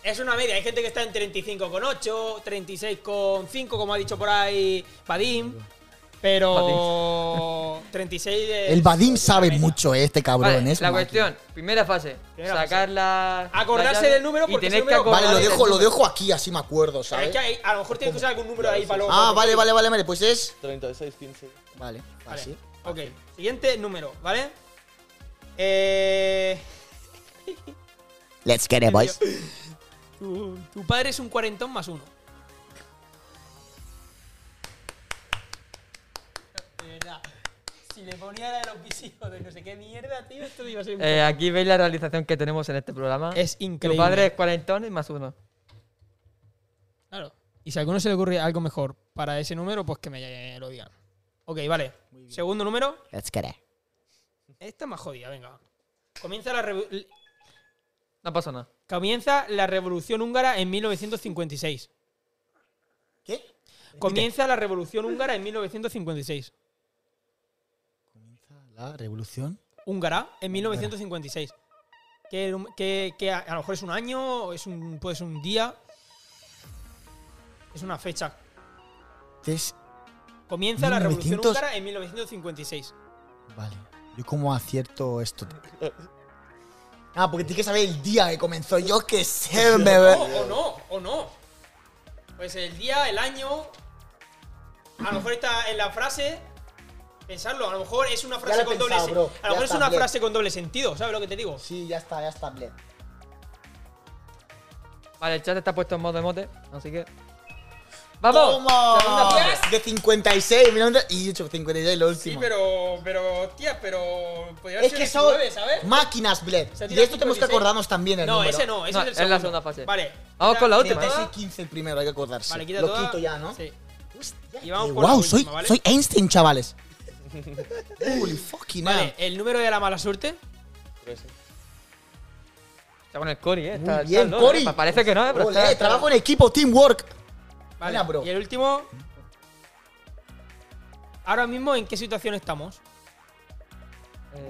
Es una media, hay gente que está en 35,8, 36,5, como ha dicho por ahí Padim, pero 36 es... El Vadim sabe Venga. mucho, eh, este cabrón. Vale, es la máquina. cuestión, primera fase, Primera sacar la Acordarse la llave del número y porque tener ese que número- acordar Vale, lo del dejo, lo número. dejo aquí, así me acuerdo, Pero es ¿sabes? que hay- a lo mejor tienes que usar algún número ahí para luego... Ah, vale, vale, vale, vale. Pues es. 36, 15. Vale, Ah, Vale, así. Ok, siguiente número, ¿vale? Eh... Let's get it, boys. Tu, tu padre es un cuarentón más uno. De verdad. Si le ponía la de los visitos de no sé qué mierda, tío, esto iba a ser... Eh, aquí veis la realización que tenemos en este programa. Es increíble. Tu padre es cuarentón y más uno. Claro. Y si a alguno se le ocurre algo mejor para ese número, pues que me eh, lo digan. Ok, vale. Segundo número. Let's get it. Esta es más jodida, venga. Comienza la, revo- No pasa nada. comienza la revolución húngara en 1956. ¿Qué? Comienza la revolución húngara en 1956. Comienza la revolución. húngara en 1956. Que, que- que a, a lo mejor es un año, o es un, puede ser un día. Es una fecha. Entonces, Comienza la revolución 1900. húngara en 1956. vale. Yo como acierto esto. tío? Ah, porque tienes que saber el día que comenzó. Yo que sé, me O, o no, o no. Pues el día, el año. A lo mejor está en la frase. Pensarlo, a lo mejor es una frase lo he con pensado, doble bro. sen- A Ya lo mejor es está, una Blair. frase con doble sentido, ¿sabes lo que te digo? Sí, ya está, ya está, Bled. Vale, el chat está puesto en modo emote, así que. ¡Vamos! Segunda fase. De 56, mira, dónde- y he hecho 56 lo Sí, último. pero. Pero, tía, pero. Podría es ser que son 19, ¿sabes? máquinas, Bled. sea, Y tiene de esto tenemos que 56. acordarnos también el no, número. ese no, ese No, es el es segundo. la segunda fase. Vale. Vamos con la quita última. toda. 56, 15 el primero, hay que acordarse. Vale, quita lo toda. quito ya, ¿no? Sí. Hostia, Y vamos qué con la guau, última, soy, ¿vale? soy Einstein, chavales. Holy fucking Vale, eh, hell. el número de la mala suerte. 13. Está con el Cori, eh. Muy Está, bien, está loco, Cori. eh. Parece que no, eh, pero Ole, está- está- trabajo en equipo, teamwork. Vale. Mira, bro. Y el último. Ahora mismo, ¿en qué situación estamos?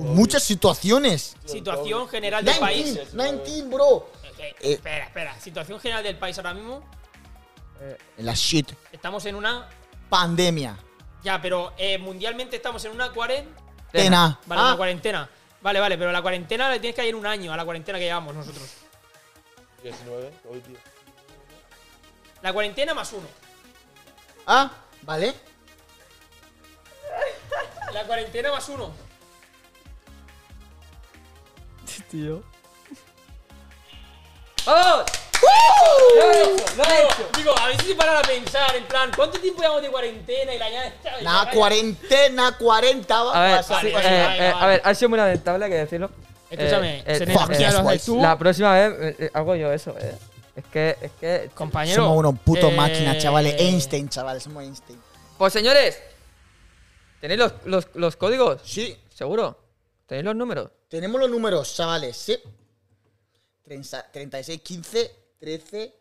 Muchas situaciones. Situación general del país. 19, 19, bro. Eh, Eh. Espera, espera. Situación general del país ahora mismo. La shit. Estamos en una Pandemia. Ya, pero eh, mundialmente estamos en una cuarentena. Tena. Vale, Ah, una cuarentena. Vale, vale, pero la cuarentena le tienes que ir un año a la cuarentena que llevamos nosotros. 19, hoy día. La cuarentena más uno. ah, vale. La cuarentena más uno. ¡Vamos! ¡Lo he hecho! ¡Lo he hecho! Digo, a veces se paran a pensar, en plan, ¿cuánto tiempo llevamos de cuarentena y la añades? ¿sabes? Nah, cuarentena, 40. va A ver, pasar, vale, sí, eh, pasar. vale, eh, vale. a ver, ha sido muy lamentable, hay que decirlo. Escúchame, Eh, eh, se fuck necesita yes, lo haces boys. tú. La próxima vez eh, eh, hago yo eso, eh. Es que, es que. Compañero. Somos unos putos eh, máquinas, chavales. Einstein, chavales, somos Einstein. Pues señores, ¿tenéis los, los, los códigos? Sí, ¿Seguro? ¿Tenéis los números? tenemos los números, chavales, sí. 30 36, 15, 13,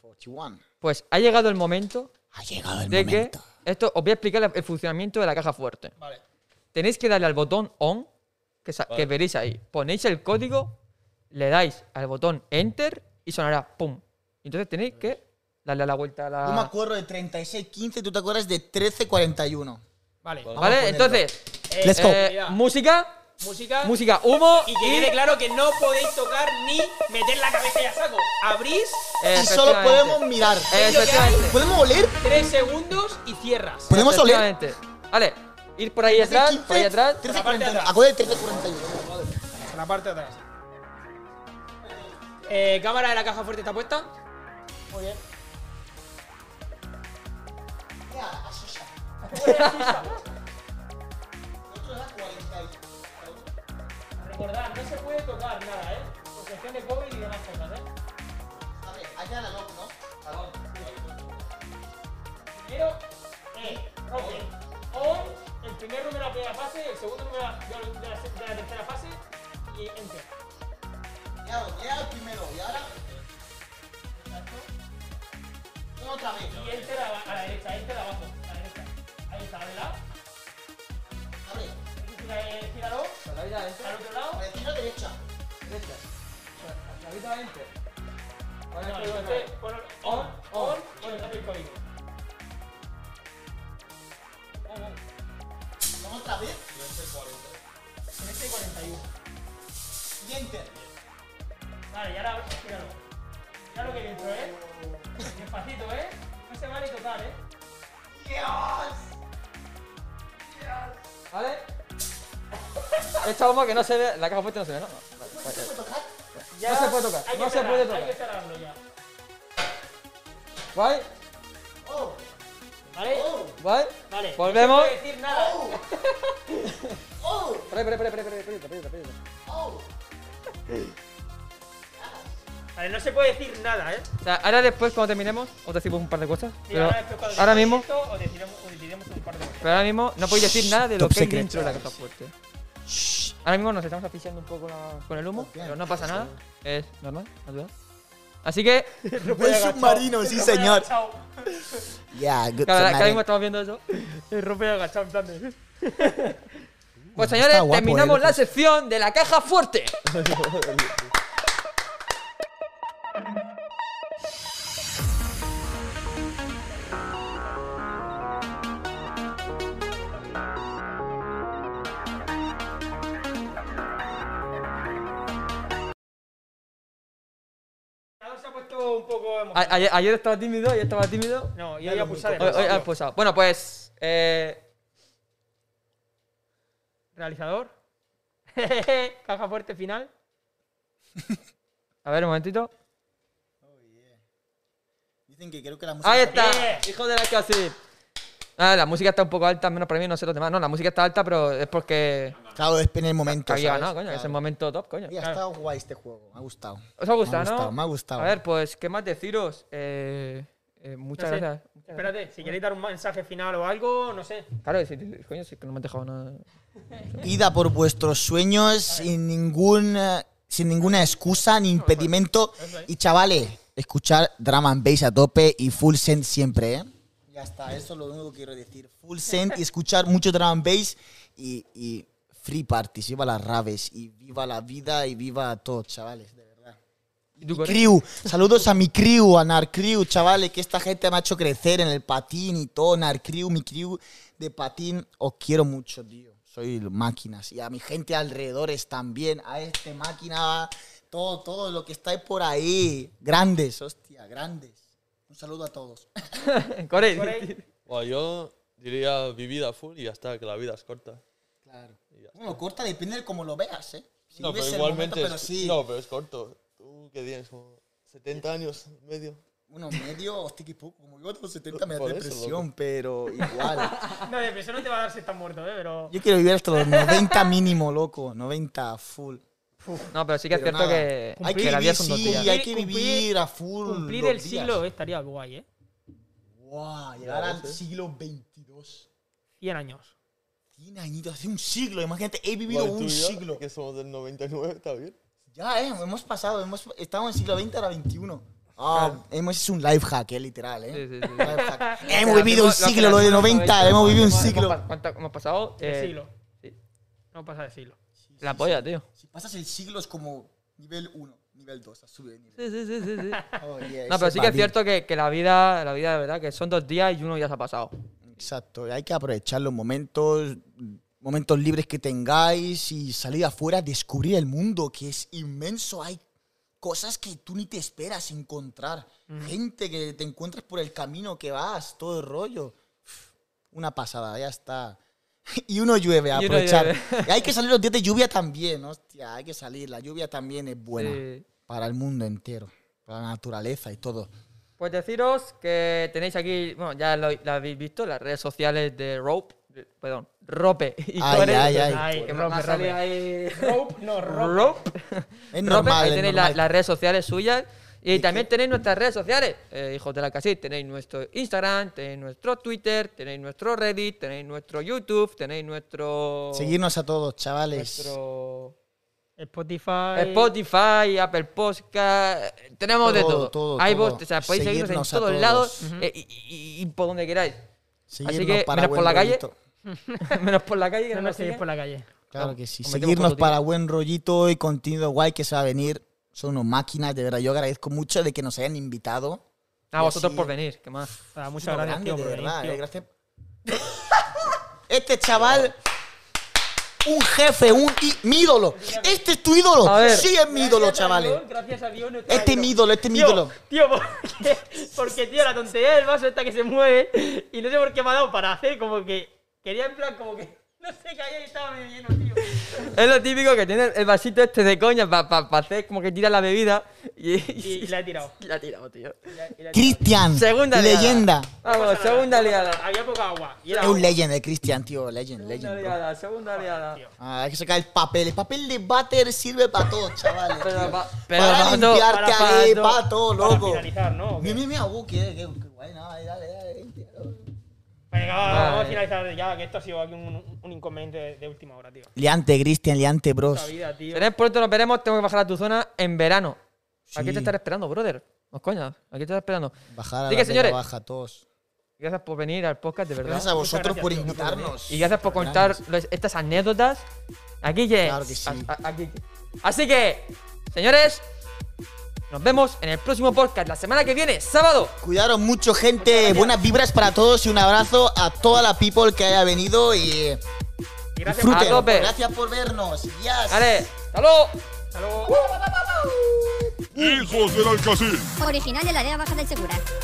41. Pues ha llegado el momento Ha llegado el de momento. que. Esto os voy a explicar la- el funcionamiento de la caja fuerte. Vale. Tenéis que darle al botón on, que, sa- que veréis ahí. Ponéis el código, le dais al botón enter y sonará pum. Entonces tenéis que darle la vuelta a la. Yo me acuerdo de 36, 15, tú te acuerdas de 13, 41. Vale. Vamos a ¿Vale? ponerlo. Entonces, Eh, Let's go. eh, música, música. música, humo Y que quede claro que no podéis tocar ni meter la cabeza y a saco. Abrís Y solo Efectivamente. podemos mirar. Efectivamente. ¿Podemos oler? tres segundos y cierras. ¿Podemos oler? Efectivamente. Vale, ir por ahí atrás, por ahí atrás. 13, la parte de 41. atrás. Acuérdate de 13, 41. La parte de atrás. Eh, cámara de la caja fuerte está puesta. Muy bien. Recordad, no se puede tocar nada, ¿eh? Por cuestión de COVID y demás cosas, ¿eh? Primero, eh, roce. O el primer número de la primera fase, el segundo número de la, de la- de la tercera fase y enter. Y enter este a la, a la derecha, enter abajo, a la derecha. Ahí está, ¿verdad? Abre. Gíralo, eh, ¿eh? al otro lado. No, entonces, pon on, on, y el cambio de código. Vale, y ahora gíralo. Mira lo que dentro, ¿eh? Despacito, ¿eh? No se va ni tocar, ¿eh? ¿Vale? Esta bomba que no se ve, la caja fuerte no se ve, ¿no? Vale, vale. No se puede tocar, Hay que no se cerrar, puede Hay que tocar. cerrarlo ya. ¿Guay? ¿Vale? ¿Guay? Vale. Oh. no Volvemos. se puede decir nada. Espera, espera, espera, espera, espera, espera, espera. Vale, no se puede decir nada, ¿eh? O sea, ahora después, cuando terminemos, os decimos un par de cosas. Y Pero ahora después cuando ahora terminemos mismo, esto, Os decidiremos, os decidiremos un par de cosas. pero ahora mismo no podéis decir nada de lo top que hay secret, dentro de la caja fuerte. Ahora mismo nos estamos asfixiando un poco la- con el humo, pero no pasa nada. Es normal, natural. Así que, Buen submarino, sí, señor. Chao. Yeah, good cada, cada mismo submarine. estamos viendo eso. El rompe agachado en plan de... Pues señores, guapo, terminamos eh, la sección de la caja fuerte. Ahora se ha puesto un poco emocionado. A- Ayer, ayer estaba tímido, ayer estaba tímido. No, yo voy a pulsar. el Hoy, hoy botón. has posado. Bueno, pues. eh, Realizador. Caja fuerte final. a ver, un momentito. Dicen que creo que la música. Ahí está, Bien. hijo de la casi. Ah, la música está un poco alta, al menos para mí, no sé los demás. No, la música está alta, pero es porque Claro, es en el momento. había ¿sabes? ganado, coño. Es el momento top, coño. Y ha estado guay este juego. Me ha gustado. ¿Os ha gustado, Me ha gustado, no? me ha gustado. A ver, pues, ¿qué más deciros? Eh, eh, muchas No sé. gracias. Espérate, si queréis dar un mensaje final o algo, no sé. Claro, si, coño, si es que no me han dejado nada. Ida por vuestros sueños sin ningún eh, sin ninguna excusa ni impedimento. Y chavales, escuchar Drum and Bass a tope y Full Send siempre, ¿eh? Ya está, eso es lo único que quiero decir. Full Send y escuchar mucho Drum and Bass y, y Free Parties. Viva las raves y viva la vida y viva todo, chavales, de verdad. ¿Y tú con él? Crew. Saludos a mi crew, a Narcrew, chavales, que esta gente me ha hecho crecer en el patín y todo. Narcrew, mi crew de patín, os quiero mucho, tío. Soy máquinas. Y a mi gente alrededores también, a este máquina, todo, todo lo que estáis por ahí. Grandes, hostia, grandes. Un saludo a todos. Con él. Corey, Bueno, yo diría vivida full y ya está, que la vida es corta. Claro. Bueno, corta depende de cómo lo veas, ¿eh? Si no, vives pero el momento, igualmente. pero es, sí. No, pero es corto. Tú que tienes como 70 años, medio. Uno medio, hostia, que poco. Como yo tengo 70 me da Por eso, depresión, pero igual. No, depresión no te va a dar si estás muerto, ¿eh? Pero. Yo quiero vivir hasta los 90 mínimo, loco. 90 full. No, pero sí que es Pero cierto nada. que, Hay que que la vida vivir, son dos sí, días. hay que Cumplir- vivir a full. Cumplir los el días. siglo estaría guay, ¿eh? Guau, llegar al siglo 22. 100 años. 100 añitos, hace un siglo. Imagínate, he vivido Bueno, tú un y yo, siglo. Que somos del 99, está bien. Ya, eh, hemos pasado. Hemos, estamos en el siglo 20 ahora 21. Ah, hemos hecho un life hack, eh, literal, eh. Sí, sí, sí. Life hack. Lo hemos que vivido un hacemos- lo que siglo, lo de hacemos 90. es- Hemos vivido un hemos- siglo. hemos- este ¿Cuánto hemos pasado? El Eh, siglo. sí. No pasa de siglo. La polla, tío. Si pasas el siglo es como nivel 1, nivel 2, sube de nivel. Sí, sí, sí, sí, sí. Oh, yeah, No, eso pero sí que es babil. cierto que, que la vida, la vida de verdad, que son dos días y uno ya se ha pasado. Exacto, hay que aprovechar los momentos, momentos libres que tengáis y salir afuera, descubrir el mundo que es inmenso. Hay cosas que tú ni te esperas encontrar, gente que te encuentras por el camino que vas, todo el rollo. Una pasada, ya está. Y uno llueve, a Y uno aprovechar. llueve. Y hay que salir los días de lluvia también, hostia, hay que salir. La lluvia también es buena Sí. para el mundo entero, para la naturaleza y todo. Pues deciros que tenéis aquí, bueno, ya lo, la habéis visto, las redes sociales de Rope, de- perdón, Rope y Ay, Core. ay, ay. Ay, Que me rope, ha salido rope. Pues ahí- Rope, no, rope. Rope. Es Rope, normal, Ahí es tenéis la- normal. las redes sociales suyas. Y también tenéis nuestras redes sociales, eh, hijos de la casil. Tenéis nuestro Instagram, tenéis nuestro Twitter, tenéis nuestro Reddit, tenéis nuestro YouTube, tenéis nuestro. Seguirnos a todos, chavales. nuestro Spotify. Spotify, Apple Podcast, eh, tenemos de Todo, todo. todo, Hay todo. vos- o sea, podéis seguirnos, Seguirnos a en todos todos. lados eh, y, y- y por donde queráis. Seguirnos Así que, para menos buen por la calle. rollito. Menos por la calle que No no nos nos seguís siguen. por la calle. Claro que sí. Nos metemos Seguirnos con todo, para buen rollito y contenido guay que se va a venir. Son unos máquinas, de verdad. Yo agradezco mucho de que nos hayan invitado. A Ah, vosotros así- por venir, que más. O sea, muchas gracias, Unos grandes, tío, por de venir, verdad. tío. eh, gracias. Este chaval, un jefe, un í- mi ídolo. Este es tu ídolo. A ver. Sí, es mi ídolo, chavales. Gracias a Dios. nuestro Este es mi ídolo, este es mi ídolo. Tío, porque, porque, tío, la tontería del vaso esta que se mueve. Y no sé por qué me ha dado para hacer como que. Quería en plan como que. No sé, caía y estaba medio lleno, tío. Es lo típico que tiene el vasito este de coña para hacer como que tira la bebida y, Y, y la he tirado. y la ha tirado, tío. Y la- y la he tirado. Cristian, Segunda liada. leyenda. Vamos, segunda liada. Había poca agua. Y Es era un legend, el Cristian, tío. Legend, Segunda legend. bro. liada, segunda liada. tío. Ah, hay que sacar el papel. El papel de váter sirve para todo, chavales. Pero tío. pa- pero para pa- limpiarte para- para ahí, todo. para todo, Para loco. finalizar, ¿no? ¿O qué? Mira, mira, mira, uh, qué, qué- qué guay, no, dale, dale, dale. Venga, va, vamos a Vale. finalizar ya, que esto ha sido aquí un, un inconveniente de, de última hora, tío. Liante, Cristian, liante, bros. Puta vida, tío. Tenés pronto, nos veremos. Tengo que bajar a tu zona en verano. Aquí Sí. te estaré esperando, brother. Pues No coña, aquí te estaré esperando. Bajar a Así la que, señores, Vega baja todos. Gracias por venir al podcast, de verdad. Gracias a vosotros gracias, por tío, invitarnos. Y gracias por contar los- estas anécdotas. Aquí, yes. Claro que sí. A- a- aquí. Así que, señores, nos vemos en el próximo podcast la semana que viene, sábado. Cuidaros mucho, gente. Buenas vibras para todos y un abrazo a toda la people que haya venido y eh, Y gracias, Fruta. disfruten. A tope. Gracias por vernos. Yes. Vale, hasta luego. hasta luego. ¡Hijos del Alcacil! Original de la área baja del Segura.